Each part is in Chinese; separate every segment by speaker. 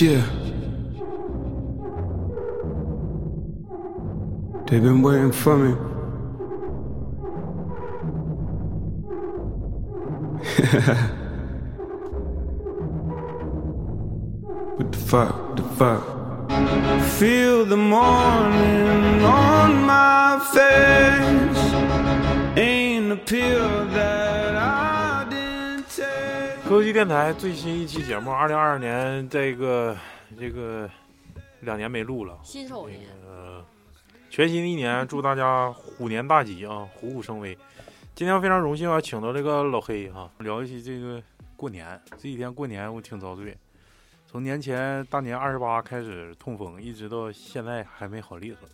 Speaker 1: Yeah. They've been waiting for me. what the fuck? The fuck? Feel the morning on my face. Ain't a pill that I didn't take.
Speaker 2: 歌姬电台最新一期节目，二零二二年这个这个两年没录了，
Speaker 3: 新手年，
Speaker 2: 呃，全新的一年，祝大家虎年大吉啊，虎虎生威。今天非常荣幸啊，请到这个老黑啊，聊一期这个过年。这几天过年我挺遭罪，从年前大年二十八开始痛风，一直到现在还没好利索。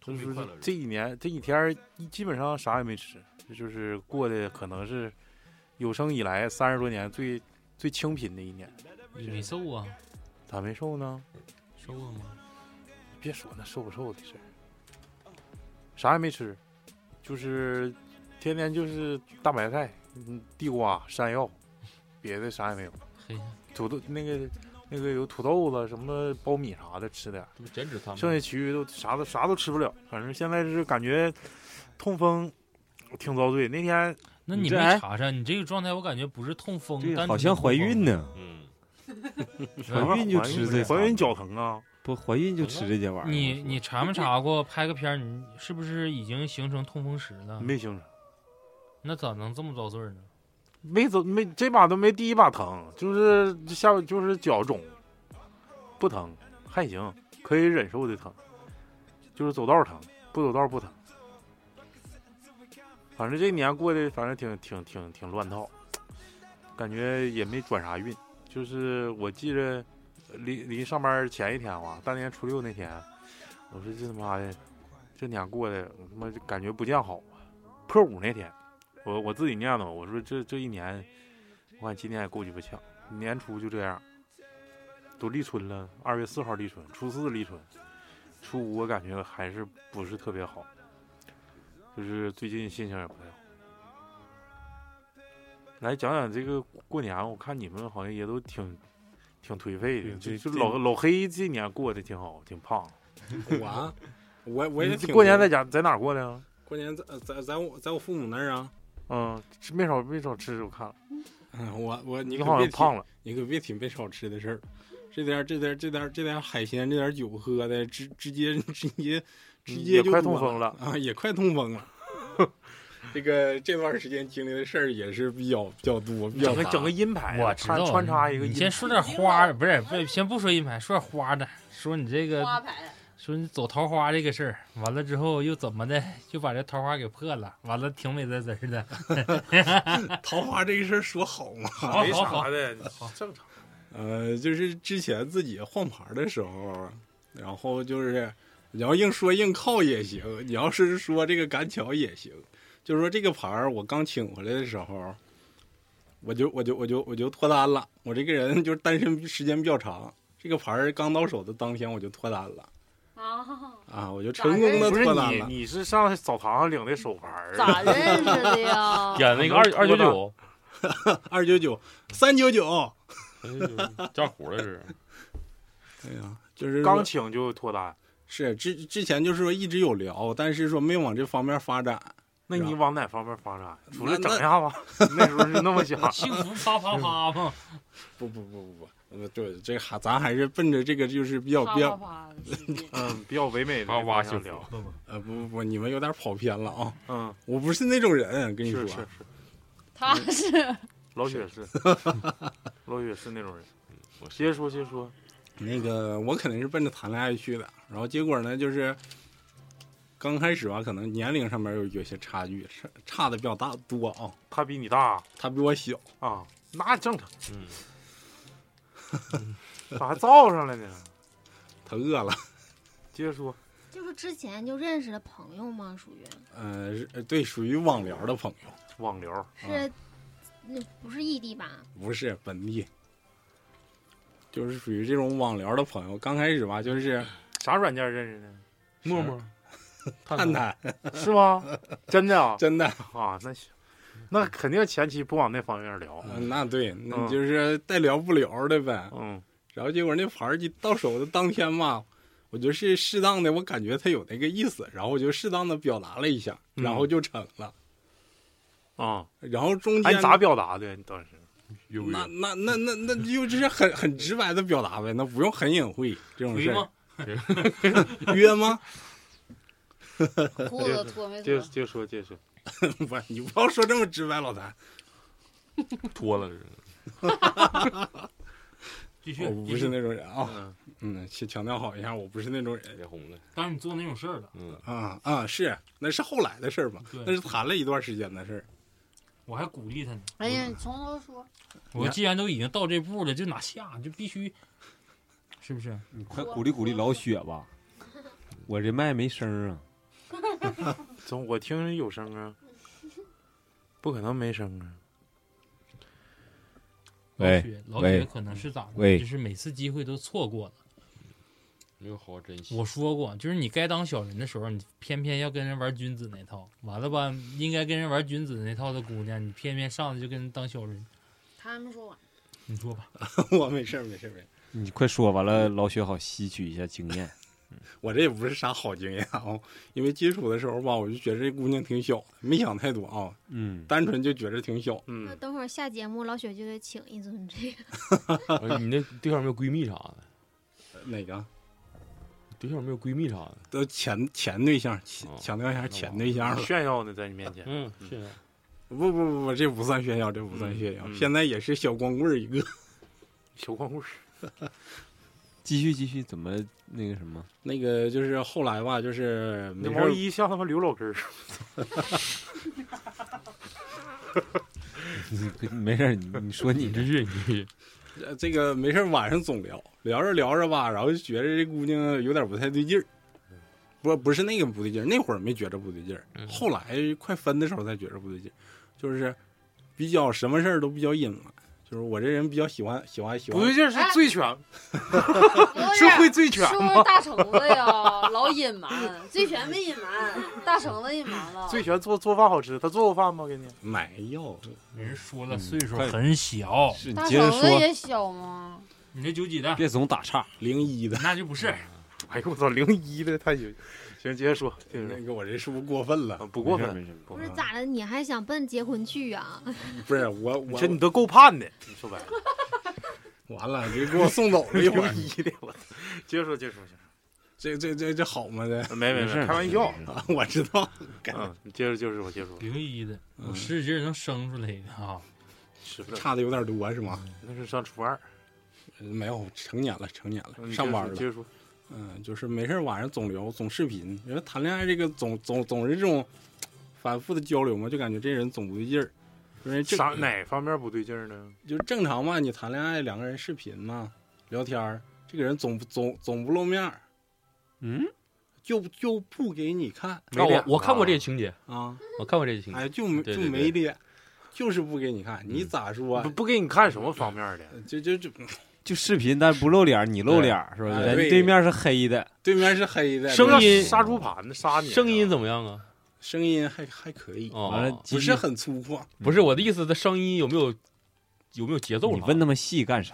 Speaker 2: 就是说这一年这一天儿基本上啥也没吃，这就是过的可能是有生以来三十多年最最清贫的一年。
Speaker 4: 你没瘦啊？
Speaker 2: 咋没瘦呢？
Speaker 4: 瘦了吗？
Speaker 2: 别说那瘦不瘦的事儿，啥也没吃，就是天天就是大白菜、嗯，地瓜、山药，别的啥也没有。
Speaker 4: 嘿，
Speaker 2: 土豆那个那个有土豆子、什么苞米啥的吃点儿，
Speaker 5: 这不减脂餐
Speaker 2: 剩
Speaker 5: 吗？
Speaker 2: 下其余都啥都啥都吃不了。反正现在是感觉痛风挺遭罪。那天
Speaker 4: 那
Speaker 6: 你
Speaker 4: 你
Speaker 6: 这
Speaker 4: 没
Speaker 6: 还
Speaker 4: 查查，你这个状态我感觉不是痛风，单纯
Speaker 6: 好像
Speaker 4: 的痛风
Speaker 6: 怀孕呢，
Speaker 5: 嗯，
Speaker 6: 怀孕就吃这
Speaker 2: 怀孕脚疼啊！
Speaker 6: 不怀孕就吃这些玩意儿。
Speaker 4: 你你查没查过？拍个片儿，你是不是已经形成痛风石了？
Speaker 2: 没形成，
Speaker 4: 那咋能这么遭罪呢？
Speaker 2: 没走没这把都没第一把疼，就是下就是脚肿，不疼还行，可以忍受的疼，就是走道疼，不走道不疼。反正这一年过得反正挺挺挺挺乱套，感觉也没转啥运。就是我记着临临上班前一天吧，大年初六那天，我说这他妈的这年过得我他妈就感觉不见好。啊破五那天，我我自己念叨，我说这这一年，我看今年也够鸡巴呛，年初就这样，都立春了，二月四号立春，初四立春，初五我感觉还是不是特别好，就是最近心情也不太好。来讲讲这个过年，我看你们好像也都挺挺颓废的，就
Speaker 6: 对
Speaker 2: 就
Speaker 6: 这
Speaker 2: 老老黑这年过得挺好，挺胖。
Speaker 7: 我啊，我我也
Speaker 2: 你
Speaker 7: 挺
Speaker 2: 过年在家在哪儿过的呀？
Speaker 7: 过年在在在我在我父母那儿啊。
Speaker 2: 嗯，吃没少没少吃，我看了。
Speaker 7: 嗯，我我你
Speaker 2: 你
Speaker 7: 可
Speaker 2: 好
Speaker 7: 别
Speaker 2: 像
Speaker 7: 提
Speaker 2: 胖了，
Speaker 7: 你可别提没少吃的事儿。这点儿这点儿这点儿这点儿海鲜，这点儿酒喝的，直直接直接直
Speaker 2: 嗯
Speaker 7: 接
Speaker 2: 也
Speaker 7: 就
Speaker 2: 快
Speaker 7: 多
Speaker 2: 痛风了
Speaker 7: 啊，也快痛风了。 这个这段时间经历的事儿也是比较比较多，比
Speaker 2: 整
Speaker 7: 较
Speaker 2: 个整个阴牌，啊
Speaker 4: 我知
Speaker 2: 哎穿
Speaker 4: 道，
Speaker 2: 穿插一个
Speaker 4: 你
Speaker 2: 阴
Speaker 4: 先说点花儿，不是
Speaker 2: 哎
Speaker 4: 不是，先不说阴牌，说点花的，说你这个
Speaker 3: 花牌，
Speaker 4: 说你走桃花这个事儿，完了之后又怎么的，又把这桃花给破了，完了挺美滋滋的，
Speaker 7: 桃花这个事儿说好吗？
Speaker 4: 好
Speaker 2: 没
Speaker 4: 好好。
Speaker 2: 啥，的，正常。
Speaker 7: 呃，就是之前自己换牌的时候，然后就是你要硬说硬靠也行，你要是说这个赶巧也行。就是说这个牌儿我刚请回来的时候，我就我就我就我就脱单了。我这个人就是单身时间比较长，这个牌儿刚到手的当天我就脱单了
Speaker 3: 啊，
Speaker 7: 啊，我就成功的
Speaker 2: 不是
Speaker 7: 脱单
Speaker 2: 你，
Speaker 7: 了。
Speaker 2: 你是上澡堂领的手牌儿
Speaker 3: 咋 认识 的呀？
Speaker 5: 演那个二二九九，
Speaker 7: 二九九三九九，
Speaker 5: 哎加糊了是？
Speaker 7: 哎呀，就是说
Speaker 2: 刚请就脱单，
Speaker 7: 是之之前就是说一直有聊，但是说没往这方面发展。
Speaker 2: 那你往哪方面发展？啊除了
Speaker 7: 那
Speaker 2: 整一下 吧，那时候是那么想
Speaker 4: 幸福啪啪啪嘛，
Speaker 7: 不不不不不，呃，对，这还咱还是奔着这个就是比较
Speaker 3: 啪
Speaker 7: 比
Speaker 3: 啪
Speaker 7: 较，
Speaker 3: 啪的，
Speaker 2: 嗯，比较唯美的
Speaker 5: 哇哇
Speaker 2: 方向聊。
Speaker 7: 呃，不不不，你们有点跑偏了啊！
Speaker 2: 嗯，
Speaker 7: 我不是那种人，跟你说
Speaker 2: 是，是是，
Speaker 3: 他是
Speaker 2: 老雪是，老雪是那种人。
Speaker 5: 我是
Speaker 2: 接着说，接着说，
Speaker 7: 那个我肯定是奔着谈恋爱去的，然后结果呢，就是刚开始吧，可能年龄上面有有些差距，差差的比较大多啊，
Speaker 2: 他比你大
Speaker 7: 他比我小，
Speaker 2: 啊，那正常，
Speaker 5: 嗯，
Speaker 2: 咋还造上了呢？
Speaker 7: 他饿了，
Speaker 2: 接着说，
Speaker 8: 就是之前就认识的朋友吗？属于
Speaker 7: 呃，是呃对，属于网聊的朋友，
Speaker 2: 网聊，
Speaker 8: 是，
Speaker 3: 啊
Speaker 8: 那、不是异地 吧？
Speaker 7: 不是本地，就是属于这种网聊的朋友。刚开始吧，就是
Speaker 2: 啥软件认识的？
Speaker 5: 陌陌，
Speaker 2: 嗯
Speaker 7: 探探，
Speaker 2: 是吗？ 真的啊？
Speaker 7: 真的。
Speaker 2: 啊，那行，那肯定前期不往那方面聊。
Speaker 7: 嗯，那对，那
Speaker 2: 嗯
Speaker 7: 就是带聊不聊的呗。
Speaker 2: 嗯，
Speaker 7: 然后结果那牌儿一到手的当天吧，我就是适当的，我感觉他有那个意思，然后我就适当的表达了一下，
Speaker 2: 嗯
Speaker 7: 然后就成了。
Speaker 2: 啊，
Speaker 7: 然后中
Speaker 2: 哎，
Speaker 7: 间
Speaker 2: 你咋表达的？你当时
Speaker 5: 有
Speaker 7: 那那那那那就是很很直白的表达呗，那不用很隐晦这种事
Speaker 4: 回
Speaker 7: 儿
Speaker 4: 吗？
Speaker 7: 约吗？
Speaker 3: 裤子脱没
Speaker 2: 接
Speaker 3: 脱？
Speaker 2: 接着说接着说，
Speaker 7: 不，你不要说这么直白，老谭。
Speaker 5: 脱了这是。
Speaker 4: 继续
Speaker 7: 我，不
Speaker 4: 继
Speaker 7: 是
Speaker 4: 续
Speaker 7: 那种人啊，
Speaker 2: 嗯，
Speaker 7: 嗯，先强调好一下，我不是那种人
Speaker 5: 脸红了，
Speaker 4: 当时你做那种事儿了，
Speaker 5: 嗯，
Speaker 7: 啊啊，是那是后来的事儿嘛，
Speaker 4: 对
Speaker 7: 那是谈了一段时间的事儿。
Speaker 4: 我还鼓励他呢。
Speaker 3: 哎呀，你从头说，
Speaker 4: 我既然都已经到这步了，就拿下，就必须，是不是？
Speaker 6: 你快鼓励鼓励老雪 吧，我这麦没声儿啊。
Speaker 2: 总我听着有声啊，不可能没声啊。
Speaker 4: 老
Speaker 5: 哎
Speaker 6: 喂
Speaker 4: 雪，老
Speaker 6: 喂
Speaker 4: 雪可能是咋的？
Speaker 6: 喂
Speaker 4: 就是每次机会都错过了。
Speaker 5: 没有好好珍惜。
Speaker 4: 我说过，就是你该当小人的时候，你偏偏要跟人玩君子那套，完了吧，应该跟人玩君子那套的姑娘，你偏偏上来就跟人当小人。
Speaker 8: 他还没说完，
Speaker 4: 你说吧，
Speaker 7: 我没事儿，没事儿，没事儿。
Speaker 6: 你快说完了，老雪好吸取一下经 验。
Speaker 7: 我这也不是啥好经验啊，因为接触的时候吧，我就觉得这姑娘挺小的，没想太多啊，
Speaker 6: 嗯，
Speaker 7: 单纯就觉着挺小。
Speaker 8: 那
Speaker 2: 嗯，
Speaker 8: 等会儿下节目老雪就得请一尊这个。
Speaker 5: 哎你那对象有没有闺蜜啥的？
Speaker 7: 哪个？
Speaker 5: 对象有没有闺蜜啥的？
Speaker 7: 都前前对象，前
Speaker 5: 哦
Speaker 7: 强调一下前对象了。
Speaker 2: 炫耀呢，在你面前，
Speaker 5: 嗯，是啊。
Speaker 7: 不不不不，这不算炫耀，这不算炫耀。
Speaker 2: 嗯嗯
Speaker 7: 现在也是小光棍儿一个。
Speaker 2: 小光棍儿。
Speaker 6: 继续继续，怎么那个什么？
Speaker 7: 那个就是后来吧，就是
Speaker 2: 那
Speaker 7: 没事
Speaker 2: 毛
Speaker 7: 儿
Speaker 2: 衣像他妈刘老根儿，
Speaker 6: 你没事儿，你你说你
Speaker 5: 你这
Speaker 6: 这
Speaker 5: 是你
Speaker 7: 呃，这个没事儿，晚上总聊，聊着聊着吧，然后就觉着这姑娘有点不太对劲儿，不不是那个不对劲儿，那会儿没觉着不对劲儿，
Speaker 5: 嗯
Speaker 7: 后来快分的时候才觉着不对劲儿，就是比较什么事儿都比较隐瞒，就是我这人比较喜欢喜欢喜欢，
Speaker 2: 劲是醉拳，
Speaker 3: 是
Speaker 2: 醉
Speaker 3: 是不是大橙子呀？老隐瞒，醉拳没隐瞒，大橙子隐瞒了。
Speaker 2: 醉拳做做饭好吃，他做过饭吗？给你？
Speaker 7: 买药，
Speaker 4: 人说了
Speaker 6: 嗯
Speaker 4: 岁数
Speaker 6: 快
Speaker 4: 很小，
Speaker 6: 是你
Speaker 3: 大
Speaker 6: 接着
Speaker 3: 橙子
Speaker 6: 说，
Speaker 3: 也小吗？
Speaker 4: 你这九几的？
Speaker 6: 别总打岔。
Speaker 7: 零一的，
Speaker 4: 那就不是，
Speaker 5: 嗯
Speaker 2: 哎呦我操，零一的太行，行，接着说，接着
Speaker 7: 那
Speaker 2: 说
Speaker 7: 个我这是不是过分了？
Speaker 2: 啊，不过
Speaker 6: 没事儿
Speaker 2: 分，
Speaker 6: 没事儿
Speaker 2: 不
Speaker 8: 不
Speaker 2: 过
Speaker 8: 是
Speaker 2: 分
Speaker 8: 咋的？你还想奔结婚去啊呀、
Speaker 7: 不是我
Speaker 2: 你
Speaker 7: 我
Speaker 2: 这你都够盼的，你说白了，，
Speaker 7: 完了，就给我送走了一会 儿
Speaker 2: 一的，我操接着说，接着说，接着
Speaker 7: 这这这这好吗？这
Speaker 2: 说，没没
Speaker 6: 没事
Speaker 2: 事，
Speaker 6: 儿
Speaker 2: 开玩笑，
Speaker 7: 啊，我知道，感觉
Speaker 2: 嗯，你接着接着说，接着说，
Speaker 4: 零一的，我
Speaker 7: 嗯
Speaker 4: 使劲儿能生出来一个啊！
Speaker 2: 是的，
Speaker 7: 差的有点多是吗？
Speaker 2: 那是上初二，
Speaker 7: 没有，成年了，成年
Speaker 2: 嗯
Speaker 7: 了，上班了。
Speaker 2: 接着说，
Speaker 7: 嗯，就是没事儿晚上总聊，总视频，因为谈恋爱这个总总总是这种反复的交流嘛，就感觉这人总不对劲儿。因为
Speaker 2: 接着
Speaker 7: 正
Speaker 2: 说啥哪方面不对劲儿呢？
Speaker 7: 就正常嘛，你谈恋爱两个人视频嘛，聊天儿，这个人总不总总不露面儿，
Speaker 6: 嗯，
Speaker 7: 就就不给你看
Speaker 5: 那我
Speaker 2: 脸
Speaker 5: 我看过
Speaker 2: 啊
Speaker 5: 这个情节，
Speaker 7: 啊，
Speaker 5: 我看过这个
Speaker 2: 嗯
Speaker 5: 情节。
Speaker 7: 哎，就没
Speaker 5: 对
Speaker 7: 就
Speaker 5: 对
Speaker 7: 没脸，就是不给你看，你
Speaker 5: 嗯
Speaker 7: 咋说
Speaker 2: 不
Speaker 7: 啊？
Speaker 2: 不给你看什么方面的？
Speaker 7: 就就就
Speaker 6: 就视频，但不露脸儿，你露脸儿是吧？
Speaker 7: 哎
Speaker 6: 人
Speaker 7: 对
Speaker 6: 对面是黑的，
Speaker 7: 对面是黑的，
Speaker 2: 啊
Speaker 5: 声音
Speaker 2: 杀猪盘子杀你，
Speaker 5: 声音怎么样啊？
Speaker 7: 声音还还可以，
Speaker 5: 哦，
Speaker 6: 完了
Speaker 7: 不是很粗犷，
Speaker 5: 不是我的意思，他声音有没有有没有节奏了？啊
Speaker 6: 你问那么细干啥？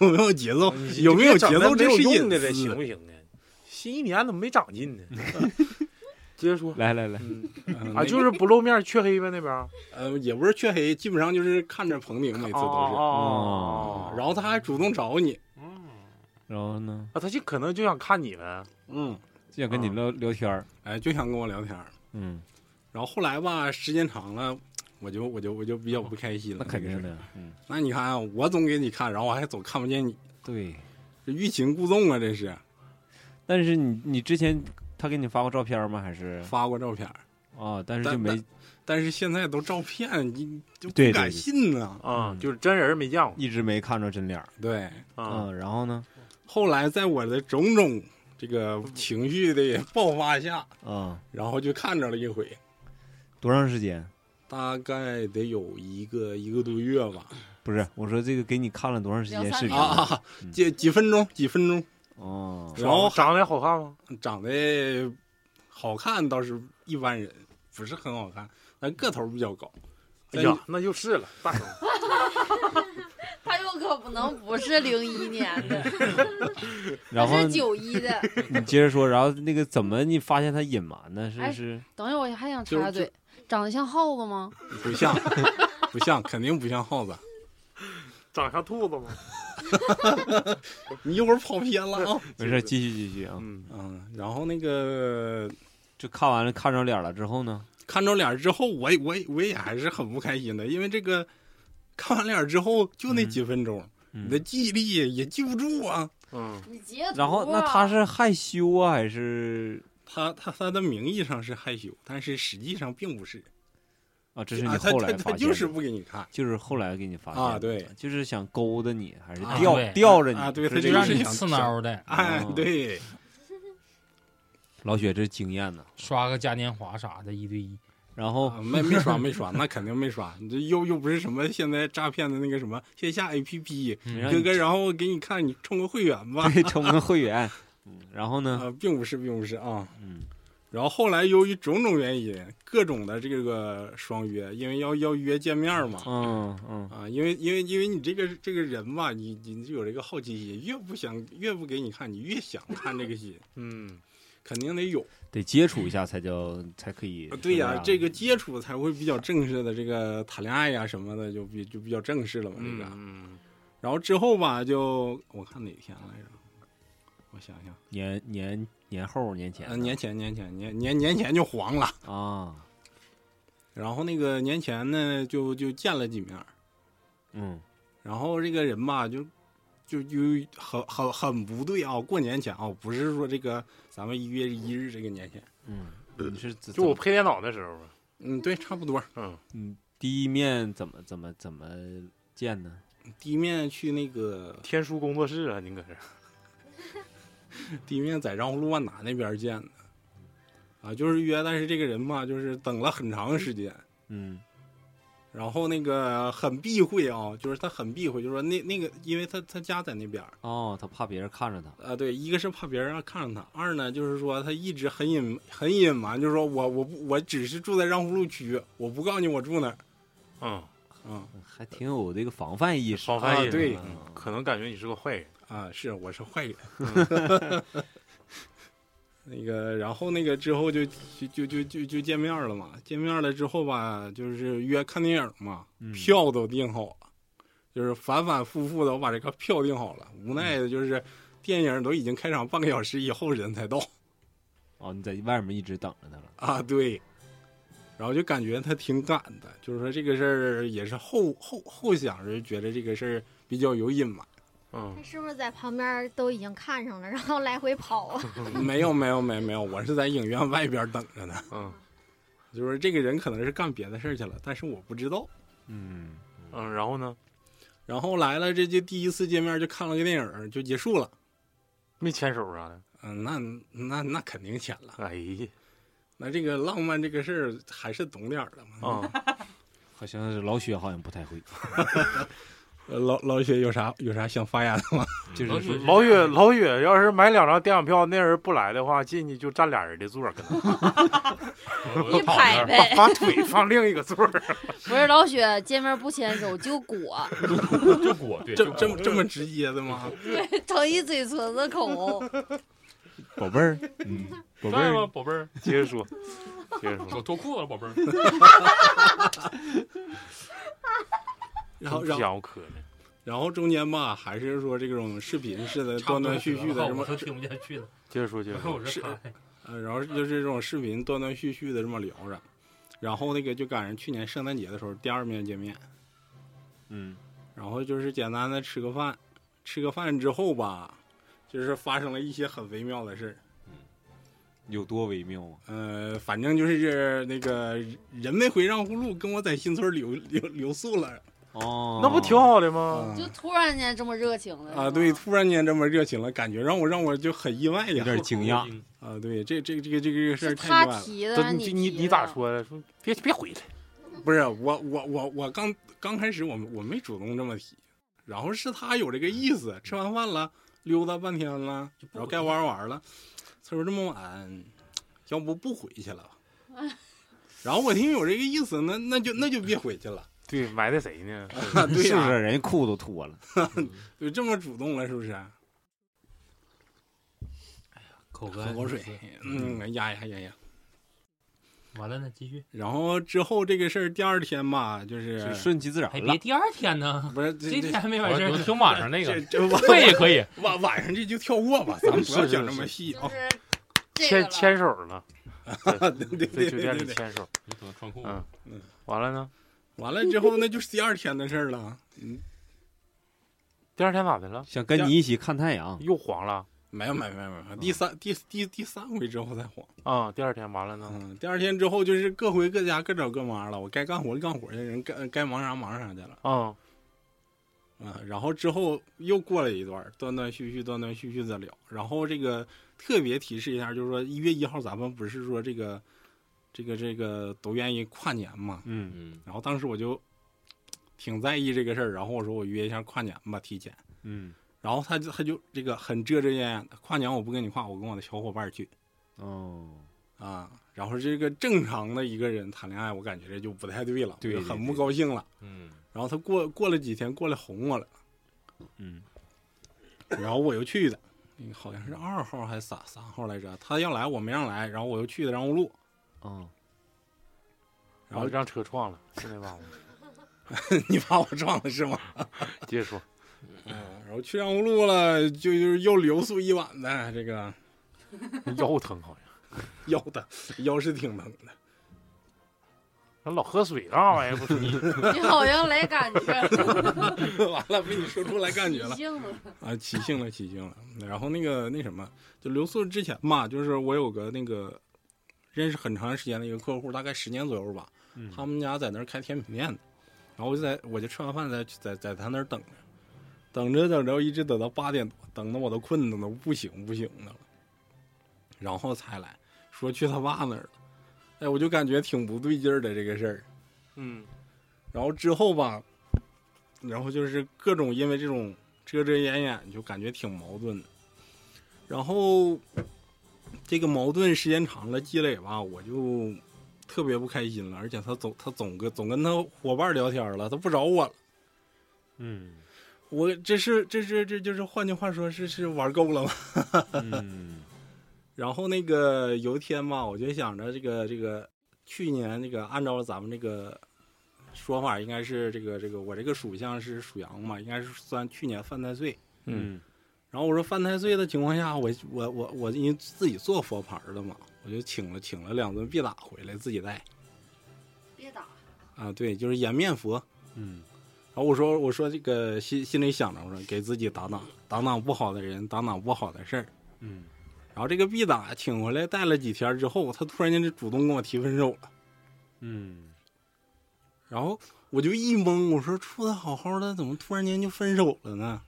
Speaker 7: 有没有节奏？
Speaker 2: 哦你
Speaker 7: 有没有
Speaker 2: 整
Speaker 7: 节奏？
Speaker 2: 那没
Speaker 7: 这
Speaker 2: 有
Speaker 7: 是
Speaker 2: 用
Speaker 7: 隐
Speaker 2: 的了，
Speaker 7: 私
Speaker 2: 行。不行啊？新一年怎么没长进呢？接着说，
Speaker 6: 来来来，
Speaker 2: 嗯
Speaker 7: 嗯
Speaker 2: 啊，就是不露面，黢黑呗那边儿。
Speaker 7: 呃，也不是黢黑，基本上就是看着彭宁每次
Speaker 2: 哦
Speaker 7: 都是。啊
Speaker 2: 哦哦
Speaker 7: 然后他还主动找你，
Speaker 6: 然后呢，
Speaker 2: 啊，他就可能就想看你呗。
Speaker 7: 嗯，
Speaker 6: 就想跟
Speaker 5: 啊
Speaker 6: 你聊聊天儿。
Speaker 7: 哎，就想跟我聊天儿。
Speaker 6: 嗯，
Speaker 7: 然后后来吧，时间长了，我就我就我就比较不开心
Speaker 6: 那
Speaker 7: 了。
Speaker 6: 肯定
Speaker 7: 这个事儿。
Speaker 6: 的。嗯，
Speaker 7: 那你看啊，我总给你看，然后我还总看不见你，
Speaker 6: 对。
Speaker 7: 这欲擒故纵啊！这是
Speaker 6: 但是你你之前他给你发过照片吗？还是
Speaker 7: 发过照片儿，
Speaker 6: 啊？但是就
Speaker 7: 但
Speaker 6: 没
Speaker 7: 但是现在都照片，你你就
Speaker 6: 对对
Speaker 7: 不敢
Speaker 6: 对
Speaker 7: 信呐。
Speaker 2: 啊
Speaker 6: 嗯，
Speaker 2: 就是真人没见过
Speaker 6: 一直没看着真脸儿。
Speaker 7: 对，
Speaker 2: 啊。
Speaker 6: 嗯，然后呢？
Speaker 7: 后来在我的种种这个情绪的爆发下，
Speaker 6: 啊，
Speaker 7: 然后就看着了一回，
Speaker 6: 多长时间？
Speaker 7: 大概得有一个一个多月吧。
Speaker 6: 不是，我说这个给你看了多长时间
Speaker 3: 两三
Speaker 6: 视频？
Speaker 3: 年
Speaker 7: 啊啊，
Speaker 6: 嗯
Speaker 7: 几几分钟，几分钟，
Speaker 6: 哦，
Speaker 7: 然后
Speaker 2: 长得好看吗？
Speaker 7: 长得好看倒是一般人，不是很好
Speaker 2: 哎
Speaker 7: 看，但个头比较高。
Speaker 2: 哎呀，那就是了，大成。
Speaker 3: 他又可不能不是零一年的，
Speaker 6: 然后
Speaker 3: 他是九一的。
Speaker 6: 你接着说，然后那个怎么你发现他隐瞒呢？是
Speaker 3: 哎
Speaker 6: 是
Speaker 3: 等一会儿，我还想
Speaker 7: 就
Speaker 3: 插
Speaker 7: 就
Speaker 3: 嘴，长得像耗子吗？
Speaker 7: 不像， 不像，肯定不像耗子。
Speaker 2: 长像兔子吗？
Speaker 7: 你一会儿跑偏了啊。
Speaker 6: 没事，继续继续啊。
Speaker 2: 嗯，
Speaker 7: 嗯，然后那个
Speaker 6: 就看完了，看着脸了之后呢，
Speaker 7: 看着脸儿之后，我也我也我也还是很不开心的，因为这个看完脸儿之后就那几分钟，
Speaker 6: 嗯
Speaker 7: 你的记忆力也记不住啊。
Speaker 2: 嗯，
Speaker 3: 你截图。啊
Speaker 6: 然后那他。是害羞啊，还是
Speaker 7: 他他他的名义上是害羞，但是实际上并不是。
Speaker 6: 啊？这是
Speaker 7: 啊
Speaker 6: 你
Speaker 7: 他
Speaker 6: 后
Speaker 7: 他
Speaker 6: 来
Speaker 7: 他
Speaker 6: 发现
Speaker 7: 就是
Speaker 6: 的
Speaker 7: 不给你看
Speaker 6: 就是后来给你发现
Speaker 7: 啊
Speaker 6: 的
Speaker 7: 对
Speaker 6: 就是想勾搭你，还是
Speaker 7: 啊
Speaker 6: 吊
Speaker 4: 对
Speaker 6: 吊着你
Speaker 7: 啊对
Speaker 6: 是
Speaker 7: 他
Speaker 6: 这
Speaker 4: 就
Speaker 6: 个
Speaker 4: 让
Speaker 6: 意
Speaker 4: 你
Speaker 6: 思
Speaker 7: 想
Speaker 4: 刺挠的，
Speaker 7: 哎
Speaker 6: 哦，
Speaker 7: 对，
Speaker 6: 老雪这经验呢。
Speaker 4: 刷个嘉年华啥的，一对一。
Speaker 6: 然后
Speaker 7: 啊没没刷没刷，那肯定没刷。你这又又不是什么现在诈骗的那个什么线下 APP，
Speaker 4: 嗯
Speaker 6: 让
Speaker 7: 哥
Speaker 6: 你
Speaker 7: 哥，然后给你看你充个会员吧。
Speaker 6: 对充个会员，嗯然后呢，
Speaker 7: 啊，并不是，并不是啊。
Speaker 6: 嗯，
Speaker 7: 然后后来由于种种原因，各种的这个双约，因为要要约见面嘛，
Speaker 6: 嗯嗯
Speaker 7: 啊，因为因为因为你这个这个人吧，你你就有这个好奇心，越不想越不给你看，你越想看这个心，
Speaker 2: 嗯，
Speaker 7: 肯定得有。
Speaker 6: 得接触一下才叫才可以
Speaker 7: 啊。对
Speaker 6: 是
Speaker 7: 呀、
Speaker 6: 吧
Speaker 7: 这个接触才会比较正式的，这个谈恋爱呀、什么的就比就比较正式了嘛，这个。
Speaker 2: 嗯，
Speaker 7: 然后之后吧，就我看哪天来着，我想想，
Speaker 6: 年年年后年前
Speaker 7: 呃，年前年前年年年前就黄了。
Speaker 6: 啊，
Speaker 7: 然后那个年前呢，就就见了几面儿，
Speaker 6: 嗯
Speaker 7: 然后这个人吧，就就就很很很不对啊！过年前啊，不是说这个咱们一月一日这个年前，
Speaker 6: 嗯，你是怎
Speaker 2: 就我
Speaker 6: 怎么
Speaker 2: 配电脑的时候嘛，
Speaker 7: 嗯，对，差不多。
Speaker 2: 嗯，
Speaker 6: 嗯第一面怎么怎么怎么见呢？
Speaker 7: 第一面去那个，
Speaker 2: 天书工作室啊，您搁这儿，
Speaker 7: 第一面在绕路万达那边见的，啊，就是约，但是这个人吧，就是等了很长时间，
Speaker 6: 嗯
Speaker 7: 然后那个很避讳啊，就是他很避讳，就是说那那个，因为他他家在那边儿。
Speaker 6: 哦，他怕别人看着他，
Speaker 7: 啊，对，一个是怕别人看上他，二呢就是说他一直很隐很隐瞒，就是说我我不我只是住在让胡路区，我不告诉你我住哪儿。
Speaker 2: 嗯，
Speaker 7: 嗯
Speaker 6: 还挺有这个防范意识。
Speaker 2: 双翻译
Speaker 7: 啊对
Speaker 6: 嗯
Speaker 2: 可能感觉你是个坏人，
Speaker 7: 啊，是我是坏人。 那个，然后那个之后就就就就就就见面了嘛，见面了之后吧，就是约看电影嘛，
Speaker 6: 嗯
Speaker 7: 票都订好了，就是反反复复的我把这个票订好了，无奈的就是电影都已经开场半个小时以后人才到。
Speaker 6: 哦，你在外面一直等着他了。
Speaker 7: 啊，对。然后就感觉他挺赶的，就是说这个事儿也是后后后想着觉得这个事儿比较有隐瞒。
Speaker 2: 嗯
Speaker 8: 他，是不是在旁边都已经看上了，然后来回跑啊？
Speaker 7: 没有没有没有没有，我是在影院外边等着呢。
Speaker 2: 嗯，
Speaker 7: 就是说这个人可能是干别的事儿去了，但是我不知道。
Speaker 6: 嗯
Speaker 2: 嗯，然后呢，
Speaker 7: 然后来了，这就第一次见面就看了个电影就结束了。
Speaker 2: 没牵手啥的，
Speaker 7: 嗯，那那那肯定浅了。
Speaker 2: 哎呀，
Speaker 7: 那这个浪漫这个事儿还是懂点儿的嘛。
Speaker 2: 啊，
Speaker 6: 好像是老雪好像不太会，
Speaker 7: 呃老老雪有啥有啥想发言的吗？
Speaker 5: 嗯
Speaker 6: 就是说
Speaker 2: 老雪老雪要是买两张电影票，那人不来的话，进去就占俩人的座儿，可能
Speaker 3: 一拍呗，
Speaker 2: 把腿放另一个座儿，
Speaker 3: 不是老雪见面不牵手就裹，
Speaker 5: 就裹对，
Speaker 7: 这
Speaker 5: 就
Speaker 7: 这
Speaker 5: 裹
Speaker 7: 么这么直接的吗？
Speaker 3: 整一嘴唇子口红，
Speaker 6: 宝 贝儿，嗯，宝贝
Speaker 5: 在吗，
Speaker 6: 儿，
Speaker 5: 宝贝儿？
Speaker 2: 接着说，接着
Speaker 5: 我
Speaker 2: 说，
Speaker 5: 脱裤子了，宝贝 儿。
Speaker 7: 然
Speaker 2: 真
Speaker 7: 后然后
Speaker 2: 不想我磕呢，
Speaker 7: 然后中间吧，还是说这种视频似的，断断续续的
Speaker 4: 差
Speaker 7: 什
Speaker 4: 不多
Speaker 7: 么
Speaker 4: 我，都听不下去了。
Speaker 2: 接着说，接着说，
Speaker 4: 我哎这
Speaker 7: 是
Speaker 4: 卡
Speaker 7: 呃，然后就是这种视频断断续续的这么聊着，然后那个就赶上去年圣诞节的时候第二面见面，
Speaker 6: 嗯
Speaker 7: 然后就是简单的吃个饭，吃个饭之后吧，就是发生了一些很微妙的事儿，
Speaker 6: 有多微妙啊？
Speaker 7: 呃，反正就是那个人没回让呼路，跟我在新村留留留宿了，
Speaker 6: 哦，
Speaker 2: 那不挺好的吗？
Speaker 7: 啊
Speaker 3: 就突然间这么热情了
Speaker 7: 啊，对，，突然间这么热情了，感觉让我让我就很意外
Speaker 6: 有
Speaker 7: 呀，
Speaker 6: 点惊讶，
Speaker 7: 啊，对，这这这个这个事
Speaker 3: 是
Speaker 7: 儿
Speaker 3: 吗
Speaker 7: 太
Speaker 3: 他
Speaker 7: 意外了。
Speaker 3: 提的，
Speaker 2: 这
Speaker 3: 还是
Speaker 2: 你你
Speaker 3: 提
Speaker 2: 你咋
Speaker 3: 的？
Speaker 2: 说的？说别别回来，
Speaker 7: 不是我我我我刚刚开始我我没主动这么提，然后是他有这个意思，吃完饭了，溜达半天了，然后该玩玩了，他说这么晚，要不不回去了吧？然后我听有这个意思，那那就那就别回去了，
Speaker 2: 对，埋汰谁呢？
Speaker 7: 对
Speaker 6: 是
Speaker 7: 呀、
Speaker 6: 不是？人家裤都脱了，
Speaker 7: 就这么主动了，是不是？
Speaker 4: 口
Speaker 7: 喝
Speaker 4: 干
Speaker 7: 口水
Speaker 4: 是不是，
Speaker 7: 嗯，压压压压。
Speaker 4: 完了呢，继续，
Speaker 7: 然后之后这个事儿，第二天吧，就是
Speaker 6: 就顺其自然
Speaker 4: 还
Speaker 6: 了
Speaker 4: 别。第二天呢，
Speaker 7: 不是
Speaker 4: 这
Speaker 7: 这
Speaker 4: 天
Speaker 7: 这
Speaker 4: 还没完
Speaker 5: 我
Speaker 4: 事儿
Speaker 5: 我
Speaker 4: 呢。
Speaker 5: 听晚上那
Speaker 7: 这
Speaker 5: 个，
Speaker 7: 这晚
Speaker 5: 这也可 以，
Speaker 7: 晚晚上这就跳过吧，咱们不要
Speaker 2: 是是
Speaker 7: 讲这么
Speaker 2: 是
Speaker 7: 细
Speaker 3: 就
Speaker 7: 啊。
Speaker 3: 是 这
Speaker 2: 牵
Speaker 3: 个了。
Speaker 2: 牵手了，
Speaker 7: 对对
Speaker 2: 在
Speaker 7: 对
Speaker 2: 酒
Speaker 7: 对
Speaker 2: 店
Speaker 7: 对
Speaker 2: 里
Speaker 7: 对。
Speaker 2: 牵手。
Speaker 5: 你怎么穿裤
Speaker 2: 嗯
Speaker 5: 子？
Speaker 2: 完了呢，
Speaker 7: 完了之后，那就是第二天的事儿了。嗯，
Speaker 2: 第二天咋的了？
Speaker 6: 想跟你一起看太阳，
Speaker 2: 又黄了
Speaker 7: 没有没有没有没有，第三第第第三回之后才黄。
Speaker 2: 啊、第二天完了呢，
Speaker 7: 嗯，第二天之后就是各回各家，各找各妈了。我该干活就干活去，人该该忙啥忙啥去了。
Speaker 2: 嗯，
Speaker 7: 啊、然后之后又过了一段儿，断断续续，断断续续的聊。然后这个特别提示一下，就是说一月一号咱们不是说这个这个这个都愿意跨年嘛？
Speaker 6: 嗯，
Speaker 5: 嗯，
Speaker 7: 然后当时我就挺在意这个事儿，然后我说我约一下跨年吧，提前。
Speaker 6: 嗯，
Speaker 7: 然后他就他就这个很遮遮掩掩的，跨年我不跟你跨，我跟我的小伙伴儿去
Speaker 5: 嗯
Speaker 6: 哦，
Speaker 7: 啊。然后这个正常的一个人谈恋爱，我感觉这就不太对了，
Speaker 6: 对
Speaker 7: 我就
Speaker 6: 对
Speaker 7: 很
Speaker 6: 对
Speaker 7: 不高兴了。
Speaker 5: 嗯，
Speaker 7: 然后他过过了几天过来哄我了，
Speaker 6: 嗯，
Speaker 7: 然后我又去的，那个好像是二号还是三三号来着，他要来我没让来，然后我又去的让路，
Speaker 6: 哦，
Speaker 7: 然后
Speaker 2: 让车撞了，是那帮子。
Speaker 7: 你把我撞了是吗？
Speaker 2: 接着说，
Speaker 7: 嗯，然后去让路了，就就是又留宿一晚的，这个
Speaker 2: 腰疼好像，
Speaker 7: 腰的腰是挺疼的。
Speaker 2: 那老喝水干啥玩意儿？不是你，
Speaker 3: 你好像来感觉了，
Speaker 7: 完了，被你说出来感觉了
Speaker 3: 你性子
Speaker 7: 啊，起兴了，起兴了。然后那个那什么，就留宿之前嘛，就是我有个那个认识很长时间的一个客户，大概十年左右吧，
Speaker 6: 嗯
Speaker 7: 他们家在那儿开甜品店的，然后我就在我就吃完饭在在在他那儿等着，等着等着，一直等到八点多，等的我都困的都不行不行的了，然后才来说去他爸那儿了，哎，我就感觉挺不对劲儿的这个事儿，
Speaker 2: 嗯，
Speaker 7: 然后之后吧，然后就是各种因为这种遮遮掩掩，就感觉挺矛盾的。然后这个矛盾时间长了积累吧，我就特别不开心了。而且他总他总跟总跟他伙伴聊天了，他不找我了。
Speaker 6: 嗯，
Speaker 7: 我这是这是这就是换句话说是是玩够了吗？
Speaker 6: 嗯，
Speaker 7: 然后那个有一天吧，我就想着这个这个去年这个按照咱们这个说法，应该是这个这个我这个属相是属羊嘛，应该是算去年犯太岁。
Speaker 6: 嗯，
Speaker 7: 然后我说犯太岁的情况下，我我我我因为自己做佛牌的嘛，我就请了请了两尊必打回来自己带
Speaker 3: 别打，
Speaker 7: 啊，对，就是颜面佛。
Speaker 6: 嗯，
Speaker 7: 然后我说我说这个心心里想着我说给自己挡挡挡挡不好的人，挡挡不好的事儿。
Speaker 6: 嗯，
Speaker 7: 然后这个必打请回来带了几天之后，他突然间就主动跟我提分手了。
Speaker 6: 嗯，
Speaker 7: 然后我就一懵，我说处的好好的，怎么突然间就分手了呢？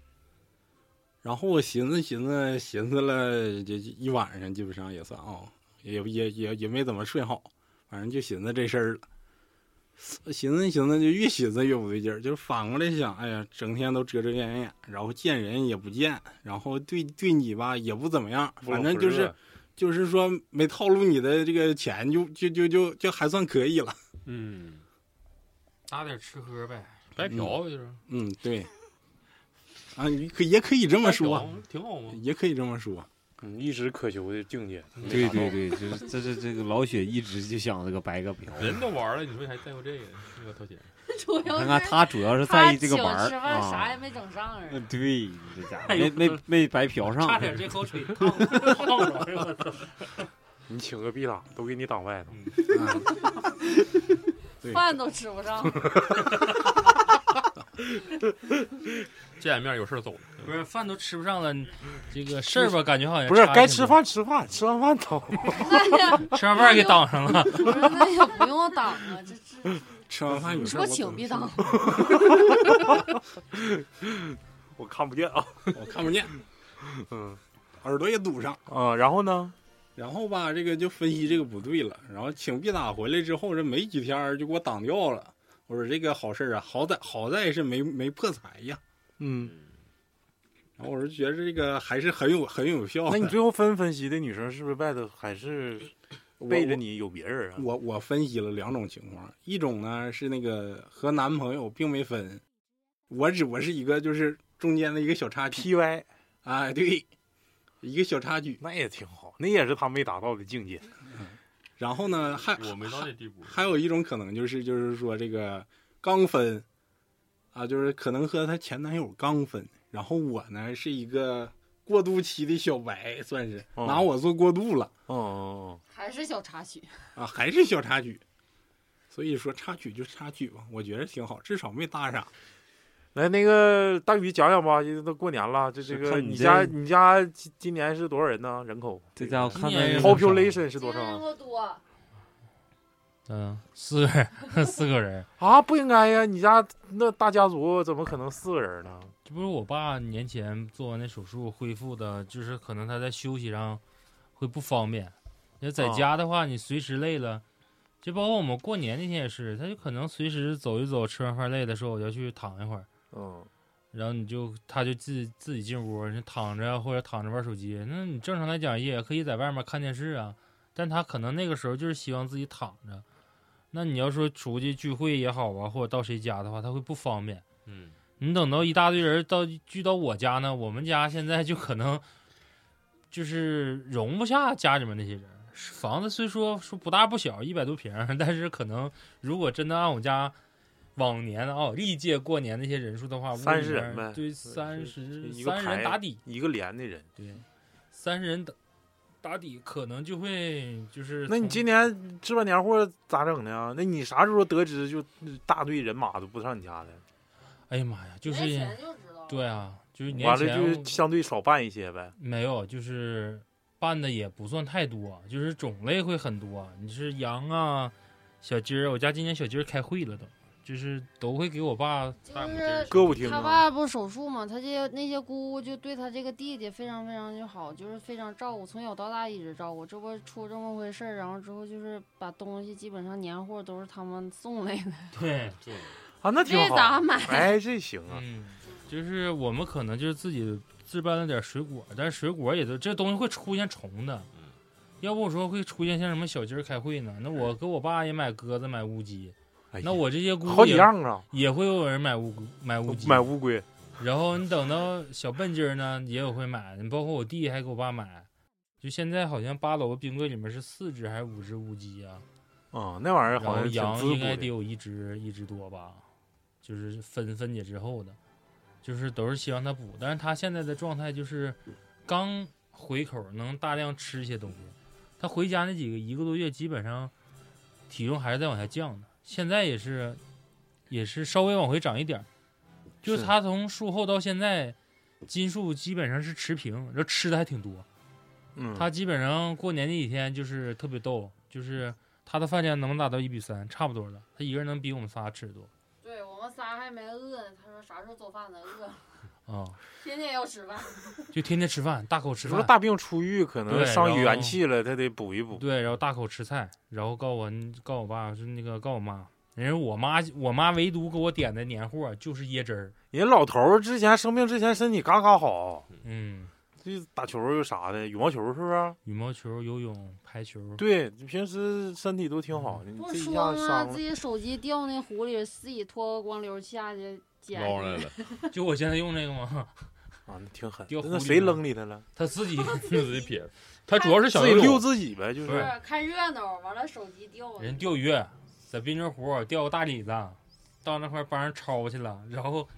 Speaker 7: 然后我寻思寻思寻思了这一晚上，基本上也算啊、也也也也没怎么睡好，反正就寻思这事儿了。寻思寻思，就越寻思越不对劲儿，就是反过来想，哎呀，整天都遮遮掩掩，然后见人也不见，然后对对你吧也不怎么样，反正就是
Speaker 2: 啊
Speaker 7: 就是说没套路你的这个钱就，就就就就还算可以了。
Speaker 6: 嗯，
Speaker 4: 打点吃喝呗，
Speaker 5: 白嫖 就是
Speaker 7: 嗯，对。啊，你可也可以这
Speaker 5: 这
Speaker 7: 么说，啊
Speaker 5: 挺好吗？
Speaker 7: 也可以这么说。
Speaker 2: 嗯一直渴求的境界。
Speaker 6: 对对对，就是这这这个老雪一直就想这个白个 嫖，
Speaker 5: 人都玩了，你说还在乎这个？这个掏钱，
Speaker 3: 主要
Speaker 6: 看
Speaker 3: 是
Speaker 6: 看他主要是在
Speaker 3: 他
Speaker 6: 意这个
Speaker 3: 请
Speaker 6: 玩儿
Speaker 3: 吃饭啥也
Speaker 6: 啊，
Speaker 3: 没整上人，
Speaker 6: 对，这家
Speaker 4: 哎
Speaker 6: 伙没没没白嫖上，
Speaker 4: 差点这口水烫 烫着哎呦我操
Speaker 2: 你请个必打，都给你挡外头。
Speaker 7: 对
Speaker 3: 饭都吃不上。
Speaker 5: 见了面有事儿走了，
Speaker 4: 不是饭都吃不上了，这个事儿吧，感觉好像
Speaker 2: 不是
Speaker 4: 差
Speaker 2: 该
Speaker 4: 挺
Speaker 2: 吃
Speaker 4: 多，
Speaker 2: 饭吃饭，吃完饭走。
Speaker 3: 那也
Speaker 4: 吃完饭给挡上了。
Speaker 3: 我说那也不用挡啊，这这
Speaker 7: 吃完饭有
Speaker 3: 你
Speaker 7: 事儿
Speaker 3: 说
Speaker 7: 我
Speaker 3: 请必挡，
Speaker 2: 我看不见啊。
Speaker 7: 我看不见，
Speaker 2: 嗯
Speaker 7: 耳朵也堵上。
Speaker 2: 啊，然后呢？
Speaker 7: 然后吧，这个就分析这个不对了。然后请必打回来之后，这没几天儿就给我挡掉了。我说这个好事儿啊，好歹好在是没没破财呀。
Speaker 2: 嗯，
Speaker 7: 然后我是觉得这个还是很有很有效
Speaker 2: 那你
Speaker 7: 的。
Speaker 2: 最后分分析的女生是不是外头还是
Speaker 7: 我
Speaker 2: 背着你有别人啊？
Speaker 7: 我我分析了两种情况，一种呢是那个和男朋友并没分，我只我是一个就是中间的一个小插曲，
Speaker 2: P Y
Speaker 7: 哎，对，一个小插曲。
Speaker 2: 那也挺好，那也是他没达到的境界。
Speaker 7: 然后呢，还
Speaker 5: 我没到那地步。
Speaker 7: 还有一种可能就是就是说这个刚分，啊，就是可能和她前男友刚分，然后我呢是一个过渡期的小白，算是
Speaker 2: 哦
Speaker 7: 拿我做过渡了
Speaker 2: 嗯嗯
Speaker 3: 还是小插曲。
Speaker 7: 啊，还是小插曲。所以说插曲就插曲吧，我觉得挺好，至少没搭上。
Speaker 2: 嗯，来那个大宇讲讲吧，因为都过年了，这这
Speaker 6: 是
Speaker 2: 个
Speaker 6: 看你
Speaker 2: 你
Speaker 6: 这
Speaker 2: 家你家今今年是多少人呢？人口
Speaker 6: 这家伙看
Speaker 4: 今年
Speaker 6: 看
Speaker 4: 是
Speaker 2: population 是
Speaker 3: 今
Speaker 2: 多少
Speaker 3: 天人
Speaker 2: 啊？
Speaker 3: 口多，
Speaker 4: 嗯，四个人，四个人。
Speaker 2: 啊，不应该呀，你家那大家族怎么可能四个人呢？
Speaker 4: 这不是我爸年前做完那手术恢复的，就是可能他在休息上会不方便。要在
Speaker 2: 啊
Speaker 4: 家的话，你随时累了，就包括我们过年那天也是，他就可能随时走一走，吃完饭累的时候我就去躺一会儿，
Speaker 2: 嗯，
Speaker 4: 然后你就他就自己自己进屋，你躺着或者躺着玩手机。那你正常来讲也可以在外面看电视啊，但他可能那个时候就是希望自己躺着。那你要说出去聚会也好啊，或者到谁家的话，他会不方便。
Speaker 5: 嗯，
Speaker 4: 你等到一大堆人到聚到我家呢，我们家现在就可能就是容不下家里面那些人。房子虽说说不大不小，一百多平儿，但是可能如果真的按我家往年啊、哦、历届过年那些人数的话，屋里面
Speaker 2: 30人呗
Speaker 4: 对，三十
Speaker 2: 一个
Speaker 4: 三十
Speaker 2: 排
Speaker 4: 人打底，
Speaker 2: 一个连的人。
Speaker 4: 对，三十人打打底，可能就会就是
Speaker 2: 那你
Speaker 4: 从
Speaker 2: 今年置办年货咋整呢？那你啥时候得知就大队人马都不上你家的？
Speaker 4: 哎呀妈呀，就
Speaker 3: 年前
Speaker 4: 是
Speaker 3: 就知道。，
Speaker 4: 对啊，就是年
Speaker 2: 完
Speaker 4: 前
Speaker 2: 了
Speaker 4: 我
Speaker 2: 就相对少办一些呗。
Speaker 4: 没有，就是办的也不算太多，就是种类会很多。你是羊啊，小鸡儿，我家今年小鸡儿开会了都，就是都会给我爸
Speaker 3: 就
Speaker 5: 劲儿
Speaker 3: 是
Speaker 2: 歌舞厅
Speaker 3: 他
Speaker 2: 啊，
Speaker 3: 爸不手术嘛，他这那些姑姑就对他这个弟弟非常非常就好，就是非常照顾，从小到大一直照顾。这不出这么回事儿，然后之后就是把东西基本上年货都是他们送来 的，
Speaker 4: 对，
Speaker 2: 啊那挺
Speaker 3: 这咋
Speaker 2: 好。
Speaker 3: 买？
Speaker 2: 哎，这行啊，
Speaker 4: 嗯，就是我们可能就是自己置办了点水果，但是水果也都这东西会出现虫的，
Speaker 2: 嗯
Speaker 4: 要不我说会出现像什么小鸡儿开会呢？那我给我爸也买鸽子，买乌鸡，
Speaker 2: 嗯哎呀
Speaker 4: 那我这些姑
Speaker 2: 好
Speaker 4: 姑
Speaker 2: 几
Speaker 4: 也
Speaker 2: 样啊，
Speaker 4: 也会有人买乌龟买乌鸡，
Speaker 2: 买乌龟。
Speaker 4: 然后你等到小笨鸡儿呢，也有会买的，包括我弟还给我爸买。就现在好像八楼冰柜里面是四只还是五只乌鸡啊？
Speaker 2: 嗯，那玩意儿
Speaker 4: 然
Speaker 2: 好
Speaker 4: 后
Speaker 2: 像挺
Speaker 4: 羊
Speaker 2: 滋
Speaker 4: 应
Speaker 2: 补
Speaker 4: 该得
Speaker 2: 的。
Speaker 4: 有一只一只多吧，就是分分解之后的，就是都是希望它补。但是它现在的状态就是刚回口能大量吃一些东西，它回家那几个一个多月基本上体重还是在往下降的，现在也是也是稍微往回涨一点儿，就是
Speaker 2: 是
Speaker 4: 它从术后到现在。斤数基本上是持平，然后吃的还挺多。
Speaker 2: 嗯，
Speaker 4: 他基本上过年那几天就是特别逗，就是他的饭量能达到一比三，差不多了。他一个人能比我们仨吃的多
Speaker 3: 对我们仨还没饿呢，他说啥时候做饭呢？饿，
Speaker 4: 啊、
Speaker 2: 哦
Speaker 3: 天天要吃饭。
Speaker 4: 就天天吃饭，大口吃
Speaker 2: 你说
Speaker 4: 饭，
Speaker 2: 大病初愈，可能
Speaker 4: 对
Speaker 2: 伤
Speaker 4: 然
Speaker 2: 元
Speaker 4: 后
Speaker 2: 气了，他得补一补。
Speaker 4: 对，然后大口吃菜，然后告我告我爸是那个告我妈，人家我妈我妈唯独给我点的年货就是椰汁儿，
Speaker 2: 人老头儿之前生病之前身体嘎嘎好，
Speaker 4: 嗯，
Speaker 2: 就打球又啥的，羽毛球是不是？
Speaker 4: 羽毛球、游泳、排球，
Speaker 2: 对，你平时身体都挺好
Speaker 4: 嗯
Speaker 2: 的，你
Speaker 3: 不
Speaker 2: 这一
Speaker 3: 说
Speaker 2: 下
Speaker 3: 吗？
Speaker 2: 伤了，
Speaker 3: 自己手机掉那湖里，自己脱个光溜下去捡
Speaker 5: 捞上来了，
Speaker 4: 就我现在用那个嘛，
Speaker 2: 啊，那挺狠。
Speaker 4: 掉湖
Speaker 2: 那
Speaker 4: 里
Speaker 2: 谁
Speaker 4: 了
Speaker 2: 扔里头了？
Speaker 4: 他 自己
Speaker 5: 自己撇。他主要是想
Speaker 2: 自己
Speaker 5: 游
Speaker 2: 溜
Speaker 4: 啊
Speaker 5: 泳，
Speaker 2: 自己呗，就是
Speaker 4: 不是
Speaker 3: 是看热闹，完了手机掉了。
Speaker 4: 人钓鱼，在滨州湖钓个大鲤子，到那块儿帮人抄去了，然后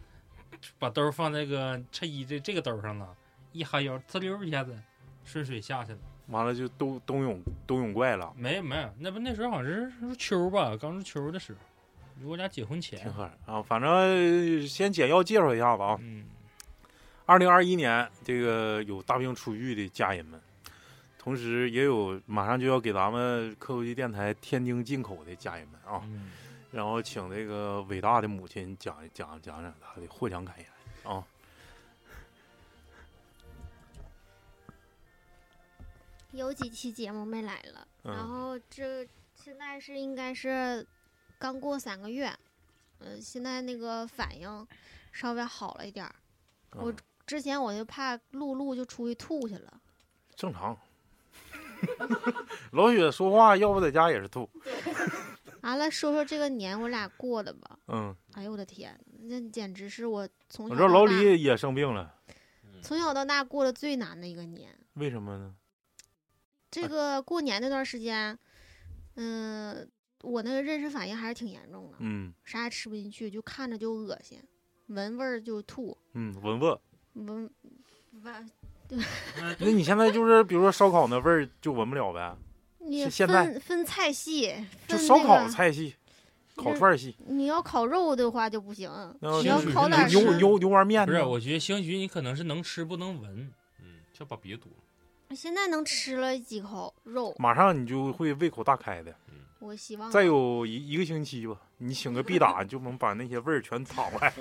Speaker 4: 把兜儿放在个衬衣这这个兜儿上了，一哈腰，呲溜一下子顺水下去了。
Speaker 2: 完了就都冬泳冬泳怪了，
Speaker 4: 没有没有，那不那时候好像是是秋吧，刚入秋的时候，我俩结婚前
Speaker 2: 挺。狠啊。反正呃先简要介绍一下子啊，
Speaker 4: 嗯，
Speaker 2: 二零二一年，这个有大病初愈的家人们，同时也有马上就要给咱们科技电台天津进口的家人们啊，
Speaker 4: 嗯
Speaker 2: 然后请这个伟大的母亲讲讲讲讲她的获奖感言啊。
Speaker 8: 有几期节目没来了，然
Speaker 2: 嗯，
Speaker 8: 后这现在是应该是刚过三个月，呃，现在那个反应稍微好了一点儿。
Speaker 2: 嗯
Speaker 8: 我之前我就怕录录就出去吐去了，
Speaker 2: 正常， 老雪说话，要不在家也是吐。
Speaker 8: 完了，说说这个年我俩过的吧。
Speaker 2: 嗯，
Speaker 8: 哎呦我的天，那简直是我从
Speaker 2: 我
Speaker 8: 小
Speaker 2: 知道
Speaker 8: 到
Speaker 2: 老
Speaker 8: 大
Speaker 2: 李也生病了，
Speaker 8: 从小到大过的最难的一个年。
Speaker 2: 为什么呢？
Speaker 8: 这
Speaker 2: 哎
Speaker 8: 个过年那段时间，嗯、我那个妊娠反应还是挺严重的，
Speaker 2: 嗯
Speaker 8: 啥也吃不进去，就看着就恶心，闻味儿就吐，
Speaker 2: 嗯，闻闻。
Speaker 8: 闻闻
Speaker 2: 那你现在就是比如说烧烤那味儿就闻不了呗，
Speaker 8: 你
Speaker 2: 是现在
Speaker 8: 分分菜系，
Speaker 2: 就
Speaker 8: 分
Speaker 2: 烧
Speaker 8: 那
Speaker 2: 烤
Speaker 8: 个
Speaker 2: 菜系、烤
Speaker 8: 是
Speaker 2: 串系，
Speaker 8: 你要烤肉的话就不行，
Speaker 2: 那要
Speaker 8: 你要
Speaker 4: 是
Speaker 8: 烤
Speaker 4: 那
Speaker 8: 点
Speaker 2: 牛
Speaker 8: 什么
Speaker 2: 牛牛丸面
Speaker 4: 不是，
Speaker 2: 呢
Speaker 4: 我觉得兴许你可能是能吃不能闻，
Speaker 5: 嗯，就把别堵了。
Speaker 8: 现在能吃了几口肉，
Speaker 2: 马上你就会胃口大开的。
Speaker 8: 我希望
Speaker 2: 再有一一个星期吧，你请个必 打，你就能把那些味儿全淌出来。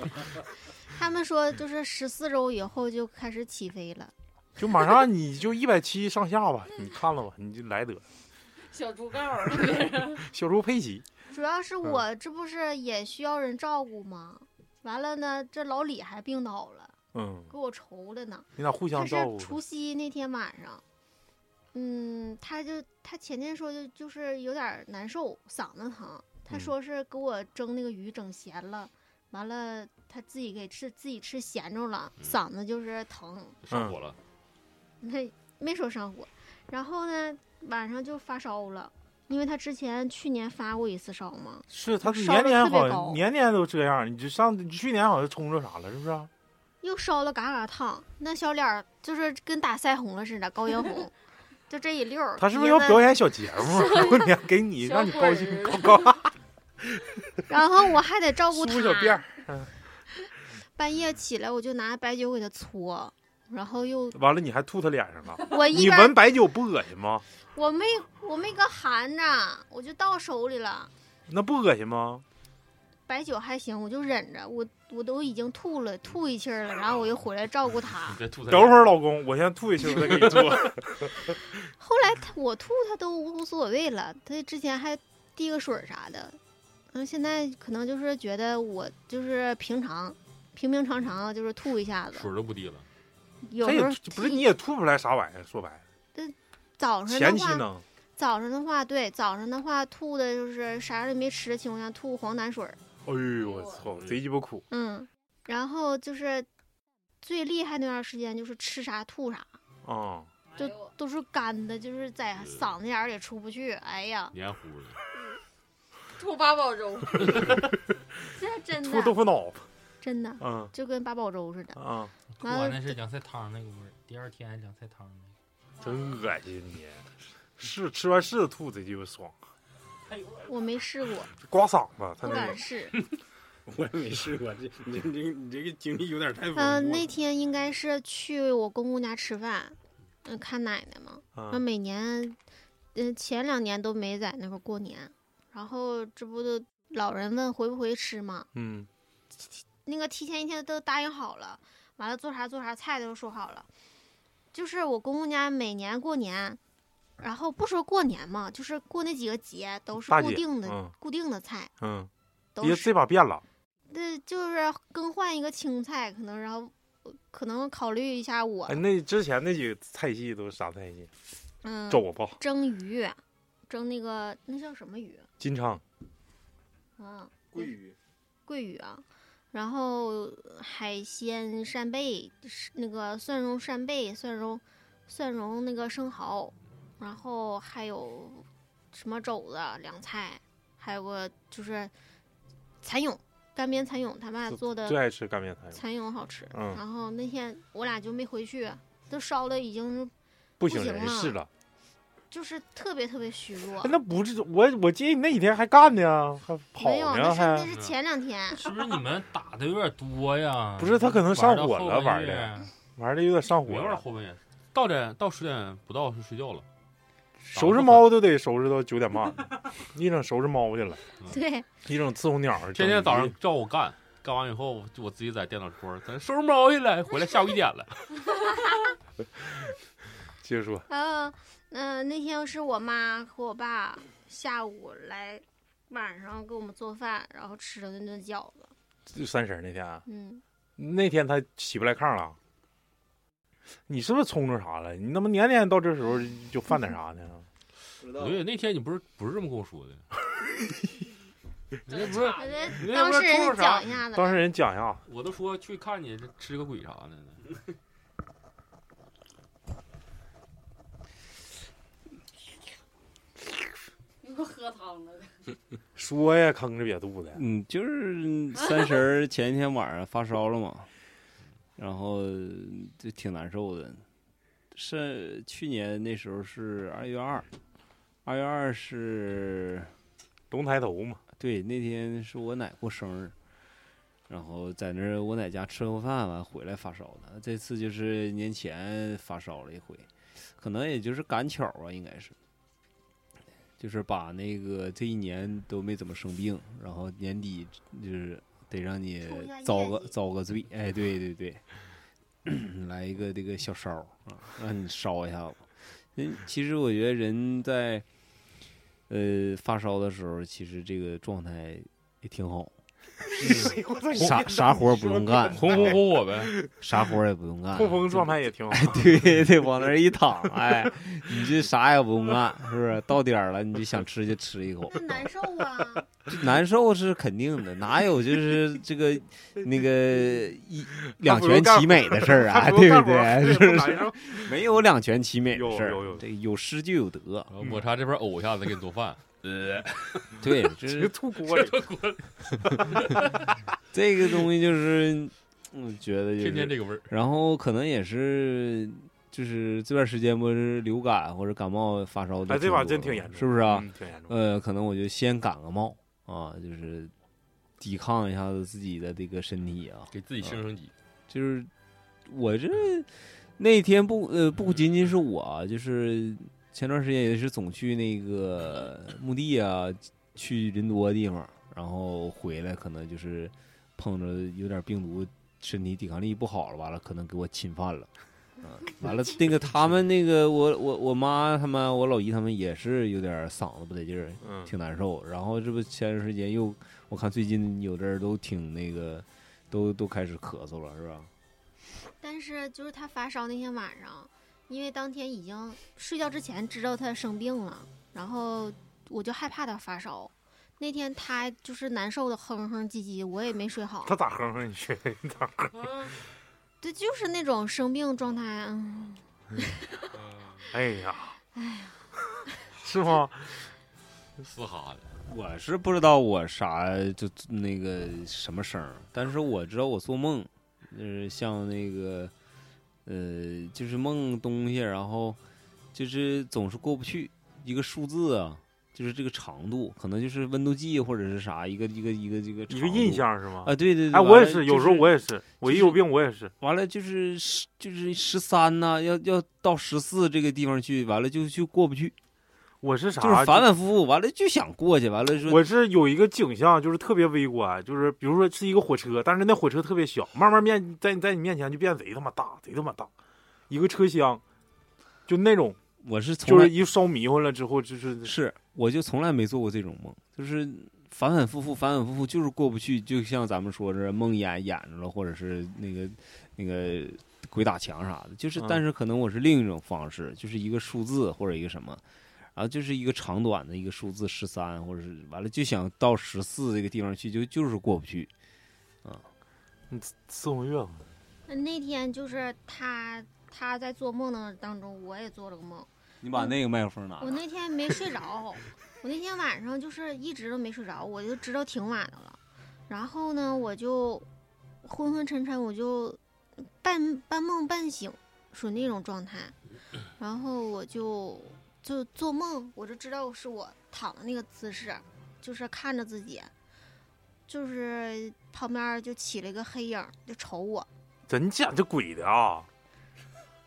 Speaker 8: 他们说就是十四周以后就开始起飞了。
Speaker 2: 就马上你就一百七上下吧，你看了吧，你就来得
Speaker 3: 小猪盖 儿，别
Speaker 5: 哎
Speaker 3: 人
Speaker 2: 小猪佩奇。
Speaker 8: 主要
Speaker 2: 嗯
Speaker 8: 是我这不是也需要人照顾吗？完了呢，这老李还病倒了，
Speaker 2: 嗯，
Speaker 8: 给我愁的呢。
Speaker 2: 你俩互
Speaker 8: 他
Speaker 2: 相
Speaker 8: 是
Speaker 2: 照顾
Speaker 8: 除
Speaker 2: 呗。
Speaker 8: 夕那天晚上，嗯，他就他前天说就就是有点难受，嗓子疼。他
Speaker 2: 嗯
Speaker 8: 说是给我蒸那个鱼整咸了，完了他自己给吃自己吃咸着了，
Speaker 5: 嗯
Speaker 8: 嗓子就是疼。
Speaker 6: 嗯
Speaker 5: 上火了，
Speaker 8: 没没说上火。然后呢，晚上就发烧了，因为他之前去年发过一次烧嘛。
Speaker 2: 是他
Speaker 8: 烧
Speaker 2: 年
Speaker 8: 得
Speaker 2: 年
Speaker 8: 特别
Speaker 2: 好像
Speaker 8: 高
Speaker 2: 年年都这样，你就上你去年好像冲着啥了，是不是啊？
Speaker 8: 又烧得嘎嘎烫，那小脸儿就是跟打腮红了似的，高原红， 就这一溜儿。
Speaker 2: 他是不是要表
Speaker 8: 演？
Speaker 2: 演小节目？ 过年给你
Speaker 3: 小
Speaker 2: 让你
Speaker 3: 鬼
Speaker 2: 高
Speaker 3: 儿
Speaker 2: 兴高高
Speaker 8: 然后我还得照顾
Speaker 2: 梳小辫
Speaker 8: 他
Speaker 2: 儿，，
Speaker 8: 半夜起来我就拿白酒给他搓，然 后又
Speaker 2: 完了你还吐他脸上了。
Speaker 8: 我一
Speaker 2: 你
Speaker 8: 边
Speaker 2: 闻白酒不恶心吗？
Speaker 8: 我没我没搁含着，我就到手里了。
Speaker 2: 那不恶心吗？
Speaker 8: 白酒还行，我就忍着，我我都已经吐了，吐一气儿了，然后我又回来照顾 他
Speaker 5: 你。再吐它。
Speaker 2: 等会儿，老公，我先吐一气，我再给你做。
Speaker 8: 后来他我吐他都无所谓了，他之前还递个水儿啥的，嗯，现在可能就是觉得我就是平常平平常常就是吐一下子，
Speaker 5: 水都不滴了，
Speaker 8: 有
Speaker 2: 他也
Speaker 8: 时候
Speaker 2: 吐不是你也吐不出来啥玩意儿，说白了，
Speaker 8: 早上
Speaker 2: 前
Speaker 8: 的
Speaker 2: 期
Speaker 8: 话，
Speaker 2: 呢，
Speaker 8: 早上的话对早上的话吐的就是啥也没吃的情况下吐黄胆水儿，
Speaker 2: 哎呦我操，贼鸡巴苦。
Speaker 8: 嗯，然后就是最厉害那段时间就是吃啥吐啥，
Speaker 2: 啊、
Speaker 3: 哎
Speaker 8: 就都是干的，就是在嗓子眼儿里出不去，哎呀，
Speaker 5: 黏糊的。
Speaker 3: 住八宝 粥，
Speaker 8: 这真
Speaker 2: 吐豆
Speaker 8: 的
Speaker 2: 腐脑，
Speaker 8: 真的
Speaker 2: 嗯
Speaker 8: 就跟八宝粥似的。
Speaker 2: 啊，
Speaker 4: 吐完那是凉菜汤那个味儿，第二天凉菜汤那
Speaker 2: 真恶心你！是吃完柿子吐贼鸡巴爽，
Speaker 8: 我没试 过，
Speaker 2: 刮嗓子，他
Speaker 8: 不
Speaker 2: 那个
Speaker 8: 敢试。
Speaker 7: 我也没试过，这你这你这个经历有点太丰富
Speaker 8: 嗯、
Speaker 7: 了。
Speaker 8: 那天应该是去我公公家吃饭，嗯、看奶奶嘛。那、
Speaker 2: 啊，
Speaker 8: 每年，嗯、前两年都没在那块儿过年，然后这不都老人问回不回吃嘛，
Speaker 2: 嗯，
Speaker 8: 那个提前一天都答应好了，完了做啥做啥菜都说好了。就是我公公家每年过年，然后不说过年嘛，就是过那几个节都是
Speaker 2: 大
Speaker 8: 固
Speaker 2: 节
Speaker 8: 定的、
Speaker 2: 嗯
Speaker 8: 固定的菜，
Speaker 2: 嗯，
Speaker 8: 都
Speaker 2: 爹
Speaker 8: 是
Speaker 2: 这把变了，
Speaker 8: 那就是更换一个青菜，可能然后可能考虑一下我
Speaker 2: 哎，，那之前那几个菜系都是啥菜系？
Speaker 8: 嗯，
Speaker 2: 肘子、
Speaker 8: 蒸鱼，蒸那个那叫什么鱼
Speaker 2: 金鲳、
Speaker 8: 啊？
Speaker 7: 桂鱼，
Speaker 8: 桂鱼啊，然后海鲜扇贝，是那个蒜蓉扇贝，蒜蓉蒜蓉那个生蚝，然后还有什么肘子、凉菜，还有个就是蚕蛹，干煸蚕蛹，他爸
Speaker 2: 最
Speaker 8: 做的
Speaker 2: 最爱吃干煸菜了，
Speaker 8: 蚕蛹好吃。
Speaker 2: 嗯
Speaker 8: 然后那天我俩就没回去，都烧的已经
Speaker 2: 不
Speaker 8: 不
Speaker 2: 省
Speaker 8: 行啊
Speaker 2: 人
Speaker 8: 了
Speaker 2: 事了。
Speaker 8: 就是特别特别虚弱
Speaker 2: 哎。那不是我，我记得你那几天还干呢，还跑
Speaker 8: 没有，那
Speaker 2: 呢，
Speaker 8: 是那
Speaker 2: 还
Speaker 8: 是前两天
Speaker 4: 个，，是不是你们打的有点多呀？
Speaker 2: 不是他可能上火了
Speaker 4: 玩
Speaker 2: 玩
Speaker 4: 的
Speaker 2: 的，玩的有点上火
Speaker 5: 没有了，
Speaker 2: 了，
Speaker 5: 后半夜到点到十点不到就睡觉了。
Speaker 2: 收拾猫都得收拾到九点半，一整收拾猫去了，
Speaker 8: 对，
Speaker 2: 一整伺候鸟儿，
Speaker 5: 天天
Speaker 2: 整
Speaker 5: 早
Speaker 2: 鱼
Speaker 5: 上照我干，干完以后就我自己在电脑桌儿，咱收拾猫去了，回来下午一点了。
Speaker 2: 接着说，
Speaker 8: 然后嗯、呃那天是我妈和我爸下午来，晚上给我们做饭，然后吃的那顿饺子，
Speaker 2: 就三十儿那天啊，
Speaker 8: 嗯，
Speaker 2: 那天他起不来炕了，你是不是冲着啥了？你他妈年年到这时候就犯点啥呢？
Speaker 5: 我觉得那天你不是不是这么跟我说的，人家不是
Speaker 8: 我觉得
Speaker 5: 哎你那
Speaker 8: 当
Speaker 5: 边
Speaker 8: 事人
Speaker 5: 冲着
Speaker 8: 是
Speaker 5: 啥
Speaker 8: 讲一下的
Speaker 2: 当
Speaker 8: 呗，
Speaker 2: 事人讲一下，
Speaker 5: 我都说去看你这吃个鬼啥 的呢。
Speaker 3: 又喝 汤了。
Speaker 2: 说呀，吭哧瘪肚的。
Speaker 6: 嗯，就是三十儿前一天晚上发烧了嘛， 然后呃就挺难受的。是去年那时候是二月二，二月二是
Speaker 2: 龙抬头嘛，
Speaker 6: 对那天是我奶过生日，然后在那儿我奶家吃过饭完回来发烧的。这次就是年前发烧了一回，可能也就是赶巧啊，应该是，就是把那个这一年都没怎么生病，然后年底就是得让你
Speaker 8: 冲一下
Speaker 6: 遭
Speaker 8: 业
Speaker 6: 个
Speaker 8: 绩
Speaker 6: 遭个罪，哎，对对 对，来一个这个小烧啊，让你烧一下子。嗯，其实我觉得人在呃发烧的时候，其实这个状态也挺好，
Speaker 2: 哎
Speaker 6: 啥啥活儿不用干，
Speaker 5: 红红火火 呗，
Speaker 6: 啥活儿也不用干，
Speaker 2: 痛风状态也挺好。
Speaker 6: 对对，往那儿一躺，哎，你这啥也不用干，是不是？到点儿了你就想吃就吃一口，
Speaker 8: 那难受啊，
Speaker 6: 难受是肯定的，哪有就是这 个那个一两
Speaker 2: 还不如
Speaker 6: 全
Speaker 2: 干
Speaker 6: 其美的事儿啊，
Speaker 2: 还不
Speaker 6: 对
Speaker 2: 如干
Speaker 6: 不
Speaker 2: 活儿
Speaker 6: 对？
Speaker 2: 哎对
Speaker 6: 是不
Speaker 2: 不难
Speaker 6: 是
Speaker 2: 受？
Speaker 6: 没有两全其美的
Speaker 2: 有
Speaker 6: 事儿
Speaker 2: 有有，
Speaker 6: 这有失就有得，
Speaker 5: 然后抹茶这边呕一下子给你做 饭，
Speaker 6: 对，这
Speaker 2: 直
Speaker 6: 是
Speaker 2: 接吐锅里。
Speaker 6: 这个东西就是，嗯我觉得就
Speaker 5: 天天
Speaker 6: 是，
Speaker 5: 这个味儿。
Speaker 6: 然后可能也是，就是这段时间不是流感或者感冒发烧的，
Speaker 2: 哎，这把真挺严重，
Speaker 6: 是不是啊？
Speaker 2: 嗯？挺严重。
Speaker 6: 呃，可能我就先感个冒啊，就是抵抗一下子自己的这个身体啊，
Speaker 5: 给自己升升级，
Speaker 6: 就是我这那天不呃不仅仅是我啊，就是前段时间也是总去那个墓地啊，去人多的地方，然后回来可能就是碰着有点病毒，身体抵抗力不好了，完了可能给我侵犯了。啊，完了，那个他们那个我我我妈他们我老姨他们也是有点嗓子不得劲儿，
Speaker 2: 嗯，
Speaker 6: 挺难受。然后这不前段时间又，我看最近有的人都挺那个，都都开始咳嗽了，是吧？
Speaker 8: 但是就是他发烧那天晚上，因为当天已经睡觉之前知道他生病了，然后我就害怕他发烧。那天他就是难受的哼哼唧唧，我也没睡好
Speaker 2: 他，咋哼哼你去？ 你咋哼？
Speaker 5: 嗯
Speaker 8: 对，就是那种生病状态。嗯，
Speaker 2: 哎呀， 是吗？
Speaker 5: 嘶哈的。
Speaker 6: 我是不知道我啥就那个什么声儿，但是我知道我做梦，就是像那个，呃，就是梦东西，然后就是总是过不去一个数字啊，就是这个长度，可能就是温度计或者是啥一个一个一个这个
Speaker 2: 一
Speaker 6: 长
Speaker 2: 个
Speaker 6: 度
Speaker 2: 印象是吗？
Speaker 6: 啊，对对对，
Speaker 2: 哎，
Speaker 6: 完
Speaker 2: 我也
Speaker 6: 了
Speaker 2: 是，
Speaker 6: 就
Speaker 2: 有时候
Speaker 6: 是
Speaker 2: 我也是，我一
Speaker 6: 就是
Speaker 2: 有病我也是。
Speaker 6: 完了就是十就是十三呐、要要到十四这个地方去，完了就就过不去，
Speaker 2: 我是啥？
Speaker 6: 就是反反复复，完了就想过去，完了说
Speaker 2: 我是有一个景象，就是特别微观，就是比如说是一个火车，但是那火车特别小，慢慢面在在你面前就变贼他妈大，贼他妈大，一个车厢，就那种
Speaker 6: 我是从
Speaker 2: 就
Speaker 6: 来
Speaker 2: 是一烧迷糊了之后，就是
Speaker 6: 是我就从来没做过这种梦，就是反反复复，反反复复就是过不去，就像咱们说这梦魇演着了，或者是那个那个鬼打墙啥的，就是
Speaker 2: 嗯
Speaker 6: 但是可能我是另一种方式，就是一个数字或者一个什么。然后就是一个长短的一个数字十三，或者是完了就想到十四这个地方去，就就是过不去。
Speaker 2: 伺候月子。
Speaker 8: 那天就是他他在做梦的当中，我也做了个梦。
Speaker 6: 你把那个麦克风拿
Speaker 8: 嗯我那天没睡着，我那天晚上就是一直都没睡着，我就知道挺晚的了。然后呢，我就昏昏沉沉，我就半半梦半醒，属于那种状态。然后我就就做梦，我就知道是我躺的那个姿势，就是看着自己，就是旁边就起了一个黑影儿，就瞅我，
Speaker 2: 真假？这鬼的啊！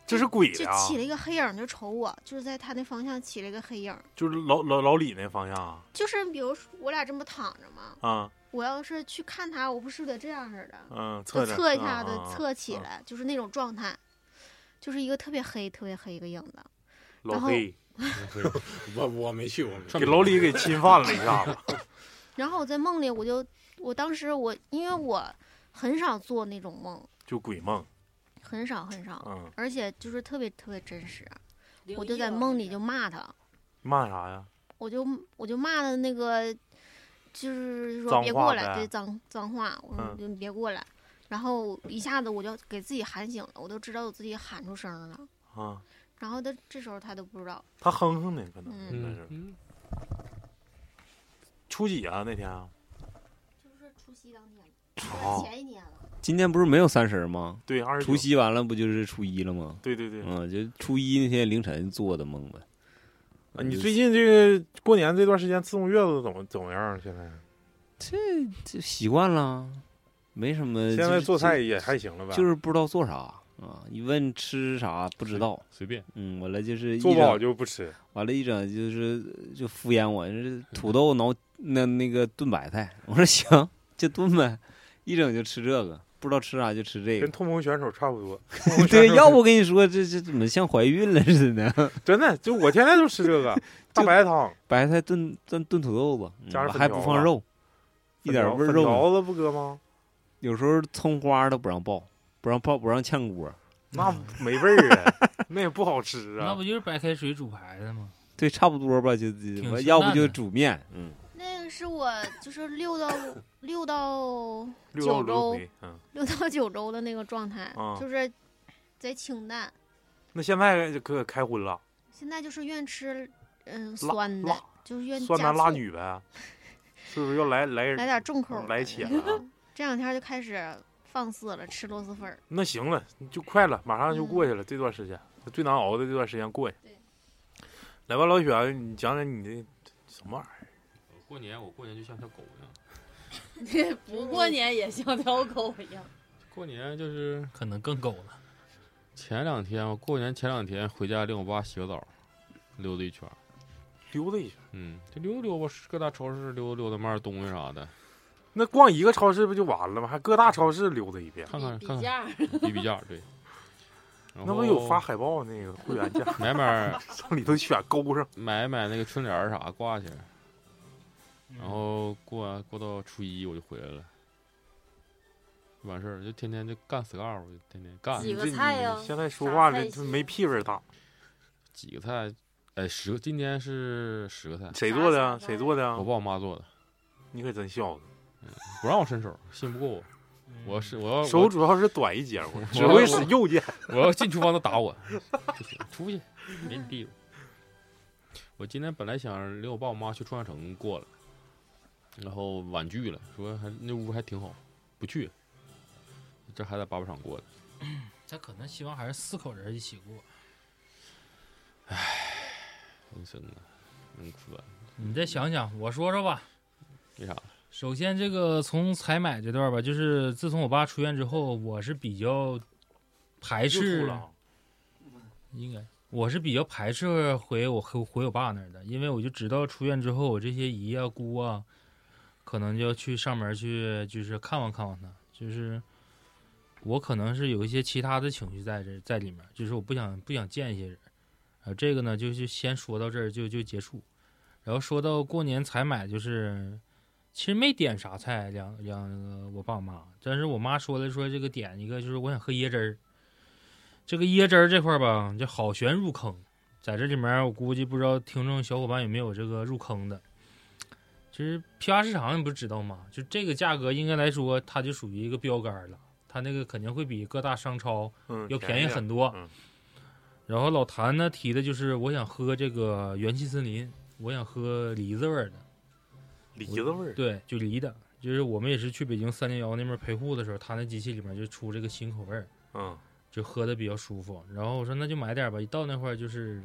Speaker 2: 这是鬼
Speaker 8: 就
Speaker 2: 的啊！
Speaker 8: 起了一个黑影儿就瞅我，就是在他那方向起了一个黑影儿。
Speaker 2: 就是老老老李那方向啊
Speaker 8: 就是比如说我俩这么躺着嘛，
Speaker 2: 啊，
Speaker 8: 我要是去看他，我不是得这样似的，
Speaker 2: 嗯，
Speaker 8: 就
Speaker 2: 测着
Speaker 8: 侧一下
Speaker 2: 啊啊
Speaker 8: 子，
Speaker 2: 啊
Speaker 8: 侧起
Speaker 2: 啊
Speaker 8: 来，就是那种状态，就是一个特别黑、特别黑一个影子。
Speaker 2: 老
Speaker 8: 然后
Speaker 2: 黑
Speaker 7: 我我没去，我没去。
Speaker 2: 给老李 给侵犯了一下子。
Speaker 8: 然后我在梦里，我就我当时我因为我很少做那种梦，
Speaker 2: 就鬼梦，
Speaker 8: 很少很少，
Speaker 2: 嗯，
Speaker 8: 而且就是特别特别真实。啊
Speaker 3: 灵
Speaker 8: 我就
Speaker 3: 异
Speaker 8: 在
Speaker 3: 吧
Speaker 8: 梦
Speaker 3: 这
Speaker 8: 里
Speaker 3: 是
Speaker 8: 就骂他，
Speaker 2: 骂啥呀？
Speaker 8: 我就我就骂他那个，就是说
Speaker 2: 脏
Speaker 8: 别
Speaker 2: 话
Speaker 8: 过来，
Speaker 2: 呗
Speaker 8: 对脏脏话，我说
Speaker 2: 嗯
Speaker 8: 你别过来。然后一下子我就给自己喊醒了，我都知道我自己喊出声了。
Speaker 2: 啊，
Speaker 8: 然后他这时候他都不知道，
Speaker 2: 他哼哼呢，可能
Speaker 8: 嗯
Speaker 2: 应该是
Speaker 5: 嗯，
Speaker 2: 初几啊那天啊？
Speaker 8: 就是除夕当天，
Speaker 2: 哦，
Speaker 8: 前一天了。
Speaker 6: 今年不是没有三十儿吗？
Speaker 2: 对，二十九
Speaker 6: 除，夕完了不就是初一了吗？
Speaker 2: 对对对。
Speaker 6: 嗯，就初一那天凌晨做的梦呗。
Speaker 2: 啊，你最近这个过年这段时间自动月子怎么怎么样？现在
Speaker 6: 就习惯了，没什
Speaker 2: 现
Speaker 6: 么。呃就
Speaker 2: 在
Speaker 6: 是
Speaker 2: 做菜也还行了呗，
Speaker 6: 就是不知道做啥啊，一问吃啥不知道。
Speaker 5: 随便，
Speaker 6: 嗯，完了就是一
Speaker 2: 做不好
Speaker 6: 整
Speaker 2: 就不吃。
Speaker 6: 完了，一整就是就敷衍我，就是土豆挠那那个炖白菜， 我说行就炖呗，一整就吃这个，不知道吃啥就吃这
Speaker 2: 跟
Speaker 6: 个。
Speaker 2: 痛风选手差不 多。痛风选
Speaker 6: 对，
Speaker 2: 手
Speaker 6: 要不跟你说这这怎么像怀孕了似的？
Speaker 2: 真的就我天天就吃这 个大白汤，
Speaker 6: 白菜炖炖炖土豆子，
Speaker 2: 加
Speaker 6: 嗯
Speaker 2: 上粉
Speaker 6: 还不
Speaker 2: 条
Speaker 6: 放
Speaker 2: 啊
Speaker 6: 肉，一点味
Speaker 2: 粉
Speaker 6: 儿
Speaker 2: 条
Speaker 6: 肉没有
Speaker 2: 条子不搁 吗？
Speaker 6: 有时候葱花都不让爆，不让爆，不让炝锅。
Speaker 2: 那没味儿 啊，那也不好吃
Speaker 4: 那
Speaker 2: 啊
Speaker 4: 不。就是白开水煮排子吗？
Speaker 6: 对，差不多吧，就
Speaker 4: 清
Speaker 6: 就要不
Speaker 4: 淡
Speaker 6: 就
Speaker 4: 的
Speaker 6: 煮面，嗯，
Speaker 8: 那个是我就是六到六到
Speaker 2: 六道
Speaker 8: 九
Speaker 2: 轮
Speaker 8: 州
Speaker 2: 回，嗯，
Speaker 8: 六到九周的那个状态
Speaker 2: 啊，
Speaker 8: 就是贼清淡。
Speaker 2: 那现在可开荤了，
Speaker 8: 现在就是愿吃嗯
Speaker 2: 辣
Speaker 8: 酸的
Speaker 2: 辣，
Speaker 8: 就是愿
Speaker 2: 酸
Speaker 8: 加
Speaker 2: 男辣
Speaker 8: 醋
Speaker 2: 女呗，是不是又来来
Speaker 8: 来
Speaker 2: 人？
Speaker 8: 点重口儿的，
Speaker 2: 来钱 了
Speaker 8: 这两天就开始放肆了，吃螺蛳粉儿。
Speaker 2: 那行了，就快了，马上就过
Speaker 3: 嗯
Speaker 2: 去了。这段时间最难熬的这段时间过去。来吧，老雪，你讲讲你的什么玩意儿？
Speaker 5: 过年我过年就像条狗一样，
Speaker 3: 不过年也像条狗一样。
Speaker 5: 过年就是
Speaker 4: 可能更狗了。
Speaker 5: 前两天，我过年前两天回家领我爸洗个澡，溜达一圈儿，
Speaker 2: 溜达一圈。
Speaker 5: 嗯，就溜达溜达吧，各大超市溜达溜达，买点东西啥的，
Speaker 2: 那逛一个超市不就完了吗？还各大超市溜达一遍，
Speaker 5: 看看
Speaker 3: 比
Speaker 5: 看看
Speaker 3: 价儿，
Speaker 5: 比比价，对。然
Speaker 2: 那不
Speaker 5: 后
Speaker 2: 有发海报那个会员价，
Speaker 5: 买买
Speaker 2: 上里头选勾上。
Speaker 5: 买买那个春联儿啥挂起来，
Speaker 2: 嗯
Speaker 5: 然后过完过到初一我就回来了，就完事儿就天天就干 scar，我就天天干
Speaker 2: 你
Speaker 3: 几
Speaker 2: 这
Speaker 3: 个菜呀
Speaker 2: 你现在说
Speaker 3: 啥
Speaker 2: 话
Speaker 3: 菜
Speaker 2: 这这
Speaker 3: 系
Speaker 2: 没屁味儿大。
Speaker 5: 几个菜，哎，十个，今天是十个菜，
Speaker 2: 谁做的
Speaker 3: 啥
Speaker 2: 啊？
Speaker 3: 啥
Speaker 2: 谁做的啊
Speaker 5: 我？爸我妈做的，
Speaker 2: 你可真孝
Speaker 5: 不让我伸手，信不过我，
Speaker 4: 嗯
Speaker 5: 我是我要
Speaker 2: 顺，
Speaker 5: 我
Speaker 2: 手主要是短一截儿，我只
Speaker 5: 我
Speaker 2: 会使右键。
Speaker 5: 我要进厨房，他打我，不行，出去，没你地方。我今天本来想领我爸我妈去创业城过了，然后婉拒了，说还那屋还挺好，不去。这还在八宝场过的，
Speaker 4: 他可能希望还是四口人一起过。
Speaker 5: 人生啊，能哭啊？
Speaker 4: 你再想想，我说说吧。
Speaker 5: 为啥？
Speaker 4: 首先，这个从采买这段吧，就是自从我爸出院之后，我是比较排
Speaker 2: 又
Speaker 4: 斥
Speaker 2: 吐了，啊
Speaker 4: 应该我是比较排斥回我回回我爸那儿的，因为我就知道出院之后，我这些姨啊姑啊，可能就要去上门去，就是看望看望他，就是我可能是有一些其他的情绪在这在里面，就是我不想不想见一些人，啊，这个呢就就先说到这儿就就结束，然后说到过年采买就是。其实没点啥菜，两两个我爸我妈，但是我妈说了说这个点一个就是我想喝椰汁儿，这个椰汁儿这块儿吧，这好悬入坑，在这里面儿我估计不知道听众小伙伴有没有这个入坑的。其实批发市场你不知道吗？就这个价格应该来说，它就属于一个标杆儿了，它那个肯定会比各大商超
Speaker 2: 嗯，
Speaker 4: 要便宜啊
Speaker 2: 点
Speaker 4: 很多
Speaker 2: 嗯。
Speaker 4: 然后老谭呢提的就是我想喝这个元气森林，我想喝梨子味儿的。
Speaker 2: 梨子味儿。
Speaker 4: 对，就梨的，就是我们也是去北京三零幺那边陪护的时候，他那机器里面就出这个新口味儿，
Speaker 2: 嗯，
Speaker 4: 就喝的比较舒服。然后我说那就买点儿吧，一到那块儿就是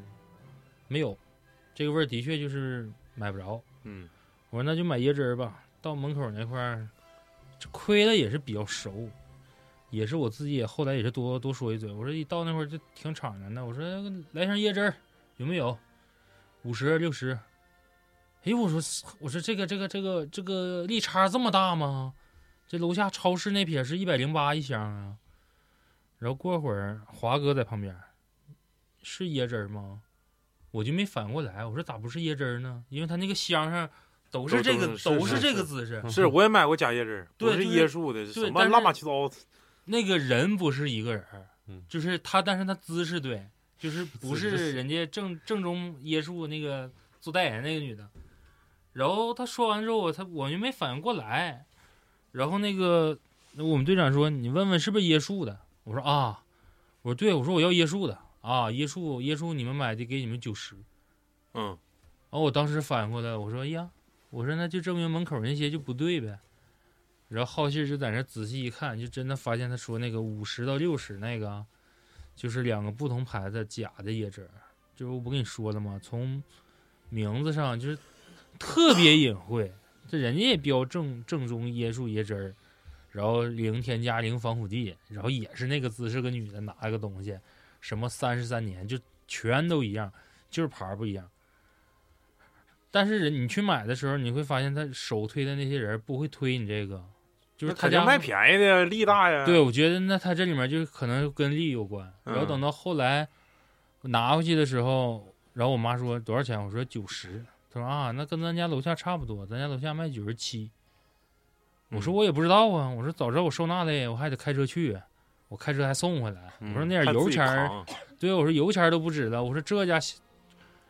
Speaker 4: 没有，这个味儿的确就是买不着。
Speaker 2: 嗯，
Speaker 4: 我说那就买椰汁儿吧。到门口那块儿，这亏的也是比较熟，也是我自己也后来也是多多说一嘴，我说一到那块儿就挺敞亮的，我说来箱椰汁儿有没有？五十六十。哎，我说我说这个这个这个这个利差这么大吗？这楼下超市那撇是一百零八一箱啊。然后过会儿华哥在旁边，是椰汁儿吗？我就没反过来，我说咋不是椰汁儿呢？因为他那个箱上都是
Speaker 2: 都
Speaker 4: 这
Speaker 2: 都
Speaker 4: 个
Speaker 2: 是
Speaker 4: 都
Speaker 2: 是
Speaker 4: 是
Speaker 2: 是
Speaker 4: 这个姿势，
Speaker 2: 是，我也买过假椰汁儿，不
Speaker 4: 嗯对
Speaker 2: 是
Speaker 4: 就
Speaker 2: 椰
Speaker 4: 是
Speaker 2: 树的，
Speaker 4: 对
Speaker 2: 什么
Speaker 4: 但是
Speaker 2: 乱八七糟。
Speaker 4: 那个人不是一个人儿，
Speaker 5: 嗯
Speaker 4: 就是他，但是他姿势对， 就是不
Speaker 5: 姿
Speaker 4: 是
Speaker 5: 势
Speaker 4: 人家正正宗椰树那个做代言那个女的。然后他说完之后，我他我就没反应过来。然后那个我们队长说：“你问问是不是椰树的？”我说：“啊，我说对，我说我要椰树的啊，椰树椰树你们买的给你们九十。”
Speaker 2: 嗯，
Speaker 4: 然后我当时反应过来，我说哎呀，我说那就证明门口那些就不对呗。然后好信儿就在那仔细一看，就真的发现他说那个五十到六十那个啊，就是两个不同牌子假的椰汁儿。就是我不跟你说了吗？从名字上就是特别隐晦，这人家也标正正宗椰树椰汁儿，然后零添加零防腐剂，然后也是那个姿势，个女的拿个东西，什么三十三年，就全都一样，就是牌儿不一样。但是人你去买的时候，你会发现他手推的那些人不会推你这个，就是
Speaker 2: 那
Speaker 4: 他
Speaker 2: 肯定
Speaker 4: 家
Speaker 2: 卖便宜的，利大呀。
Speaker 4: 对，，我觉得那它这里面就可能跟利有关。然
Speaker 2: 嗯
Speaker 4: 后等到后来拿回去的时候，然后我妈说多少钱？我说九十。她说啊，那跟咱家楼下差不多，咱家楼下卖九十七。我
Speaker 2: 嗯
Speaker 4: 说我也不知道啊，我说早知道我收纳的，我还得开车去，啊我开车还送回来。我说那点
Speaker 2: 他嗯自
Speaker 4: 油
Speaker 2: 己
Speaker 4: 钱儿，
Speaker 2: 扛
Speaker 4: 对我说油钱儿都不止了。我说这家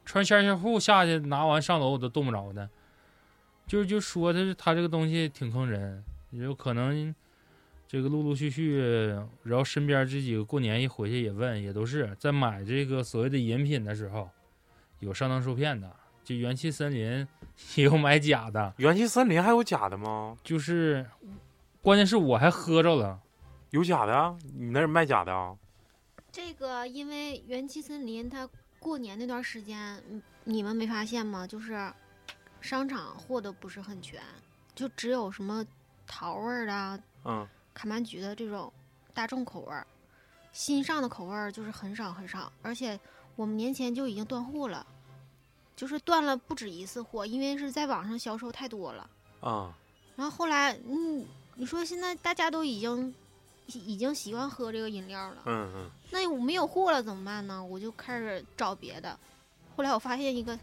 Speaker 4: 穿线线裤下去拿完上楼我都冻不着的，就是就说的是他这个东西挺坑人，也有可能这个陆陆续续，然后身边这几个过年一回去也问，也都是在买这个所谓的饮品的时候，有上当受骗的，就元气森林 也有买假的，
Speaker 2: 元气森林还有假的吗？
Speaker 4: 就是关键是我还喝着了，
Speaker 2: 有假的啊？你那儿卖假的啊？
Speaker 8: 这个因为元气森林它过年那段时间，嗯你们没发现吗？就是商场货都不是很全，就只有什么桃味儿的、
Speaker 2: 嗯，
Speaker 8: 卡曼橘的这种大众口味儿，新上的口味儿就是很少很少，而且我们年前就已经断货了，就是断了不止一次货，因为是在网上销售太多了。
Speaker 2: 啊、
Speaker 8: 然后后来，嗯，你说现在大家都已经已经习惯喝这个饮料了，
Speaker 2: 嗯嗯
Speaker 8: 那我没有货了怎么办呢？我就开始找别的。后来我发现一个，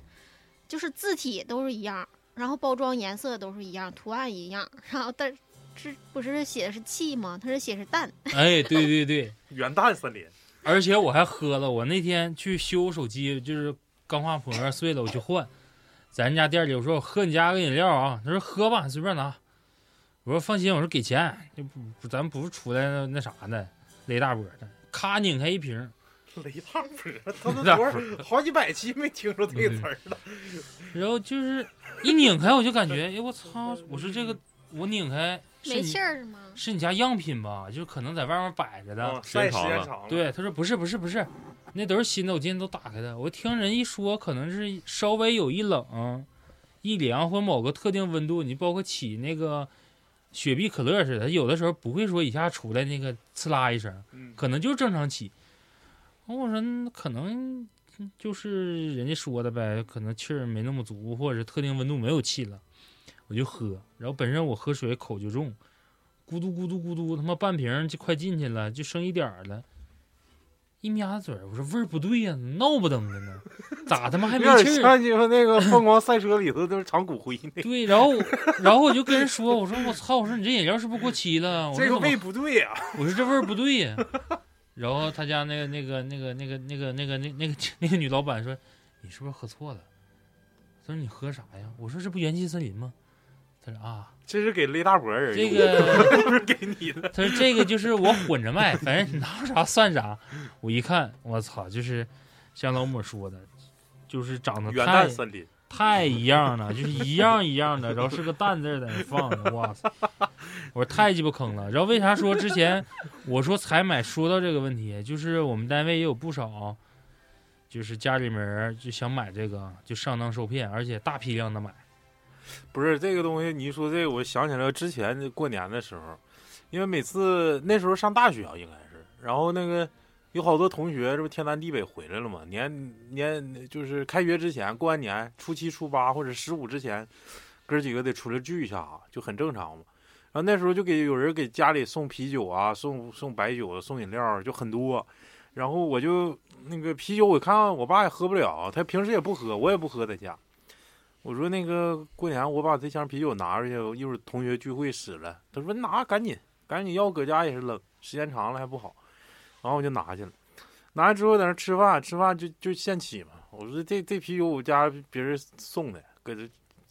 Speaker 8: 就是字体都是一样，然后包装颜色都是一样，图案一样，然后但这不是写的是气吗？它是写是蛋。
Speaker 4: 哎，对对对。
Speaker 2: 元旦森林，
Speaker 4: 而且我还喝了，我那天去修手机，就是钢化膜啊碎了，我去换。在人家店里，我说我喝你家个饮料啊，他说喝吧，随便拿。我说放心，我说给钱，就不不咱不是出来那那啥的，勒大波的。咔拧开一瓶，
Speaker 2: 雷大波，他
Speaker 4: 雷
Speaker 2: 都
Speaker 4: 大
Speaker 2: 多少好几百期没听说这个词儿了。
Speaker 4: 然后就是一拧开，我就感觉，哎我操！我说这个我拧开是
Speaker 8: 没
Speaker 4: 你
Speaker 8: 气儿是吗？
Speaker 4: 是你家样品吧？就是可能在外面摆着的。
Speaker 2: 啊
Speaker 5: 时间
Speaker 2: 晒时
Speaker 5: 长
Speaker 2: 间
Speaker 5: 了
Speaker 2: 长了，
Speaker 4: 对，他说不是不是不是，那都是新的，我今天都打开的。我听人一说，可能是稍微有一冷、一凉或某个特定温度，你包括起那个雪碧、可乐似的，它有的时候不会说一下出来那个刺啦一声，
Speaker 2: 嗯，
Speaker 4: 可能就是正常起。我说嗯可能就是人家说的呗，可能气儿没那么足，或者是特定温度没有气了，我就喝。然后本身我喝水口就重，咕嘟咕嘟咕嘟，他妈半瓶儿就快进去了，就剩一点儿了。一抿嘴儿，我说味儿不对呀、闹不登的呢，咋他妈还
Speaker 2: 有
Speaker 4: 没
Speaker 2: 点
Speaker 4: 气儿？
Speaker 2: 像你们那个《疯狂赛车》里头都是藏骨 灰那个，
Speaker 4: 对，然后然后我就跟人说，我说我操，我说你这饮料是不是过期了？我说
Speaker 2: 这
Speaker 4: 怎
Speaker 2: 个
Speaker 4: 么
Speaker 2: 味不对啊 呀、
Speaker 4: 我说这味儿不对呀、 然后他家那个那个那个那个那个那个那那个那个女老板说：“你是不是喝错了？”他说：“你喝啥呀？”我说：“这不元气森林吗？”他说：“啊，
Speaker 2: 这是给雷大伯人
Speaker 4: 这
Speaker 2: 用的，
Speaker 4: 个，
Speaker 2: 不是给你的。
Speaker 4: 他说这个就是我混着卖，反正你拿出啥算啥。”我一看，我操，就是像老母说的，就是长得
Speaker 2: 元
Speaker 4: 太
Speaker 2: 旦森林，
Speaker 4: 太一样了，就是一样一样的，然后是个蛋字儿在那放着，哇塞！我说太鸡巴坑了。然后为啥说之前我说采买说到这个问题，就是我们单位也有不少，就是家里面人就想买这个，就上当受骗，而且大批量的买。
Speaker 2: 不是这个东西。你一说这个，我想起来之前过年的时候，因为每次那时候上大学啊，应该是，然后那个有好多同学，这不天南地北回来了嘛，年年就是开学之前，过完年初七、初八或者十五之前，哥几个得出来聚一下啊，就很正常嘛。然后那时候就给有人给家里送啤酒啊，送送白酒、送饮料啊，就很多。然后我就那个啤酒，我看我爸也喝不了，他平时也不喝，我也不喝，在家。我说那个过年我把这箱啤酒拿出去，一会儿同学聚会使了。他说拿，赶紧赶紧要，搁家也是冷，时间长了还不好。然后我就拿去了，拿去之后在那吃饭，吃饭就就现起嘛。我说这这啤酒我家别人送的，搁这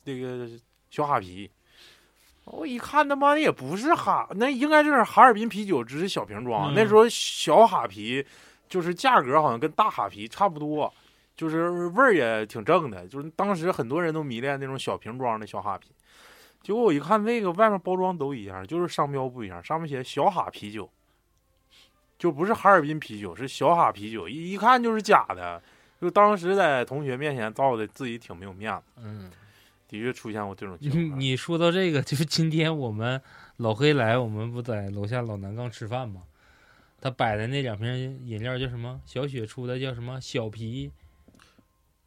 Speaker 2: 那个小哈啤，我一看他妈的也不是哈，那应该是哈尔滨啤酒，只是小瓶装。
Speaker 4: 嗯
Speaker 2: 那时候小哈啤就是价格好像跟大哈啤差不多，就是味儿也挺正的，就是当时很多人都迷恋那种小瓶装的小哈啤。结果我一看那个外面包装都一样，就是商标不一样，上面写小哈啤酒，就不是哈尔滨啤酒，是小哈啤酒，一一看就是假的。就当时在同学面前造的，自己挺没有面子，
Speaker 4: 嗯，
Speaker 2: 的确出现过这种情况。
Speaker 4: 你说到这个，就是今天我们老黑来，我们不在楼下老南岗吃饭吗？他摆的那两瓶饮料叫什么？小雪出的叫什么？小啤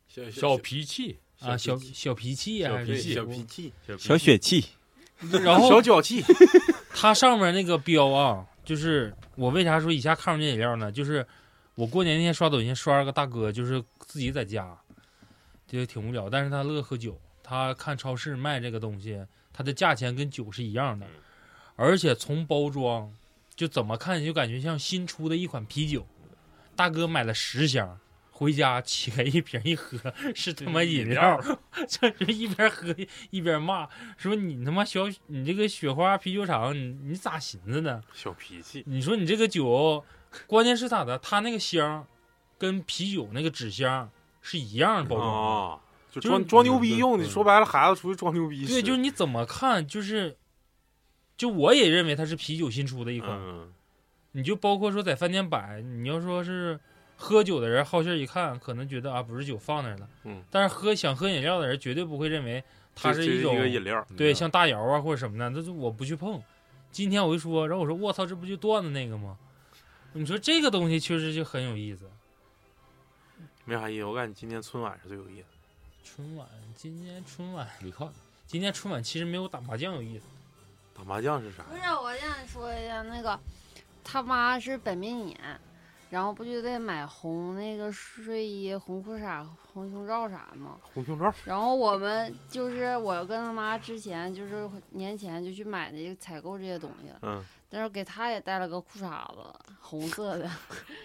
Speaker 7: 小
Speaker 5: 小脾气，
Speaker 4: 啊，小
Speaker 7: 小啤
Speaker 4: 小脾气呀、
Speaker 5: 啊小
Speaker 4: 还
Speaker 5: 脾
Speaker 4: 是
Speaker 7: 对
Speaker 5: 气
Speaker 4: 什
Speaker 7: 小
Speaker 4: 么
Speaker 7: 脾气，
Speaker 6: 小
Speaker 5: 雪
Speaker 6: 血气，
Speaker 4: 然 后
Speaker 2: 小脚气，
Speaker 4: 它上面那个标啊，就是我为啥说以下看不见饮料呢？就是我过年那天刷抖音，刷了个大哥，就是自己在家，就挺无聊，但是他乐喝酒，他看超市卖这个东西，它的价钱跟酒是一样的，而且从包装就怎么看就感觉像新出的一款啤酒，大哥买了十箱。回家起开一瓶一喝是他妈饮料， 这就一边喝一边骂，说你他妈小，你这个雪花啤酒厂，你你咋寻思的？
Speaker 2: 小脾 气，
Speaker 4: 你说你这个酒，关键是咋的？它那个箱，跟啤酒那个纸箱是一样的包装。
Speaker 2: 啊，就
Speaker 4: 哦就是
Speaker 2: 装装牛逼用的。
Speaker 5: 嗯
Speaker 2: 说白了，孩子出去装牛逼使。
Speaker 4: 对，就是你怎么看，就是，就我也认为它是啤酒新出的一款。
Speaker 2: 嗯，
Speaker 4: 你就包括说在饭店摆，你要说是喝酒的人好心儿一看，可能觉得啊不是酒放那儿了。
Speaker 2: 嗯。
Speaker 4: 但是喝想喝饮料的人绝对不会认为它
Speaker 2: 这
Speaker 4: 是
Speaker 2: 这
Speaker 4: 一
Speaker 2: 一
Speaker 4: 种
Speaker 2: 个饮料，
Speaker 5: 嗯
Speaker 4: 对，像大姚啊或者什么的，那就我不去碰。今天我一说，然后我说我操，这不就段子那个吗？你说这个东西确实就很有意思。
Speaker 2: 没啥意思。我感觉今天春晚是最有意思。
Speaker 4: 春晚，今年春晚，
Speaker 5: 你看
Speaker 4: 今年春晚其实没有打麻将有意思。
Speaker 2: 打麻将是啥
Speaker 3: 不？是，我让你说一下那个，他妈是本命年，然后不就得买红那个睡衣、红裤衩、红胸罩啥的吗？
Speaker 2: 红胸罩，
Speaker 3: 然后我们就是我跟他妈之前就是年前就去买那个采购这些东西，
Speaker 2: 嗯，
Speaker 3: 但是给他也带了个裤衩子，红色的，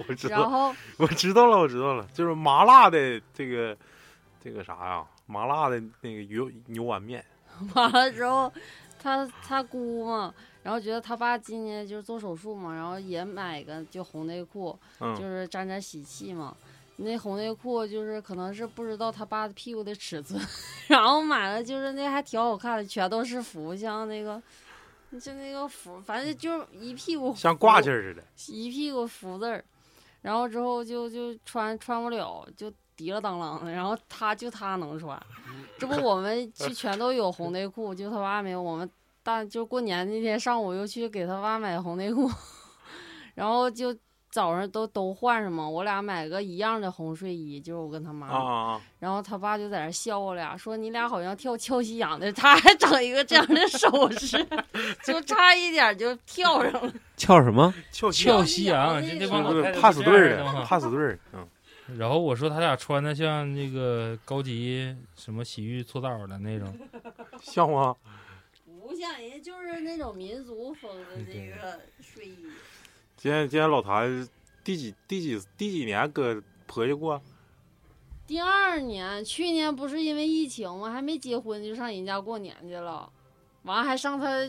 Speaker 2: 我知
Speaker 3: 然
Speaker 2: 道，
Speaker 3: 后
Speaker 2: 我知道了，我知道了，就是麻辣的这个这个啥呀？麻辣的那个牛牛丸面，
Speaker 3: 完了之后，他他姑嘛，然后觉得他爸今年就是做手术嘛，然后也买个就红内裤，就
Speaker 2: 嗯，
Speaker 3: 是沾沾喜气嘛。那红内裤就是可能是不知道他爸屁股的尺寸， 然后买了就是那还挺好看的，全都是福，像那个就那个福，反正就是一屁股
Speaker 2: 像
Speaker 3: 福
Speaker 2: 挂件儿似的。
Speaker 3: 一屁股福字儿，然后之后就就穿穿不了，就滴了当啷的。然后他就他能穿，这不我们去全都有红内裤，就他爸没有。我们但就过年那天上午又去给他爸买红内裤， 然后就早上都都换上嘛。我俩买个一样的红睡衣，就是我跟他妈。
Speaker 2: 啊啊啊！
Speaker 3: 然后他爸就在那儿笑我俩，说你俩好像跳俏西洋的，他还整一个这样的手势， 就差一点就跳上了。
Speaker 6: 翘什么？
Speaker 2: 翘翘
Speaker 4: 跳西洋，这这帮老太太
Speaker 2: 怕死队儿
Speaker 4: 都这样
Speaker 2: 的，
Speaker 4: 的
Speaker 2: 怕死队儿的。嗯，
Speaker 4: 嘛然后我说他俩穿的像那个高级什么洗浴搓澡的那 种，
Speaker 2: 像吗？
Speaker 3: 不像人家就是那种民族风
Speaker 2: 哎
Speaker 3: 的
Speaker 4: 对
Speaker 3: 那个睡衣，
Speaker 2: 今天今天老谭第几第几第几年搁婆家过？
Speaker 3: 第二年，去年不是因为疫情吗？还没结婚就上人家过年去了，完还上他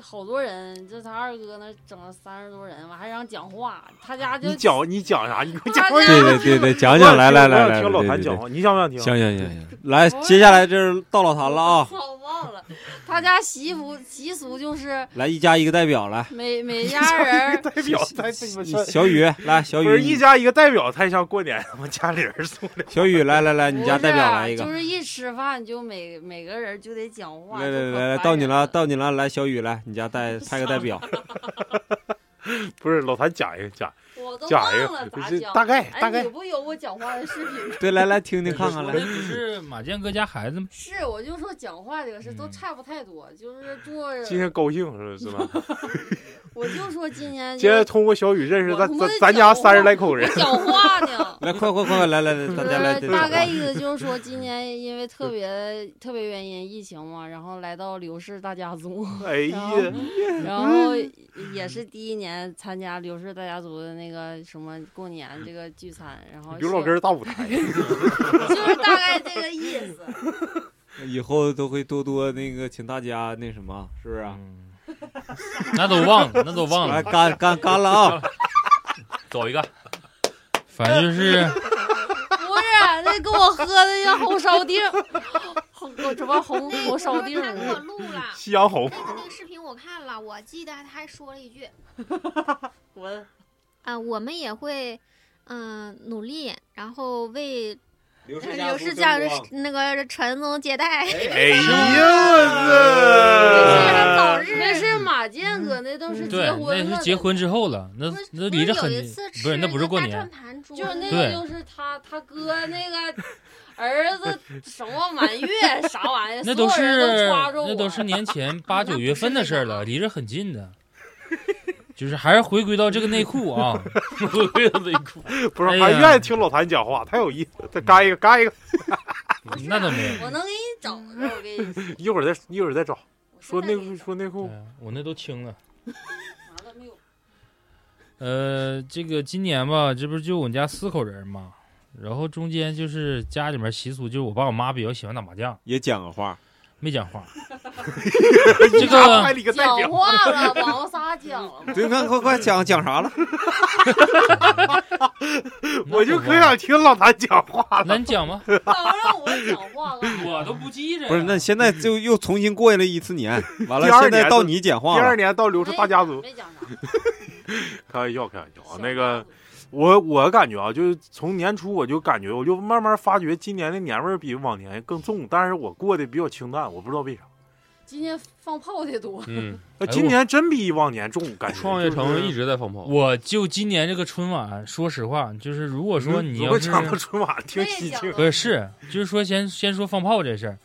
Speaker 3: 好多人，就他二哥那整了三十多人，完还让讲话，他家就啊
Speaker 2: 你讲你讲啥？你给我讲
Speaker 3: 他
Speaker 2: 话。
Speaker 3: 家
Speaker 6: 对对对对，讲讲来来来
Speaker 2: 我
Speaker 6: 来，
Speaker 2: 想听
Speaker 6: 对
Speaker 2: 老
Speaker 6: 对
Speaker 2: 谭
Speaker 6: 对
Speaker 2: 讲话，你想不想听？
Speaker 6: 行行行行，来，接下来这是到老谭了啊，
Speaker 3: 我忘了，他家习俗习俗就是
Speaker 6: 来一家一个代表来，
Speaker 3: 每每家人
Speaker 2: 代表太他妈像
Speaker 6: 小雨来，小
Speaker 2: 不是一
Speaker 6: 雨，
Speaker 2: 家一个代表，太像过年我家里人 送的。
Speaker 6: 小雨来来来，
Speaker 3: 不
Speaker 6: 你
Speaker 3: 是啊
Speaker 6: 家代表来一个
Speaker 3: 就，是一吃饭就每每个人就得讲话，
Speaker 6: 来来
Speaker 3: 就可
Speaker 6: 来来，
Speaker 3: 烦
Speaker 6: 到你
Speaker 3: 人
Speaker 6: 了，到你了，来小雨来，你家代派个代表，
Speaker 2: 不是老谭讲一个讲，
Speaker 3: 我都
Speaker 2: 讲一个
Speaker 3: 忘了咋
Speaker 2: 这
Speaker 3: 讲，
Speaker 2: 大概
Speaker 3: 哎
Speaker 2: 大概
Speaker 3: 你不有我讲话的视 频吗？
Speaker 6: 对，来来听听看
Speaker 2: 啊
Speaker 6: 看
Speaker 4: 我
Speaker 6: 来。
Speaker 4: 那，不是马建哥家孩子吗？
Speaker 3: 是，我就说讲话这个事都
Speaker 4: 嗯
Speaker 3: 差不太多，就是做着。
Speaker 2: 今天高兴是不是吧？
Speaker 3: 我就说今年
Speaker 2: 今天
Speaker 3: 就
Speaker 2: 通过小雨认识
Speaker 3: 我
Speaker 2: 咱
Speaker 3: 他妈
Speaker 2: 咱
Speaker 3: 的
Speaker 2: 咱家
Speaker 3: 讲话
Speaker 2: 三十来口 人。
Speaker 3: 讲话呢
Speaker 6: 来快快快快来来来，大家来，
Speaker 3: 就是 大概意 思就是说，今年因为特别特别 原因，疫情嘛，然后来到刘氏大家族，
Speaker 2: 哎呀，
Speaker 3: 然后也是第一年参加刘氏大家族的那个什么过年这个聚餐，然后
Speaker 2: 刘老
Speaker 3: 是
Speaker 2: 根儿大舞 台，
Speaker 3: 就是大概这个意思。
Speaker 6: 以后都会多多那个请大家那什么，是不是啊？
Speaker 4: 嗯，那都忘了，那都
Speaker 2: 嗯
Speaker 4: 忘
Speaker 6: 来
Speaker 4: 了，
Speaker 6: 干干干 了啊！
Speaker 5: 走一个，
Speaker 4: 反正就是
Speaker 3: 不是，啊那给我喝的像红烧丁儿， 红什么红红烧丁
Speaker 8: 他 给我
Speaker 3: 儿，
Speaker 8: 录了
Speaker 2: 夕阳红
Speaker 8: 那，个那个视频我看了，我记得他还说了一句，
Speaker 3: 我
Speaker 8: 啊，我们也会，嗯、努力，然后为
Speaker 6: 刘
Speaker 8: 嗯刘氏家那个传宗接代，
Speaker 2: 哎呀我操！
Speaker 8: 早日
Speaker 3: 那是马建哥那都是
Speaker 4: 嗯对
Speaker 3: 结，婚
Speaker 4: 那
Speaker 3: 了，
Speaker 4: 是结婚之后了，那
Speaker 8: 不是
Speaker 4: 那
Speaker 8: 不
Speaker 4: 离
Speaker 8: 是
Speaker 4: 着
Speaker 8: 有
Speaker 4: 很
Speaker 8: 一
Speaker 4: 近
Speaker 8: 次，
Speaker 4: 不是
Speaker 8: 吃
Speaker 4: 那不是
Speaker 8: 个
Speaker 4: 过
Speaker 8: 大
Speaker 4: 年
Speaker 8: 转，盘猪
Speaker 3: 就是那个
Speaker 4: 对
Speaker 3: 就是他他哥那个儿子什么满月 啥玩意儿，
Speaker 4: 那都
Speaker 3: 所有人
Speaker 4: 是
Speaker 3: 都抓住我
Speaker 4: 那都是年前八九
Speaker 8: 不
Speaker 4: 月份的
Speaker 8: 是
Speaker 4: 事
Speaker 8: 那
Speaker 4: 儿
Speaker 8: 个
Speaker 4: 了，
Speaker 8: 啊
Speaker 4: 离着很近 的，就是还是回归到这个内裤啊， 回归到内裤，
Speaker 2: 不是
Speaker 4: 哎呀
Speaker 2: 还愿意听老谭讲话，太有意思了。再干一个，干一个，
Speaker 3: 啊
Speaker 4: 那倒没有。
Speaker 3: 我能给你找着，我给你
Speaker 2: 一会儿再一会儿再找。说内
Speaker 3: 个
Speaker 2: 裤，说内裤
Speaker 4: 对，哎我那都清了。
Speaker 3: 啥都没有。
Speaker 4: 呃，这个今年吧，这不是就我们家四口人嘛，然后中间就是家里面习俗，就是我爸我妈比较喜欢打麻将，
Speaker 6: 也讲个话，
Speaker 4: 没讲 话。这
Speaker 2: 派
Speaker 4: 个
Speaker 2: 了一个代
Speaker 3: 讲
Speaker 2: 表，
Speaker 3: 话了，王仨讲了 吗？
Speaker 6: 对，快快快讲讲啥了？
Speaker 2: 我就可想听老谭讲话了。
Speaker 4: 那你啊 讲吧，
Speaker 3: 老让我讲话干啥？
Speaker 4: 我都不记着呀。
Speaker 6: 不是，那现在就又重新过了一次年，完了
Speaker 2: 第二
Speaker 6: 现在
Speaker 2: 年
Speaker 6: 到
Speaker 2: 就
Speaker 6: 你讲
Speaker 2: 第
Speaker 6: 话
Speaker 2: 二
Speaker 6: 了。
Speaker 2: 年到刘氏大家族，
Speaker 3: 没讲啥。
Speaker 2: 哎开玩笑，开玩
Speaker 4: 哦
Speaker 2: 笑啊。那个，我我感觉啊，就是从年初我就感觉，我就慢慢发觉今年的年味儿比往年更重，但是我过得比较清淡，我不知道为啥。
Speaker 3: 今天放炮 的多，
Speaker 5: 嗯，
Speaker 2: 呃
Speaker 4: 哎
Speaker 2: 今年真比往年重，感觉
Speaker 5: 创业
Speaker 2: 就
Speaker 5: 城
Speaker 2: 是
Speaker 5: 一直在放炮，
Speaker 4: 我就今年这个春晚，说实话，就是如果说你
Speaker 2: 如
Speaker 4: 要
Speaker 2: 果
Speaker 4: 是
Speaker 2: 讲到春晚，挺
Speaker 3: 我也
Speaker 2: 喜
Speaker 3: 想
Speaker 2: 庆
Speaker 3: 到。
Speaker 4: 不是呃是，就是说先先说放炮这事儿，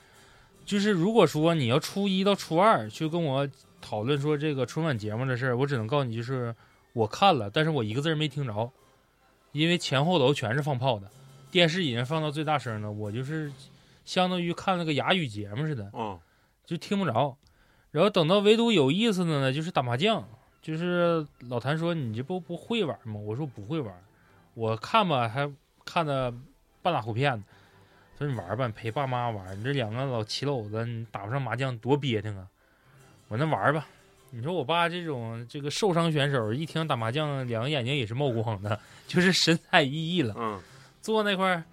Speaker 4: 就是如果说你要初一到初二去跟我讨论说这个春晚节目的事儿，我只能告诉你，就是我看了，但是我一个字儿没听着，因为前后楼全是放炮的，电视已经放到最大声了，我就是相当于看了个哑语节目似的，
Speaker 2: 嗯，
Speaker 4: 就听不着。然后等到唯独有意思的呢，就是打麻将。就是老谭说你这不不会玩吗？我说不会玩，我看吧还看的半拉胡骗呢。他说你玩吧，你陪爸妈玩，你这两个老骑篓子，你打不上麻将多憋挺啊！我那玩吧。你说我爸这种这个受伤选手，一听打麻将，两个眼睛也是冒光的， 就是神采奕奕了。
Speaker 2: 嗯，
Speaker 4: 坐那块儿，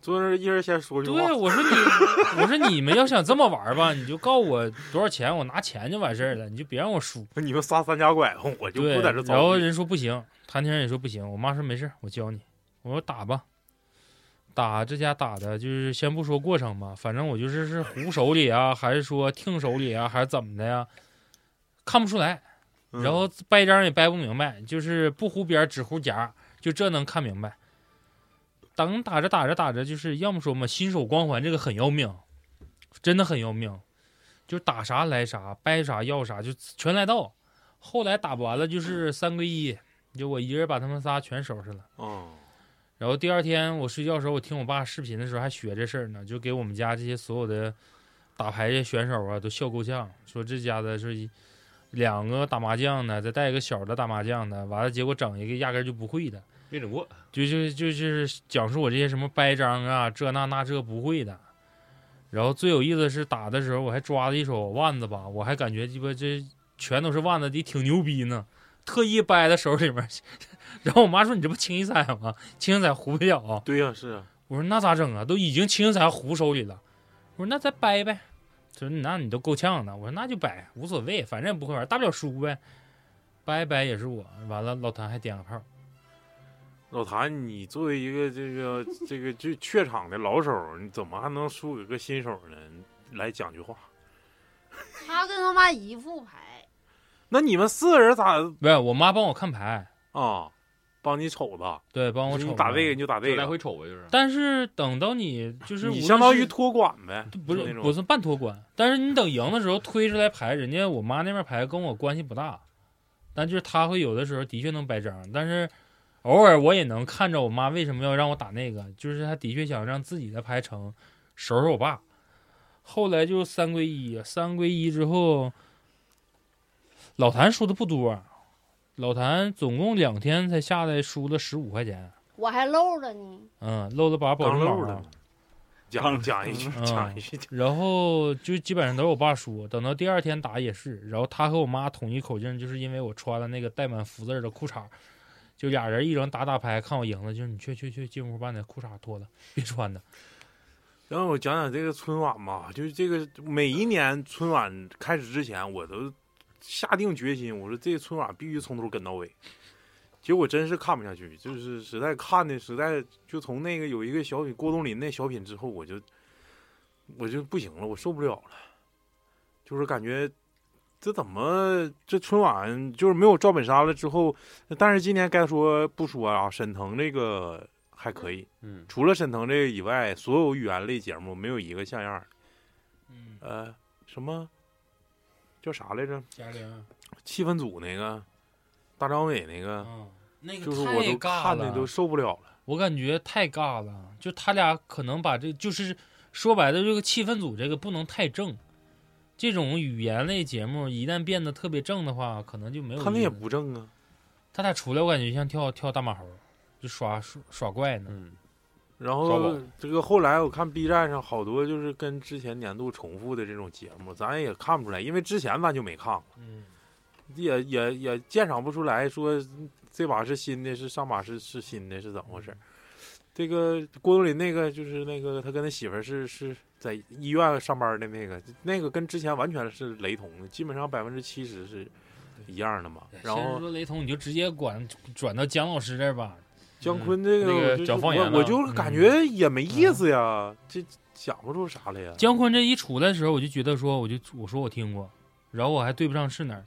Speaker 2: 坐那儿一人先说句
Speaker 4: 对
Speaker 2: 话。
Speaker 4: 我说你，我说你们要想这么玩吧，你就告我多少钱，我拿钱就完事儿了，你就别让我输。
Speaker 2: 你们仨三家拐，我就
Speaker 4: 对，
Speaker 2: 不在这
Speaker 4: 然后
Speaker 2: 遭。
Speaker 4: 人说不行，谭天然也说不行。我妈说没事，我教你。我说打吧，打这家打的就是先不说过程吧，反正我就是是糊手里啊，还是说听手里啊，还是怎么的呀，看不出来。
Speaker 2: 嗯
Speaker 4: 然后掰张也掰不明白，就是不糊边儿只糊夹，就这能看明白。等打着打着打着，就是要么说嘛，新手光环这个很要命，真的很要命，就打啥来啥，掰啥要啥，就全来到。后来打不完了，就是三归一，就我一人把他们仨全收拾了。
Speaker 2: 嗯，
Speaker 4: 然后第二天我睡觉的时候，我听我爸视频的时候还学这事儿呢，就给我们家这些所有的打牌的选手啊都笑够呛，说这家的说一两个打麻将的，再带一个小的打麻将的，完了结果整一个压根儿就不会的，
Speaker 5: 没整过，
Speaker 4: 就就就就是讲述我这些什么掰张啊，这那那这不会的。然后最有意思的是打的时候，我还抓了一手腕子吧，我还感觉鸡巴这全都是腕子，得挺牛逼呢。特意掰在手里面， 然后我妈说：“你这不清一色吗？清一色糊不了啊。”
Speaker 2: 对呀，是啊，
Speaker 4: 我说那咋整啊？都已经清彩糊手里了。我说那再掰呗。他说那你都够呛的。我说那就掰，无所谓，反正也不会玩，大不了输呗。掰掰也是我。完了，老谭还点个炮。
Speaker 2: 老谭，你作为一个这个这个这怯场的老手，你怎么还能输给个新手呢？来讲句话。
Speaker 3: 他跟他妈一副牌，
Speaker 2: 那你们四个人咋
Speaker 4: 不是我妈帮我看牌，
Speaker 2: 啊？帮你瞅的，
Speaker 4: 对，帮我瞅
Speaker 2: 你
Speaker 4: 着。
Speaker 2: 打这个你就打这
Speaker 5: 就来
Speaker 2: 个，
Speaker 5: 回瞅呗，就是。
Speaker 4: 但是等到你就是
Speaker 2: 你
Speaker 4: 无论
Speaker 2: 相当于
Speaker 4: 是
Speaker 2: 托管呗，
Speaker 4: 不
Speaker 2: 就那
Speaker 4: 是
Speaker 2: 种
Speaker 4: 不是半托管，但是你等赢的时候推出来牌，人家我妈那边牌跟我关系不大，但就是她会有的时候的确能摆张，但是偶尔我也能看着我妈为什么要让我打那个，就是她的确想让自己的牌成，收拾我爸。后来就三归一，三归一之后，老谭输的不多，啊老谭总共两天才下来输了十五块钱，
Speaker 3: 我还漏了呢。
Speaker 4: 嗯，漏了把保
Speaker 2: 刚
Speaker 4: 证
Speaker 2: 漏
Speaker 4: 毛
Speaker 2: 了
Speaker 4: 啊，，
Speaker 2: 讲讲一句，
Speaker 4: 嗯
Speaker 2: 讲一句，
Speaker 4: 然后就基本上都是我爸说。等到第二天打也是，然后他和我妈统一口径，就是因为我穿了那个带满福字儿的裤衩儿，就俩人一人打打牌，看我赢了，就是你去去去进屋把你的裤衩儿脱了，别穿的。
Speaker 2: 然后我讲讲这个春晚吧，就是这个每一年春晚开始之前，我都下定决心，我说这春晚必须从头跟到尾。结果真是看不下去，就是实在看的实在就从那个有一个小品郭冬临那小品之后，我就我就不行了，我受不了了，就是感觉这怎么这春晚就是没有赵本山了之后，但是今年该说不说啊，沈腾这个还可以，
Speaker 5: 嗯，
Speaker 2: 除了沈腾这个以外，所有语言类节目没有一个像样儿的。
Speaker 4: 嗯，
Speaker 2: 呃，什么叫啥来着？
Speaker 4: 加玲，
Speaker 2: 气氛组那个，大张伟那个，
Speaker 4: 嗯，那
Speaker 2: 啊就是我都看的都受不了了。
Speaker 4: 我感觉太尬了，就他俩可能把这就是说白了，这个气氛组这个不能太正。这种语言类节目一旦变得特别正的话，可能就没有
Speaker 2: 他那
Speaker 4: 意
Speaker 2: 也
Speaker 4: 思
Speaker 2: 不正啊。
Speaker 4: 他俩出来，我感觉像跳跳大马猴，就耍耍耍怪呢。
Speaker 5: 嗯，
Speaker 2: 然
Speaker 5: 刷
Speaker 2: 后
Speaker 5: 宝
Speaker 2: 这个后来我看 B 站上好多就是跟之前年度重复的这种节目，咱也看不出来，因为之前咱就没看过，
Speaker 4: 嗯，
Speaker 2: 也也也鉴赏不出来说这把是新的，是上把是是新的，是怎么回事？这个郭冬临那个就是那个他跟他媳妇儿是是在医院上班的那个，那个跟之前完全是雷同的，基本上百分之七十是一样的嘛。然
Speaker 4: 先
Speaker 2: 后
Speaker 4: 说雷同，你就直接管转到姜老师这儿
Speaker 2: 嗯
Speaker 4: 吧。
Speaker 2: 姜昆这
Speaker 5: 那个
Speaker 2: 我就
Speaker 5: 讲方言
Speaker 2: 我
Speaker 5: 呢
Speaker 2: 我就感觉也没意思呀，这讲不出啥来呀。
Speaker 4: 姜昆这一出来的时候，我就觉得说，我就我说我听过，然后我还对不上是哪儿，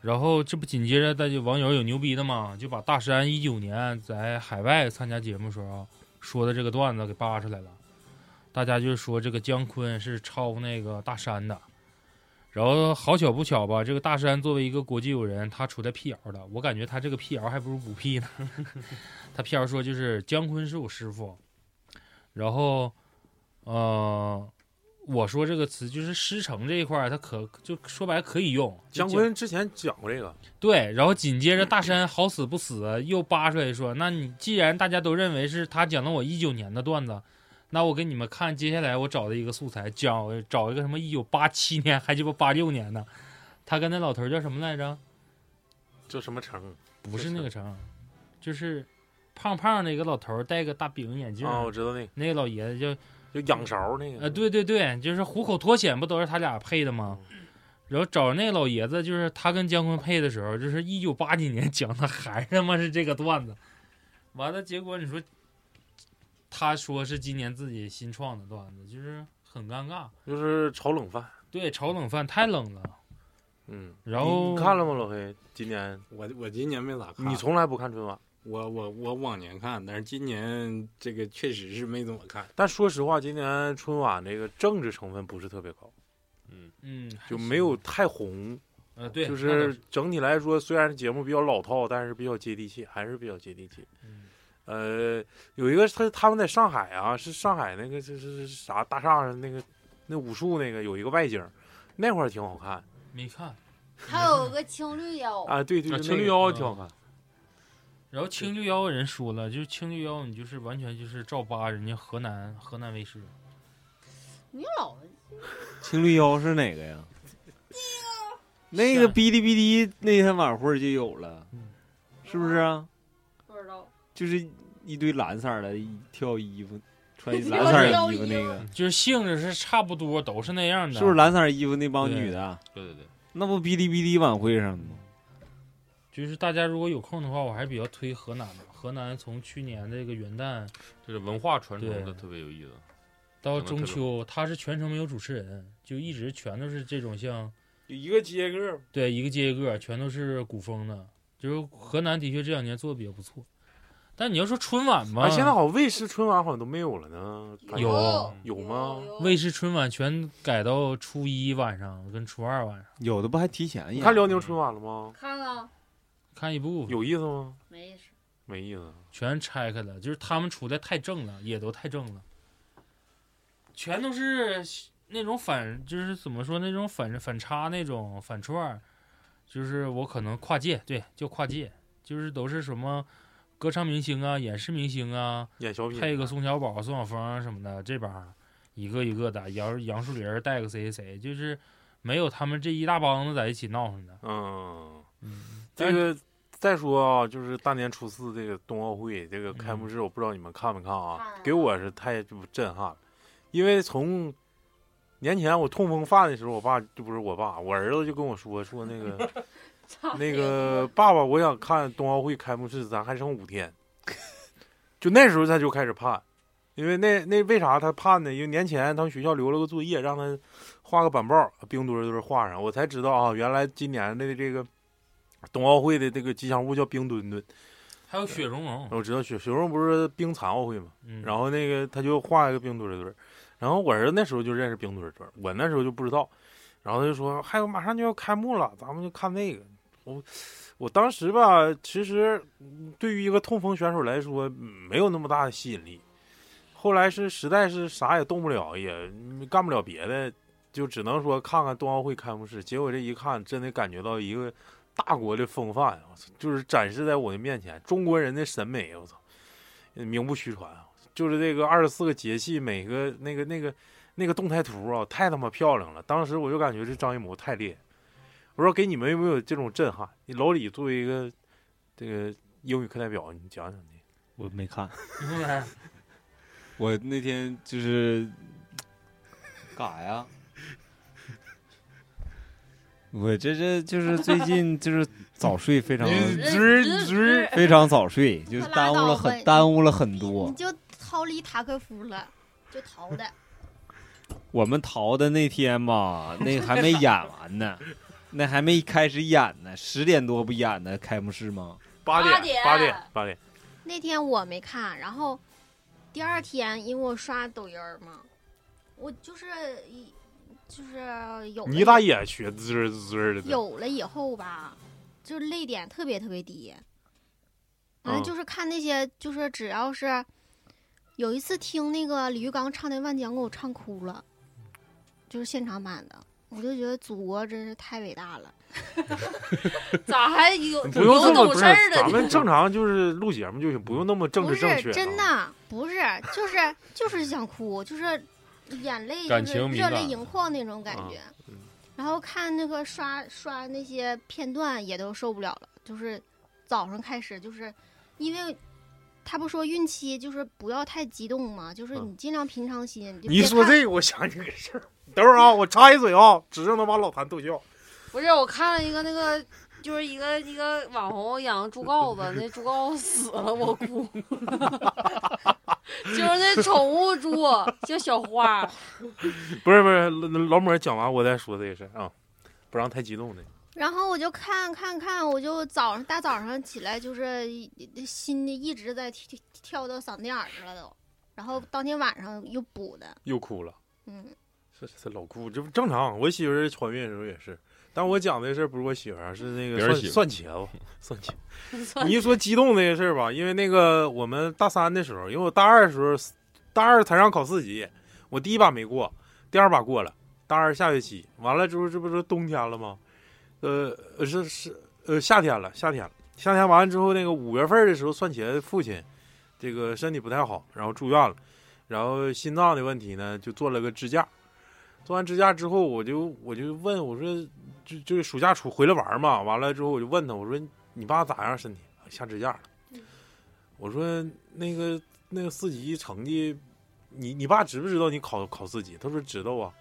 Speaker 4: 然后这不紧接着大家网友有牛逼的嘛，就把大山一九年在海外参加节目时候说的这个段子给扒出来了，大家就说这个姜昆是抄那个大山的，然后好巧不巧吧，这个大山作为一个国际友人，他出来辟谣的，我感觉他这个辟谣还不如不辟呢， 他辟谣说就是姜昆是我师傅，然后。呃，我说这个词就是师承这一块儿，它可就说白了可以用。就
Speaker 2: 姜昆之前讲过这个，
Speaker 4: 对，然后紧接着大山好死不死又扒出来说，那你既然大家都认为是他讲了我一九年的段子，那我给你们看接下来我找的一个素材，讲找一个什么一九八七年还鸡巴八六年的，他跟那老头儿叫什么来着？
Speaker 2: 叫什么成？
Speaker 4: 不是那个成，就是胖胖的一个老头儿，戴个大饼眼镜儿，
Speaker 2: 啊，我知道那个，
Speaker 4: 那个老爷子叫
Speaker 2: 就仰勺那个。
Speaker 4: 呃，对对对，就是虎口脱险不都是他俩配的吗？然后找那老爷子，就是他跟姜昆配的时候，就是一九八几年讲的，还他妈是这个段子。完了，结果你说，他说是今年自己新创的段子，就是很尴尬。
Speaker 2: 就是炒冷饭。
Speaker 4: 对，炒冷饭太冷了。
Speaker 2: 嗯，
Speaker 4: 然后
Speaker 2: 你看了吗，老黑？今年
Speaker 7: 我我今年没咋看，
Speaker 2: 你从来不看春晚，
Speaker 7: 我我我往年看，但是今年这个确实是没怎么看。
Speaker 2: 但说实话，今年春晚这个政治成分不是特别高，
Speaker 4: 嗯，
Speaker 2: 就没有太红。
Speaker 4: 呃，对，
Speaker 2: 就
Speaker 4: 那倒
Speaker 2: 是整体来说，虽然节目比较老套，但是比较接地气，还是比较接地气。
Speaker 4: 嗯
Speaker 2: 呃，有一个他他们在上海啊，是上海那个就是啥大厦上那个那武术那个有一个外景，那会儿挺好看
Speaker 4: 没看。
Speaker 3: 还有个青绿腰，
Speaker 2: 啊，对对
Speaker 5: 那
Speaker 2: 对，
Speaker 5: 青绿
Speaker 2: 那个
Speaker 5: 妖挺好看，
Speaker 4: 然后青绿妖人说了，就是青绿妖，你就是完全就是照扒人家河南河南卫视。
Speaker 3: 你老
Speaker 6: 青绿妖是哪个呀？那
Speaker 2: 啊
Speaker 6: 个哔哩哔哩那天晚会儿就有了，是不是啊？
Speaker 3: 不知道。
Speaker 6: 就是一堆蓝色儿的一跳衣服， 穿蓝色儿的衣服那个，
Speaker 4: 就是性质是差不多，都是那样的，
Speaker 6: 是不是？蓝色儿衣服那帮女
Speaker 4: 对
Speaker 6: 的？啊
Speaker 5: 对对对，
Speaker 6: 那不哔哩哔哩晚会上的吗？
Speaker 4: 就是大家如果有空的话，我还是比较推河南的。河南从去年这个元旦
Speaker 5: 这是文化传
Speaker 4: 对
Speaker 5: 承的特别有意思。
Speaker 4: 到中秋，它是全程没有主持人，就一直全都是这种像
Speaker 2: 有一个接一个，
Speaker 4: 对一个接一个，全都是古风的。就是河南的确这两年做的比较不错，但你要说春晚吧，
Speaker 2: 啊，现在好像卫视春晚好像都没有了呢，感觉
Speaker 4: 嗯有
Speaker 2: 有吗？
Speaker 4: 卫视春晚全改到初一晚上跟初二晚上
Speaker 6: 有的不还提前
Speaker 2: 你
Speaker 6: 演？
Speaker 2: 看辽宁春晚了吗？
Speaker 3: 看了
Speaker 4: 看一部分，
Speaker 2: 有意思吗？
Speaker 3: 没意思。
Speaker 2: 没意思。
Speaker 4: 全拆开了，就是他们出来太正了，也都太正了，全都是那种反，就是怎么说那种反反差那种反串儿，就是我可能跨界，对，就跨界，就是都是什么歌唱明星啊、影视明星啊，
Speaker 2: 演小品，
Speaker 4: 配个宋小宝、宋晓峰啊什么的，这帮儿一个一个的，杨杨树林儿带个谁谁谁，就是没有他们这一大帮子在一起闹腾的。
Speaker 2: 嗯，
Speaker 4: 嗯，
Speaker 2: 这
Speaker 4: 但是
Speaker 2: 个再说啊，就是大年初四这个冬奥会这个开
Speaker 4: 嗯
Speaker 2: 幕式，我不知道你们看没看啊
Speaker 8: 看，了
Speaker 2: 给我是太震撼了，因为从年前我痛风犯的时候，我爸就不是我爸，我儿子就跟我说说那个那个爸爸，我想看冬奥会开幕式，咱还剩五天，就那时候他就开始盼。因为那那为啥他盼呢？因为年前他们学校留了个作业，让他画个板报，冰墩儿墩儿画上，我才知道啊，原来今年的这个冬奥会的这个吉祥物叫冰墩墩。
Speaker 4: 还有雪融融，
Speaker 2: 我知道雪雪融不是冰残奥会嘛，
Speaker 4: 嗯，
Speaker 2: 然后那个他就画一个冰墩墩儿，然后我儿子那时候就认识冰墩墩儿，我那时候就不知道，然后他就说还有马上就要开幕了，咱们就看那个。我我当时吧，其实嗯对于一个痛风选手来说，嗯没有那么大的吸引力。后来是实在是啥也动不了，也嗯干不了别的，就只能说看看冬奥会开幕式。结果这一看，真的感觉到一个大国的风范，我操，就是展示在我的面前，中国人的审美，我操，名不虚传啊！就是这个二十四个节气，每个那个那个那个动态图啊，太他妈漂亮了！当时我就感觉这张艺谋太厉害。我说给你们有没有这种震撼？你老李作为一个这个英语课代表，你讲讲你。
Speaker 6: 我没看，
Speaker 4: 用来
Speaker 6: 我那天就是 干啥呀？ 我这这就是最近就是早睡非常
Speaker 8: 滋滋
Speaker 6: 非常早睡，就是
Speaker 8: 快拉
Speaker 6: 耽误
Speaker 8: 倒
Speaker 6: 了
Speaker 8: 吧
Speaker 6: 很
Speaker 8: 你
Speaker 6: 耽误了很
Speaker 8: 你
Speaker 6: 多。
Speaker 8: 就逃离塔科夫了，就逃的。
Speaker 6: 我们逃的那天吧， 那还没演完呢，那还没开始演呢，十点多不演的开幕式吗？
Speaker 2: 八
Speaker 3: 点
Speaker 2: 点，八
Speaker 3: 八
Speaker 2: 点
Speaker 3: 点，
Speaker 2: 八点。
Speaker 8: 那天我没看，然后第二天因为我刷抖音儿嘛，我就是一就是有了
Speaker 2: 你咋也学滋儿滋儿的呢？
Speaker 8: 有了以后吧，就泪点特别特别低。完了
Speaker 2: 嗯
Speaker 8: 就是看那些，就是只要是有一次听那个李玉刚唱的《万江》，给我唱哭了，就是现场版的，我就觉得祖国真是太伟大了。
Speaker 3: 咋还有
Speaker 2: 不用这
Speaker 3: 有
Speaker 2: 么
Speaker 3: 懂
Speaker 2: 不
Speaker 3: 事
Speaker 2: 是
Speaker 3: 儿，的
Speaker 2: 咱
Speaker 3: 呢？
Speaker 2: 们正常就是录节目就行，不用那么政
Speaker 8: 不
Speaker 2: 治正确
Speaker 8: 是
Speaker 2: 啊。
Speaker 8: 真的，不是，就是就是想哭，就是眼泪
Speaker 5: 感
Speaker 8: 就是
Speaker 5: 情敏
Speaker 8: 热泪
Speaker 5: 感
Speaker 8: 盈眶那种感
Speaker 2: 啊
Speaker 8: 觉。
Speaker 2: 嗯
Speaker 8: 然后看那个刷刷那些片段也都受不了了，就是早上开始就是，因为他不说孕期就是不要太激动嘛，就是
Speaker 2: 嗯
Speaker 8: 你尽量平常心。就
Speaker 2: 你
Speaker 8: 别
Speaker 2: 说
Speaker 8: 看
Speaker 2: 这个，我想起个事儿。等会儿啊，我插一嘴啊，指定能把老谭逗笑。
Speaker 3: 不是，我看了一个那个，就是一个一个网红养猪羔子，那猪羔子死了，我哭。 就是那宠物猪叫小花儿，
Speaker 2: 不是不是，老老莫讲完我再说这个事儿啊，不让太激动的。
Speaker 8: 然后我就看看看，我就早上大早上起来，就是一心里一直在跳跳到嗓子眼儿去了都。然后当天晚上又补的，
Speaker 2: 又哭了。
Speaker 8: 嗯，
Speaker 2: 这这老哭，这不正常。我媳妇儿怀孕的时候也是，但我讲的事儿不是我媳妇儿，啊是那个
Speaker 5: 别人
Speaker 2: 蒜
Speaker 5: 媳妇儿
Speaker 2: 蒜茄子，蒜茄。你一说激动这个事儿吧，因为那个我们大三的时候，因为我大二的时候，大二才让考四级，我第一把没过，第二把过了，大二下学期完了之后，这不是冬天了吗？呃，呃是是呃夏天了，夏天了，夏天完了之后，那个五月份儿的时候，蒜茄子父亲这个身体不太好，然后住院了，然后心脏的问题呢，就做了个支架。做完支架之后，我就我就问我说，就就是暑假出回来玩嘛，完了之后我就问他，我说你爸咋样身体？下支架了。我说那个那个四级成绩，你你爸知不知道你考考四级？他说知道啊。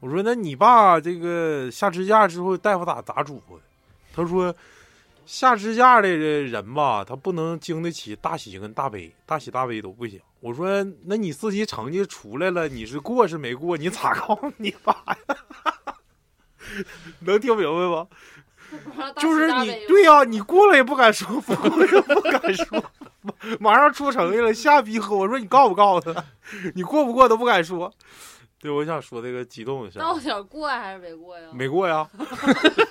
Speaker 2: 我说那你爸这个下支架之后，大夫咋咋嘱咐的？他说下支架的人吧，他不能经得起大喜跟大悲，大喜大悲都不行。我说那你四级成绩出来了，你是过是没过？你咋告诉你爸呀？ 能听明白吗？就是你对呀、你过来也不敢说，不过来也不敢说，马上出成绩了，吓逼喝！我说你告不告他？你过不过都不敢说。对，我想说这个激动的事儿，
Speaker 3: 到底儿过还是没过呀？
Speaker 2: 没过呀，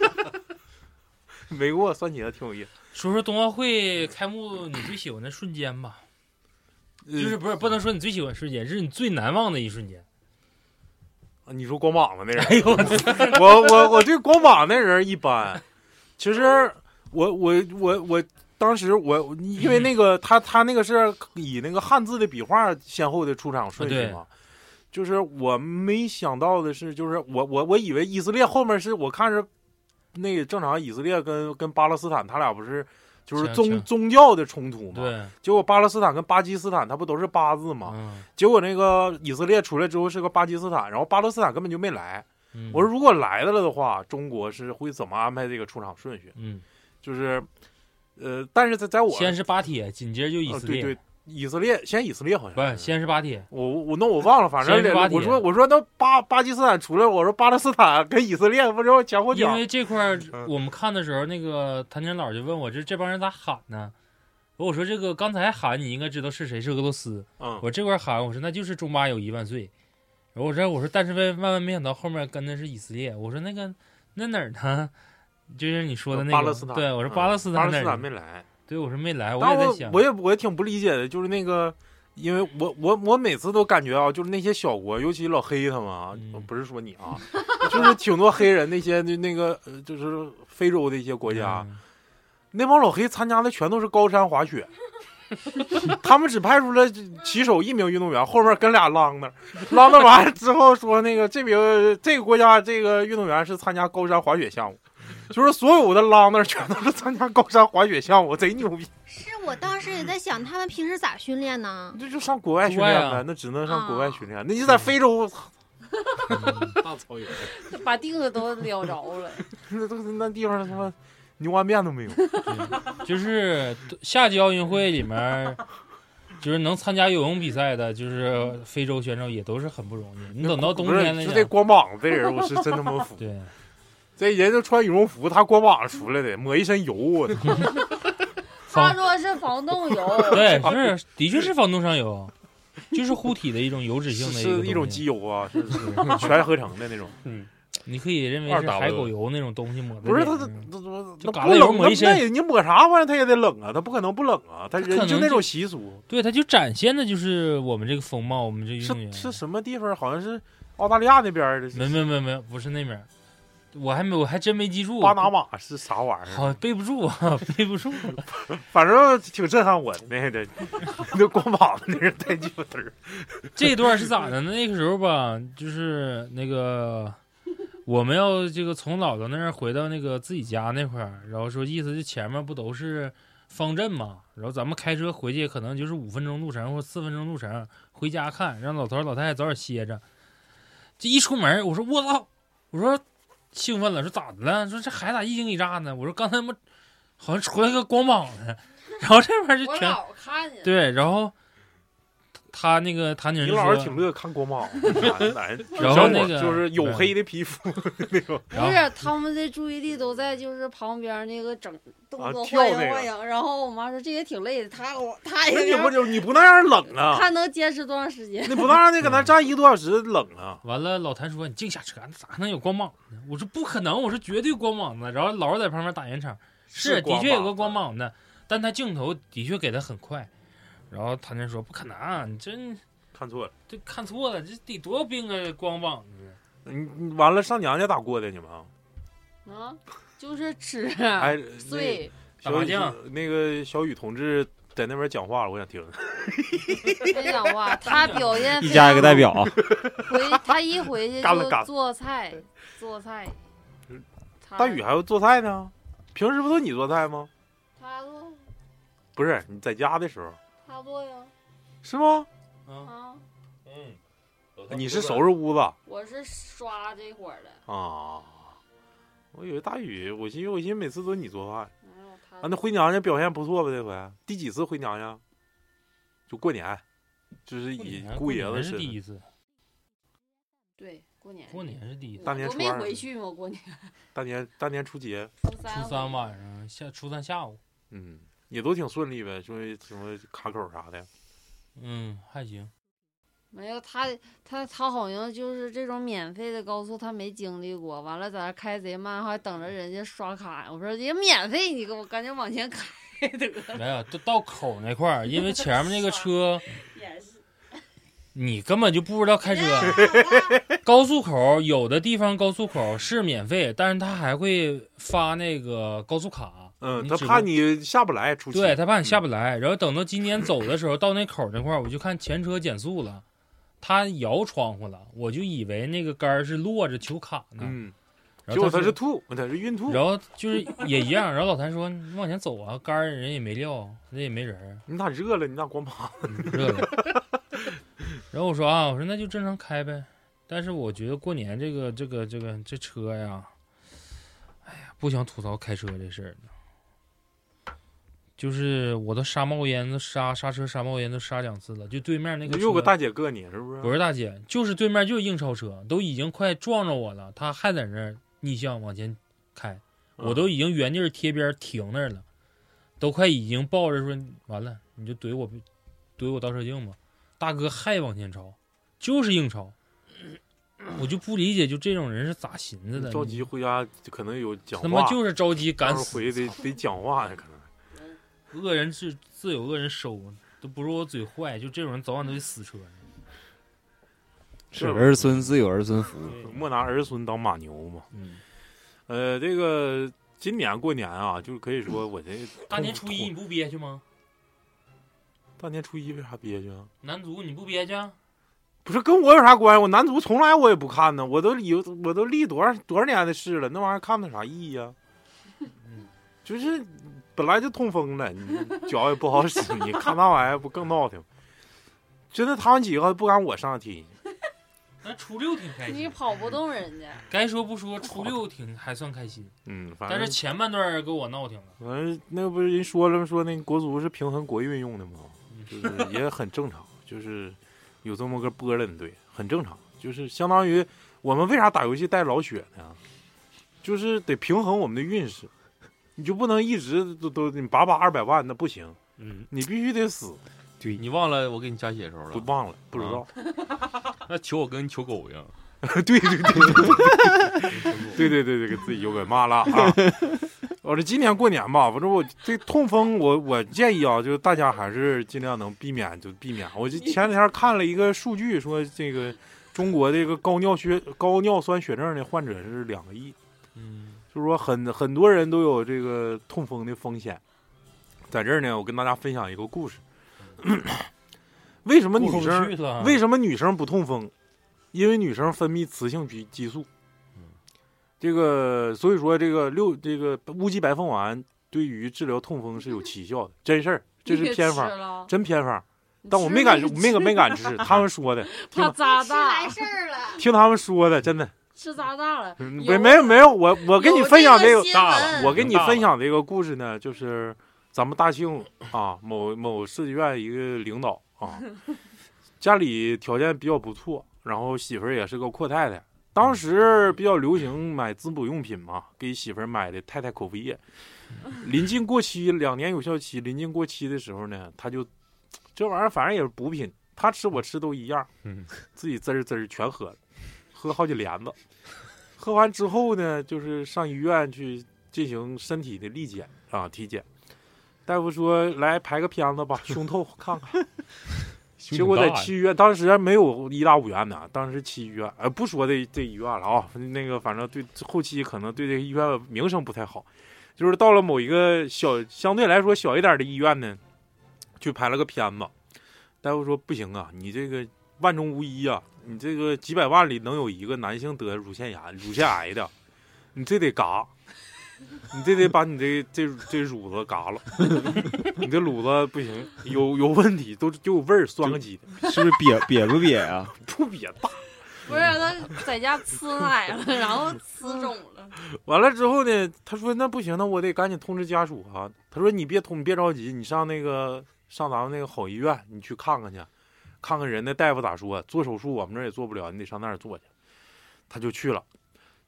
Speaker 2: 没过，算你的挺有意思。
Speaker 4: 说说冬奥会开幕你最喜欢的瞬间吧，
Speaker 2: 嗯
Speaker 4: 就是不是不能说你最喜欢的瞬间，是你最难忘的一瞬间。
Speaker 2: 你说光膀子那人，哎呦，我我我对光膀那人一般，其实我我我我当时我因为那个他他那个是以那个汉字的笔画先后的出场顺
Speaker 4: 啊
Speaker 2: 序嘛，就是我没想到的是，就是我我我以为以色列后面是我看是那个正常以色列跟跟巴勒斯坦他俩不是就是
Speaker 4: 行
Speaker 2: 宗
Speaker 4: 行
Speaker 2: 宗教的冲突嘛，
Speaker 4: 对，
Speaker 2: 结果巴勒斯坦跟巴基斯坦它不都是八字嘛，
Speaker 4: 嗯，
Speaker 2: 结果那个以色列出来之后是个巴基斯坦，然后巴勒斯坦根本就没来。
Speaker 4: 嗯
Speaker 2: 我说，如果来了的话，中国是会怎么安排这个出场顺序？
Speaker 4: 嗯，
Speaker 2: 就是，呃，但是在在我
Speaker 4: 先是巴铁，紧接着就以
Speaker 2: 呃
Speaker 4: 色列，
Speaker 2: 对对，以色列先以色列好
Speaker 4: 不
Speaker 2: 像
Speaker 4: 是，
Speaker 2: 是
Speaker 4: 先是巴铁，
Speaker 2: 我我那我忘了，反正
Speaker 4: 先是巴铁
Speaker 2: 我说我说那巴巴基斯坦出来，我说巴勒斯坦跟以色列不是前后
Speaker 4: 因
Speaker 2: 脚，
Speaker 4: 为这块儿
Speaker 2: 嗯
Speaker 4: 我们看的时候，那个谭天老就问我，这这帮人咋喊呢？我说这个刚才喊你应该知道是谁，是俄罗斯。
Speaker 2: 嗯
Speaker 4: 我这块喊我说那就是中巴友谊万岁。然后我说我说但是万万万没想到后面跟的是以色列。我说那个那哪儿呢？ 就是你说的那个
Speaker 2: 巴勒斯坦，
Speaker 4: 对我说
Speaker 2: 嗯
Speaker 4: 巴勒斯
Speaker 2: 巴
Speaker 4: 坦
Speaker 2: 勒
Speaker 4: 哪
Speaker 2: 斯
Speaker 4: 儿
Speaker 2: 坦
Speaker 4: 呢？
Speaker 2: 没来，
Speaker 4: 对我说没来，
Speaker 2: 但
Speaker 4: 我也在
Speaker 2: 我
Speaker 4: 想，
Speaker 2: 我也我也挺不理解的，就是那个，因为我我我每次都感觉啊，就是那些小国，尤其老黑他们啊，
Speaker 4: 嗯
Speaker 2: 不是说你啊， 就是挺多黑人那些那那个呃就是非洲的一些国家，
Speaker 4: 嗯
Speaker 2: 那帮老黑参加的全都是高山滑雪。 他们只派出了骑手一名运动员，后面跟俩啷的，啷的完之后说那个这名这个国家这个运动员是参加高山滑雪项目，就是所有的啷的全都是参加高山滑雪项目，贼牛逼。
Speaker 8: 是我当时也在想，他们平时咋训练呢？
Speaker 2: 这就上国外训练
Speaker 4: 啊
Speaker 2: 呗，那只能上国外训练。那你在非洲，
Speaker 4: 嗯
Speaker 7: 大草原，
Speaker 3: 把腚子都撩着 了。
Speaker 2: 那都那地方他妈牛蛙面都没有。
Speaker 4: 就是夏季奥运会里面儿，就是能参加游泳比赛的，就是非洲选手也都是很不容易。你等到冬
Speaker 2: 嗯不是
Speaker 4: 天了
Speaker 2: 就
Speaker 4: 呀，
Speaker 2: 这光膀子的人，我是真他 妈服。
Speaker 4: 对，
Speaker 2: 这人就穿羽绒服，他光膀子出来的，抹一身油，啊我操！
Speaker 3: 他
Speaker 4: 防
Speaker 3: 说是防冻油，
Speaker 4: 对是的确是防冻伤油，就是护体的一种油脂性的
Speaker 2: 是
Speaker 4: 个
Speaker 2: 一
Speaker 4: 东
Speaker 2: 种
Speaker 4: 西
Speaker 2: 机油啊，是是全合成的那种。
Speaker 4: 你可以认为
Speaker 5: 二
Speaker 4: 是
Speaker 5: W
Speaker 4: 海狗油那种东西抹的脸
Speaker 2: 不是他
Speaker 4: 上，
Speaker 2: 他他他
Speaker 4: 就嘎
Speaker 2: 不
Speaker 4: 了油
Speaker 2: 冷，
Speaker 4: 抹一
Speaker 2: 那
Speaker 4: 身
Speaker 2: 那你抹啥玩意儿，他也得冷啊，他不可能不冷啊，他
Speaker 4: 可
Speaker 2: 人
Speaker 4: 能
Speaker 2: 就那
Speaker 4: 就
Speaker 2: 种习俗。
Speaker 4: 对，它就展现的就是我们这个风貌，我们这个运动
Speaker 2: 是
Speaker 4: 员。
Speaker 2: 是什么地方？好像是澳大利亚那边的，
Speaker 4: 没没没没，不是那边儿，我还没我还真没记住。
Speaker 2: 巴拿马是啥玩意儿？
Speaker 4: 好背不住啊， 背不住。
Speaker 2: 反正挺震撼我的那个，那光膀子那人带鸡巴嘚 儿，
Speaker 4: 这段是咋的呢？那个时候吧，就是那个我们要这个从姥姥那儿回到那个自己家那块儿，然后说意思就前面不都是方阵嘛，然后咱们开车回去可能就是五分钟路程或者四分钟路程，回家看让老头儿老太太早点歇着。这一出门，我说我操，我说兴奋了，说咋的了？说这孩子咋一惊一乍呢？我说刚才他妈好像出来个光膀子， 然后这边就
Speaker 3: 我
Speaker 4: 全
Speaker 3: 老看见。
Speaker 4: 对，然后。他那个谭女
Speaker 2: 你
Speaker 4: 士
Speaker 2: 老
Speaker 4: 说
Speaker 2: 是挺乐看光膀子，男
Speaker 4: 然后那个
Speaker 2: 就是黝黑的皮肤那种，
Speaker 4: 然后
Speaker 3: 不是，他们的注意力都在就是旁边那个整动作
Speaker 2: 啊跳那
Speaker 3: 晃悠
Speaker 2: 个
Speaker 3: 晃悠，然后我妈说这也挺累的，她我她
Speaker 2: 不是你
Speaker 3: 也
Speaker 2: 哎不就你不那样冷啊？
Speaker 3: 看能坚持多长时间。
Speaker 2: 你不那样，你搁那站一个多小时冷 啊？
Speaker 4: 完了，老谭说：“你净瞎扯，咋能有光膀子呢？”我说：“不可能，我说绝对光膀子。”然后老是在旁边打圆场，是的确有个光
Speaker 2: 膀
Speaker 4: 膀子，但他镜头的确给的很快。然后谭天说：“不可能，你真
Speaker 2: 子，看错了。
Speaker 4: 这看错了，这得多病啊，光膀子。
Speaker 2: 你你完了上娘家咋过的你们？
Speaker 3: 啊，就是吃
Speaker 2: 哎，
Speaker 3: 睡，
Speaker 2: 那
Speaker 4: 打麻
Speaker 2: 小雨
Speaker 4: 将
Speaker 2: 那个小雨同志在那边讲话了，我想听。
Speaker 3: 没讲话，她表现
Speaker 6: 一家一个代表啊，
Speaker 3: 回她一回去
Speaker 2: 干了干
Speaker 3: 就
Speaker 2: 了
Speaker 3: 做菜做菜。她
Speaker 2: 大宇还要做菜呢，平时不都你做菜吗？
Speaker 3: 她做
Speaker 2: 不是你在家的时候
Speaker 3: 她做呀
Speaker 2: 是吗？
Speaker 3: 啊，
Speaker 5: 嗯，
Speaker 2: 你是收拾屋子。
Speaker 3: 我是刷这会儿的。
Speaker 2: 啊，我以为大宇，我寻思我寻思每次都你做饭
Speaker 3: 没有她
Speaker 2: 啊。那回娘家表现不错吧？这回第几次回娘家？就过年，就是
Speaker 4: 过
Speaker 2: 以
Speaker 4: 年
Speaker 2: 姑爷
Speaker 4: 过
Speaker 2: 子
Speaker 4: 年
Speaker 2: 身
Speaker 4: 是第
Speaker 2: 份。
Speaker 4: 一次，
Speaker 3: 对过年
Speaker 4: 过年是第一次，
Speaker 2: 大年
Speaker 3: 我
Speaker 2: 初
Speaker 3: 都没
Speaker 2: 二
Speaker 3: 回去嘛，过年
Speaker 2: 大年大年初节，
Speaker 3: 初三
Speaker 4: 初三晚上下，初三下午，
Speaker 2: 嗯，也都挺顺利呗，就是什么卡口啥的。
Speaker 4: 嗯，还行。
Speaker 3: 没有他，他他好像就是这种免费的高速，他没经历过。完了，在那开贼慢，还等着人家刷卡。我说也免费，你给我赶紧往前开得了。
Speaker 4: 没有，都到口那块儿，因为前面那个车
Speaker 3: 也是，
Speaker 4: 你根本就不知道开车。啊高速口有的地方高速口是免费，但是他还会发那个高速卡。
Speaker 2: 嗯，
Speaker 4: 你
Speaker 2: 他
Speaker 4: 只
Speaker 2: 怕
Speaker 4: 能
Speaker 2: 你下不嗯来出气，
Speaker 4: 对他怕你下不来，然后等到今年走的时候，到那口那块儿，我就看前车减速了，他摇窗户了，我就以为那个杆儿是落着求卡呢，
Speaker 2: 嗯，
Speaker 4: 然
Speaker 2: 结果
Speaker 4: 后他
Speaker 2: 他是吐，他是孕吐，
Speaker 4: 然后就是也一样，然后老谭说你往前走啊，杆儿人也没撂，人也没人儿，
Speaker 2: 你咋热了？你咋光膀？
Speaker 4: 热了。 然后我说啊，我说那就正常开呗。但是我觉得过年这个这个这个这车呀，哎呀，不想吐槽开车这事儿呢。就是我都刹冒烟，都刹刹车刹冒烟都刹两次了，就对面那个
Speaker 2: 又
Speaker 4: 车
Speaker 2: 个大姐硌你是不是？
Speaker 4: 不是大姐，就是对面就是硬超车，都已经快撞着我了，他还在那儿逆向往前开，
Speaker 2: 嗯
Speaker 4: 我都已经原地儿贴边儿停那儿了，都快已经抱着说完了，你就怼我，怼我倒车镜吧。大哥还往前超，就是硬超，我就不理解，就这种人是咋寻思的？
Speaker 2: 着急回家就可能有讲
Speaker 4: 他妈
Speaker 2: 话，
Speaker 4: 就是着急
Speaker 2: 到
Speaker 4: 赶
Speaker 2: 时候
Speaker 4: 死，
Speaker 2: 回得得讲话呀，可能。
Speaker 4: 恶人自自有恶人收，啊都不是我嘴坏，就这种人早晚都得死车。
Speaker 6: 是儿孙自有儿孙福，
Speaker 2: 莫拿儿孙当马牛嘛。
Speaker 4: 嗯，
Speaker 2: 呃，这个今年过年啊，就是可以说我这
Speaker 4: 大年初一你，不憋屈吗？
Speaker 2: 大年初一为啥憋屈啊？
Speaker 4: 男足你不憋屈、啊？
Speaker 2: 不是跟我有啥关系？我男足从来我也不看呢，我都有我都立多少多少年的事了，那玩意儿看它啥意义呀、就是本来就痛风了，你脚也不好使，你看那玩意儿不更闹挺？真的，他们几个不敢我上踢，
Speaker 4: 那初六挺开
Speaker 3: 你
Speaker 4: 心，
Speaker 3: 跑不动人家，
Speaker 4: 该说不说，初六挺还算开心，
Speaker 2: 嗯，反正
Speaker 4: 但是前半段儿给我闹挺了。
Speaker 2: 反正那不是人说了吗？说那个国足是平衡国运用的吗？就是也很正常， 就是有这么个波澜，对，很正常。就是相当于我们为啥打游戏带老血呢？就是得平衡我们的运势，你就不能一直都都你拔拔二百万那不行，
Speaker 5: 嗯，
Speaker 2: 你必须得死。
Speaker 5: 你忘了我给你加血的时候
Speaker 2: 不
Speaker 5: 了？
Speaker 2: 忘了，不知道。
Speaker 5: 那求我跟求狗一样，
Speaker 2: 对对对对对对对，给自己又给骂了啊！我这今年过年吧，反正我这痛风我，我建议啊，就是大家还是尽量能避免就避免。我就前两天看了一个数据，说这个中国这个高尿血高尿酸血症的患者是两个亿，
Speaker 4: 嗯，
Speaker 2: 就是说很很多人都有这个痛风的风险。在这儿呢，我跟大家分享一个故事。 为什么女
Speaker 4: 过不
Speaker 2: 生
Speaker 4: 去
Speaker 3: 啊
Speaker 4: 了，
Speaker 2: 为什么女生不痛风？因为女生分泌雌性激激素。这个所以说这个六这个乌鸡白凤丸对于治疗痛风是有奇 效的，真事儿，这是偏方，
Speaker 3: 方，
Speaker 2: 真偏方。
Speaker 3: 你
Speaker 2: 但我
Speaker 3: 吃
Speaker 2: 没敢
Speaker 3: 你，
Speaker 2: 没敢
Speaker 3: 吃
Speaker 2: 没敢吃，他们说的，听
Speaker 3: 怕扎
Speaker 8: 吃完
Speaker 3: 大，
Speaker 8: 事儿了，
Speaker 2: 听他们说的，真的，
Speaker 3: 吃扎大了。
Speaker 2: 嗯
Speaker 3: 有
Speaker 2: 没没有没有，我我跟你分享这
Speaker 3: 有
Speaker 2: 个
Speaker 3: 这个新闻
Speaker 5: 大了
Speaker 2: 我跟你
Speaker 5: 大了
Speaker 2: 分享这个故事呢，就是咱们 大庆啊，某某市级院一个领导啊，家里条件比较不错，然后媳妇儿也是个阔太太。当时比较流行买滋补用品嘛，给媳妇儿买的太太口服液。临近过期，两年有效期，临近过期的时候呢，他就这玩意儿反正也是补品，他吃我吃都一样
Speaker 5: 嗯，
Speaker 2: 自己滋儿滋儿全喝了，喝好几帘子。喝完之后呢，就是上医院去进行身体的力检啊，体检。大夫说：“来排个片子吧，胸透看看。”结果在七医院，当时还没有医大五院呢，当时七医院，呃，不说这这医院了啊，那个反正对后期可能对这个医院名声不太好，就是到了某一个小相对来说小一点的医院呢，去排了个片子，大夫说不行啊，你这个万中无一啊，你这个几百万里能有一个男性得乳腺炎、乳腺癌的，你这得嘎，你这得把你这这这乳子嘎了，你这乳子不行，有有问题，都就有味儿，酸个鸡的，
Speaker 6: 是不是 瘪瘪不瘪啊？
Speaker 2: 不瘪大。
Speaker 3: 不是他在家呲奶了，然后呲肿了，
Speaker 2: 完了之后呢，他说那不行，那我得赶紧通知家属啊。他说你别通，你别着急，你上那个上咱们那个好医院，你去看看去，看看人家大夫咋说。做手术我们这儿也做不了，你得上那儿做去。他就去了，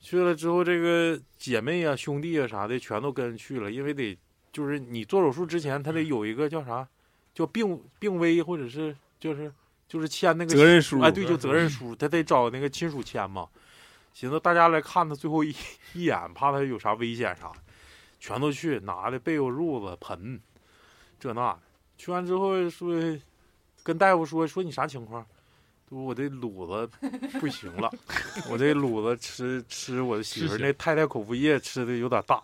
Speaker 2: 去了之后，这个姐妹啊、兄弟啊啥的全都跟着去了，因为得就是你做手术之前，他得有一个叫啥，叫病病危或者是就是就是签那个
Speaker 6: 责任书嗯
Speaker 2: 哎，对，就责任书，他得找那个亲属签嘛。寻思大家来看他最后一一眼，怕他有啥危险啥，全都去拿的被褥、褥子、盆，这那的。去完之后说，跟大夫说说你啥情况？我这卤子不行了，我这卤子吃吃我媳妇儿
Speaker 5: 吃
Speaker 2: 那太太口服液吃的有点大，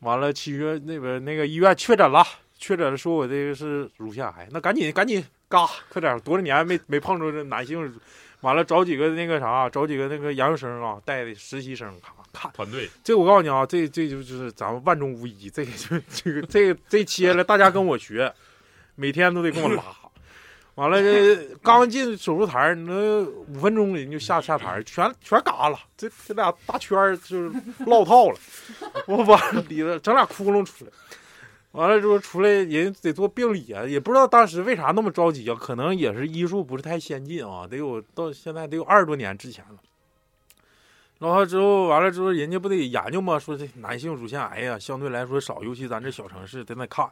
Speaker 2: 完了七月那边那个医院确诊了，确诊说我这个是乳腺癌，那赶紧赶紧嘎，快点儿，多少年没没碰着这男性，完了找几个那个啥，找几个那个研究生啊带的实习生，咔看
Speaker 5: 团队
Speaker 2: 这我告诉你啊，这这就就是咱们万中无一，这个就这个这个这切了，大家跟我学，每天都得跟我拉。完了，这刚进手术台儿，那五分钟人就下下台儿，全全嘎了，这这俩大圈儿就是落套了，我把里头整俩窟窿出来。完了之后出来，人得做病理啊，也不知道当时为啥那么着急啊，可能也是医术不是太先进啊，得有到现在得有二十多年之前了。然后之后完了之后，人家不得研究吗？说这男性乳腺癌呀、相对来说少，尤其咱这小城市，咱得看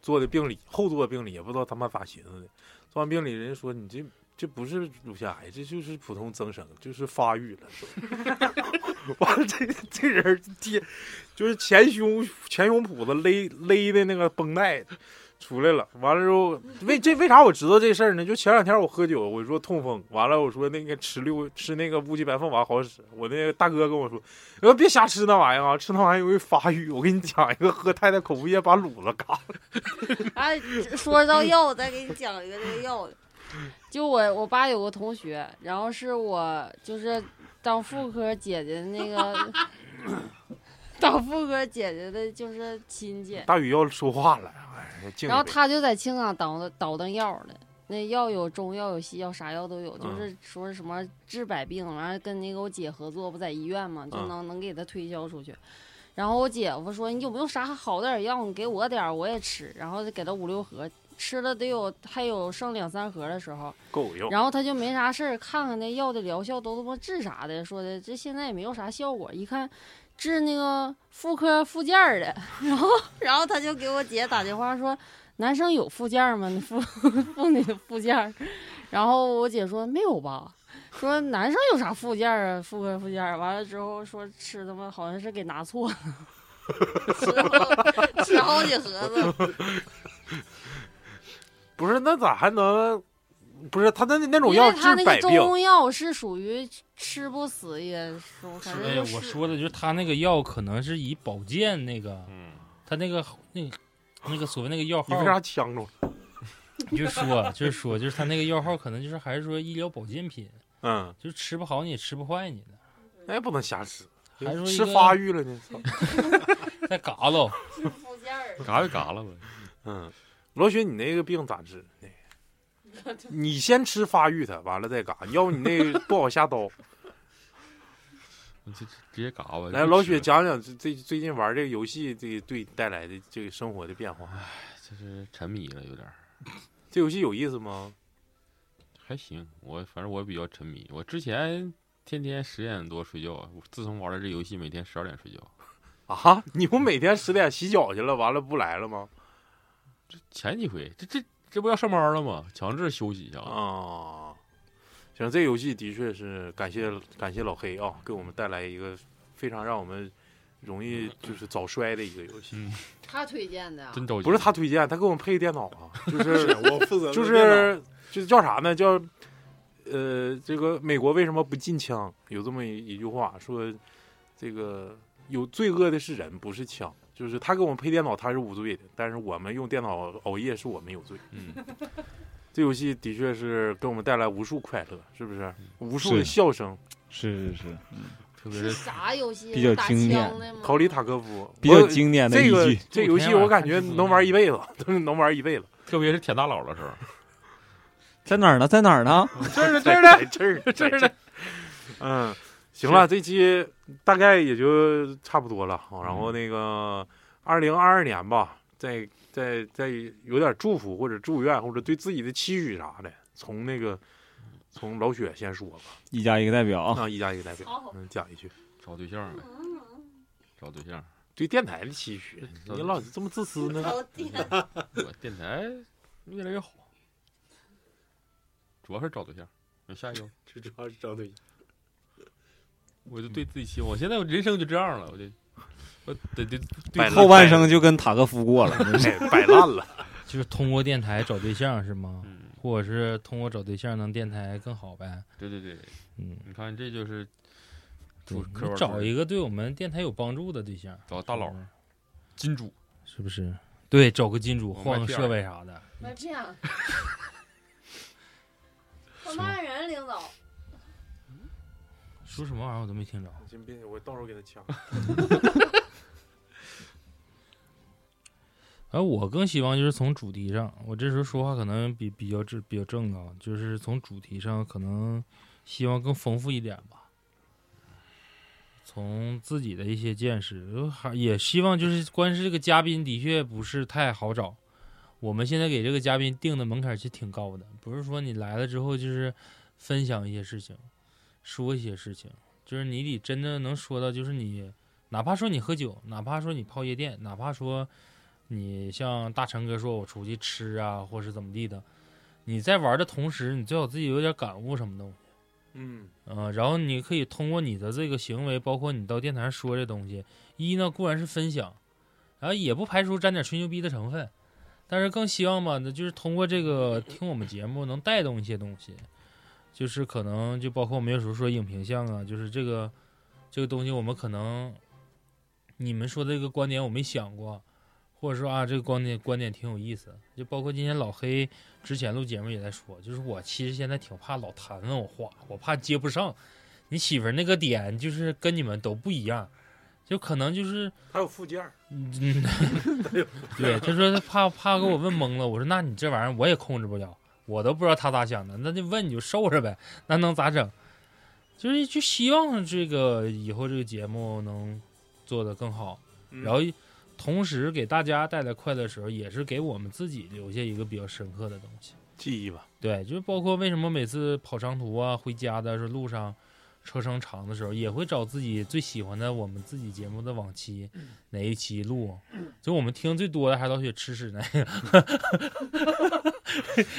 Speaker 2: 做的病理，后做病理也不知道他妈咋寻思的。做完病理，人家说你这这不是乳腺癌，这就是普通增生，就是发育了。完了，这这人儿贴就是前胸前胸脯子勒勒的那个绷带出来了。完了之后，为这为啥我知道这事儿呢？就前两天我喝酒，我说痛风，完了我说那个吃六吃那个乌鸡白凤丸好使，我那个大哥跟我说，我说别瞎吃那玩意儿啊，吃那玩意儿容易发育。我跟你讲一个，喝太太口服液把卤子嘎
Speaker 3: 哎，说到药，我再给你讲一个这个药的。就我我爸有个同学，然后是我就是当妇科姐姐那个， 当妇科姐姐的就是亲戚，
Speaker 2: 大宇要说话了，哎，敬
Speaker 3: 然后
Speaker 2: 一杯
Speaker 3: 他就在青港倒腾倒腾药了，那药有中药有西药，啥药都有，
Speaker 2: 嗯
Speaker 3: 就是说什么治百病，完了跟那个我姐合作，不在医院嘛，就
Speaker 2: 嗯
Speaker 3: 能、能给他推销出去。然后我姐夫说你有没有啥好点儿药，你给我点儿我也吃，然后就给他五六盒，吃了得有还有剩两三盒的时候，
Speaker 2: 够用，
Speaker 3: 然后他就没啥事儿，看看那药的疗效都他妈治啥的，说的这现在也没有啥效果。一看治那个妇科附件儿的，然后然后他就给我姐打电话说，男生有附件儿吗？你妇妇女的附件儿。然后我姐说没有吧，说男生有啥附件儿啊？妇科附件儿。完了之后说吃他妈好像是给拿错了， 吃好吃好几盒子。
Speaker 2: 不是那咋还能？不是他那那种
Speaker 3: 因
Speaker 2: 药
Speaker 3: 为
Speaker 2: 治
Speaker 3: 他那
Speaker 2: 百
Speaker 3: 个
Speaker 2: 病，
Speaker 3: 中药是属于吃不死也说，反
Speaker 4: 哎
Speaker 3: 正
Speaker 4: 呀，
Speaker 3: 就
Speaker 4: 我
Speaker 3: 是
Speaker 4: 说的就是他那个药可能是以保健那个，他那个那个那个所谓那个药
Speaker 2: 你
Speaker 4: 号
Speaker 2: 为，啥呛着了？
Speaker 4: 你就说啊就是说就是他那个药号可能就是还是说医疗保健品，
Speaker 2: 嗯，
Speaker 4: 就是吃不好你也吃不坏你的，
Speaker 2: 那也不能瞎吃，
Speaker 4: 还说一
Speaker 2: 吃
Speaker 4: 个
Speaker 2: 发育了呢。操
Speaker 4: 再嘎喽，
Speaker 3: 附件儿
Speaker 5: 嘎就嘎了呗。
Speaker 2: 嗯，罗雪，你那个病咋治？那个你先吃发育它，完了再嘎，要不你那个不好下刀。
Speaker 5: 你就直接嘎吧。
Speaker 2: 来，老雪讲讲这这最近玩这个游戏，这个对你带来的这个生活的变化。
Speaker 5: 就是沉迷了，有点儿
Speaker 2: 这游戏有意思吗？
Speaker 5: 还行。我反正我比较沉迷，我之前天天十点多睡觉，我自从玩了这游戏，每天十二点睡觉。
Speaker 2: 啊，你不每天十点洗脚去了，完了不来了吗？
Speaker 5: 前几回这这这不要上班了吗？强制休息一下。
Speaker 2: 啊，行，这游戏的确是感谢感谢老黑啊，给我们带来一个非常让我们容易就是早衰的一个游戏。
Speaker 3: 他推荐的啊，
Speaker 5: 真着急，
Speaker 2: 不是他推荐，他给我们配电脑啊，就是
Speaker 7: 我负责的
Speaker 2: 就
Speaker 7: 电脑
Speaker 2: 是就是叫啥呢？叫呃，这个美国为什么不禁枪？有这么一一句话说，这个有罪恶的是人，不是枪。就是他给我们配电脑，他是无罪的，但是我们用电脑熬夜是我们有罪。
Speaker 5: 嗯，
Speaker 2: 这游戏的确是给我们带来无数快乐，是不是？
Speaker 9: 嗯
Speaker 2: 无数的笑声。
Speaker 9: 是是是，
Speaker 5: 特别
Speaker 3: 是
Speaker 5: 是
Speaker 3: 啥游戏？
Speaker 9: 比较
Speaker 3: 打
Speaker 9: 经典
Speaker 3: 枪的吗？
Speaker 2: 逃离塔科夫，
Speaker 9: 比较
Speaker 2: 我
Speaker 9: 经典的一
Speaker 2: 这个
Speaker 9: 句，
Speaker 2: 这游戏，我感觉能玩一辈子， 都是能玩一辈子。
Speaker 5: 特别是舔大佬的时候，
Speaker 6: 在哪儿呢？在哪儿呢？
Speaker 2: 这儿呢，这儿呢，这儿呢，这儿呢。嗯，行了，这期大概也就差不多了。啊然后那个二零二二年吧，再再再有点祝福或者祝愿或者对自己的期许啥的，从那个从老雪先说吧，
Speaker 6: 一家一个代表啊，
Speaker 2: 让一加一代表嗯讲一句
Speaker 5: 找对象呗，找对象。
Speaker 2: 对电台的期许。嗯你老这么自私呢？
Speaker 5: 我电台越来越好，主要是找对象。那下一个，
Speaker 7: 这主要是找对象。
Speaker 5: 我就对自己期望，我现在我人生就这样了，我就我得得
Speaker 2: 摆
Speaker 5: 对
Speaker 2: 烂
Speaker 6: 后半 生就跟塔科夫过了。
Speaker 2: 哎摆烂了。
Speaker 4: 就是通过电台找对象是吗？
Speaker 5: 嗯，
Speaker 4: 或者是通过找对象能电台更好呗。
Speaker 5: 对对对，对
Speaker 4: 嗯，
Speaker 5: 你看这就是
Speaker 4: 对
Speaker 5: 出科
Speaker 4: 你
Speaker 5: 班
Speaker 4: 找
Speaker 5: 出身
Speaker 4: 一嗯个对我们电台有帮助的对象，
Speaker 5: 找大佬金主，
Speaker 4: 是不是？对，找个金主，
Speaker 5: 我卖
Speaker 4: 换个
Speaker 5: 片
Speaker 4: 设
Speaker 5: 儿
Speaker 4: 备啥的。
Speaker 3: 麦片儿。我骂人，领导。
Speaker 4: 说什么玩意儿我都没听着。
Speaker 2: 真别，我到时候给他掐。
Speaker 4: 而我更希望就是从主题上，我这时候说话可能比比较正比较正啊，就是从主题上可能希望更丰富一点吧。从自己的一些见识，呃还也希望就是关是这个嘉宾的确不是太好找。我们现在给这个嘉宾定的门槛其实挺高的，不是说你来了之后就是分享一些事情，说一些事情，就是你得真的能说到，就是你哪怕说你喝酒，哪怕说你泡夜店，哪怕说你像大成哥说，我出去吃啊，或是怎么地的，你在玩的同时，你最好自己有点感悟什么东西，
Speaker 2: 嗯，
Speaker 4: 嗯、然后你可以通过你的这个行为，包括你到电台上说这东西，一呢固然是分享，然后也不排除沾点吹牛逼的成分，但是更希望吧，那就是通过这个听我们节目能带动一些东西，就是可能就包括我们有时候说影评像啊，就是这个这个东西我们可能你们说的这个观点我没想过，或者说啊这个观点观点挺有意思，就包括今天老黑之前录节目也在说，就是我其实现在挺怕老谈论我话，我怕接不上，你媳妇儿那个点就是跟你们都不一样，就可能就是。
Speaker 2: 还有附件儿，
Speaker 4: 嗯，对，他说他怕怕给我问懵了，我说那你这玩意儿我也控制不了，我都不知道他咋想的，那就问你就受着呗，那能咋整？就是就希望这个以后这个节目能做得更好，然后同时给大家带来快乐的时候，也是给我们自己留下一个比较深刻的东西。
Speaker 2: 记忆吧。
Speaker 4: 对，就是包括为什么每次跑长途啊、回家的时候路上车程长的时候，也会找自己最喜欢的我们自己节目的往期哪一期录，就我们听最多的还是老雪吃 屎那个，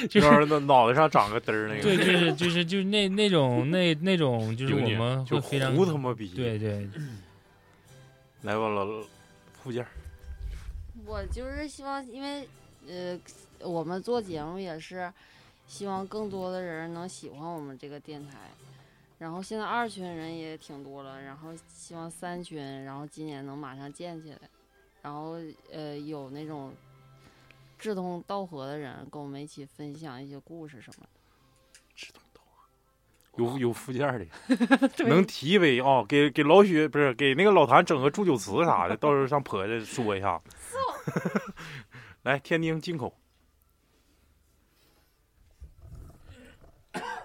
Speaker 4: 就
Speaker 2: 就是是脑脑袋上长个嘚儿那个，
Speaker 4: 对，就是就是就是那那种那那种就是我们会
Speaker 2: 就
Speaker 4: 非常
Speaker 2: 胡他妈逼。，
Speaker 4: 对对
Speaker 2: 来吧，老附件儿。
Speaker 3: 我就是希望，因为呃，我们做节目也是希望更多的人能喜欢我们这个电台。然后现在二群人也挺多了，然后希望三群，然后今年能马上建起来。然后呃，有那种志同道合的人跟我们一起分享一些故事什么
Speaker 2: 有有附件儿的，
Speaker 3: 的。
Speaker 2: 能提呗啊、给给老许不是给那个老谭整个祝酒词啥的，到时候上婆家说一下。 来，天津进口，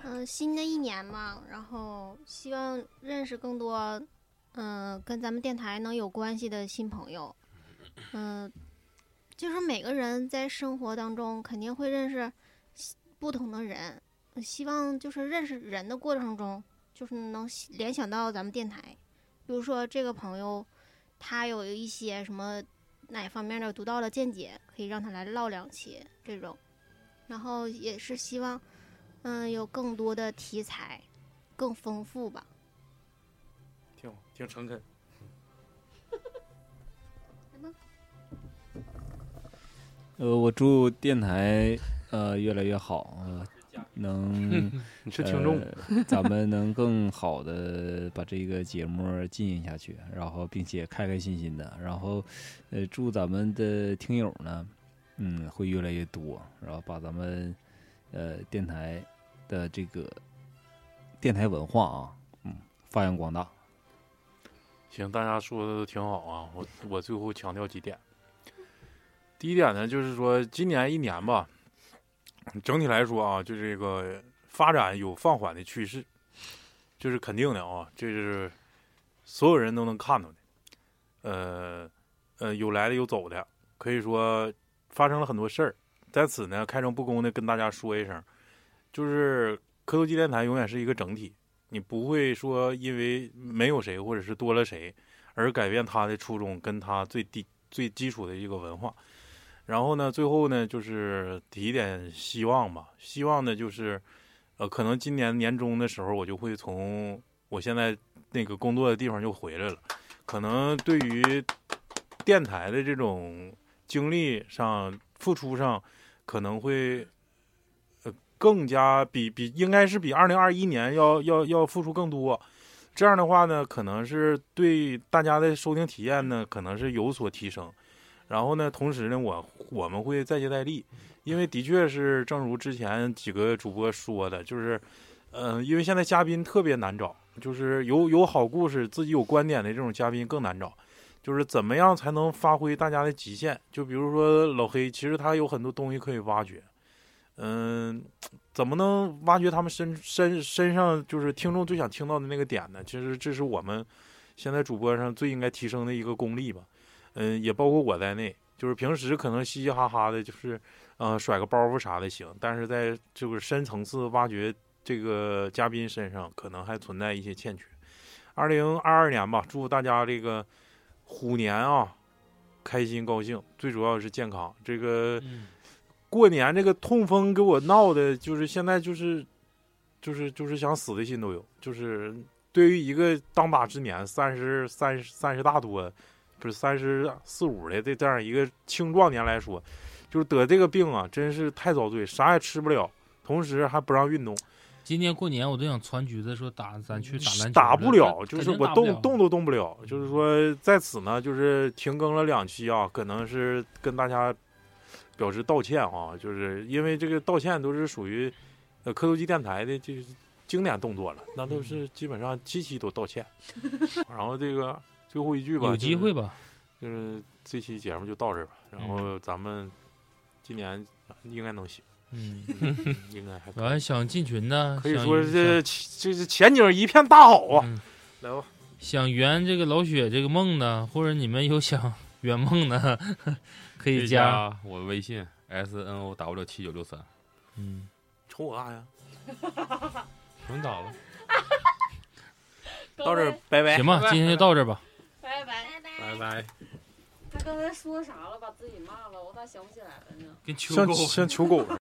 Speaker 8: 嗯，新的一年嘛，然后希望认识更多，嗯、跟咱们电台能有关系的新朋友。嗯、就是每个人在生活当中肯定会认识西不同的人，希望就是认识人的过程中，就是能喜联想到咱们电台。比如说这个朋友，他有一些什么哪方面的独到的见解，可以让他来唠两期这种。然后也是希望嗯，有更多的题材，更丰富吧。
Speaker 2: 挺好，挺诚恳。
Speaker 6: 呃，我祝电台呃越来越好啊、呃，能
Speaker 2: 你是听众，
Speaker 6: 呃咱们能更好的把这个节目进行下去，然后并且开开心心的，然后呃，祝咱们的听友呢，嗯，会越来越多，然后把咱们呃电台的这个电台文化啊，嗯，发扬光大。
Speaker 2: 行，大家说的都挺好啊。我我最后强调几点。第一点呢，就是说今年一年吧，整体来说啊，就这个发展有放缓的趋势，这是肯定的啊，这是所有人都能看到的。呃呃，有来的有走的，可以说发生了很多事儿。在此呢，开诚布公的跟大家说一声，就是科多机电台永远是一个整体，你不会说因为没有谁或者是多了谁而改变他的初衷跟他最低最基础的一个文化。然后呢，最后呢就是提一点希望吧，希望呢就是，呃，可能今年年中的时候我就会从我现在那个工作的地方就回来了，可能对于电台的这种精力上付出上可能会。呃更加比比应该是比二零二一年要要要付出更多。这样的话呢，可能是对大家的收听体验呢，可能是有所提升。然后呢，同时呢，我我们会再接再厉，因为的确是正如之前几个主播说的，就是，嗯、因为现在嘉宾特别难找，就是有有好故事、自己有观点的这种嘉宾更难找。就是怎么样才能发挥大家的极限？就比如说老黑，其实他有很多东西可以挖掘，嗯，怎么能挖掘他们身身身上就是听众最想听到的那个点呢？其实这是我们现在主播上最应该提升的一个功力吧。嗯，也包括我在内，就是平时可能嘻嘻哈哈的，就是呃甩个包袱啥的行，但是在就是深层次挖掘这个嘉宾身上，可能还存在一些欠缺。二零二二年吧，祝大家这个虎年啊开心高兴，最主要是健康。这个
Speaker 5: 嗯，
Speaker 2: 过年这个痛风给我闹的，就是现在就是，就是就是想死的心都有。就是对于一个当打之年，三十三三十大多，不是三十四五的这这样一个青壮年来说，就是得这个病啊，真是太遭罪，啥也吃不了，同时还不让运动，
Speaker 4: 今年过年我都想传局子说打，咱去打篮球，
Speaker 2: 打不了，
Speaker 4: 但
Speaker 2: 就
Speaker 4: 肯
Speaker 2: 是
Speaker 4: 定
Speaker 2: 我
Speaker 4: 打不了嗯
Speaker 2: 动动都动不了。就是说，在此呢，就是停更了两期啊，可能是跟大家表示道歉啊，就是因为这个道歉都是属于呃磕头机电台的就是经典动作了，那都
Speaker 4: 嗯
Speaker 2: 是基本上七期都道歉。 然后这个最后一句吧，
Speaker 4: 有
Speaker 2: 就
Speaker 4: 机
Speaker 2: 是
Speaker 4: 会吧？嗯
Speaker 2: 就是这期节目就到这儿吧，然后咱们今年应该能行，
Speaker 4: 嗯，
Speaker 2: 应该还可以
Speaker 4: 完想进群呢，
Speaker 2: 可以
Speaker 4: 想
Speaker 2: 说
Speaker 4: 想
Speaker 2: 这这这前景一片大好啊！
Speaker 4: 嗯
Speaker 2: 来吧，
Speaker 4: 想圆这个老雪这个梦呢，或者你们有想圆梦呢， 可
Speaker 5: 可
Speaker 4: 以
Speaker 5: 以
Speaker 4: 加。
Speaker 5: 加我微信 s n o w 七九六三，
Speaker 4: 嗯，
Speaker 2: 瞅我干啥呀？
Speaker 5: 能打了。
Speaker 2: 到这儿，拜
Speaker 6: 哎
Speaker 2: 拜。
Speaker 4: 行吧，今天就到这儿吧。
Speaker 3: 拜拜。
Speaker 7: 拜拜。
Speaker 3: 他刚才说啥了？把自己骂了，我咋想不起来了呢？
Speaker 4: 跟秋
Speaker 2: 像像求狗似的。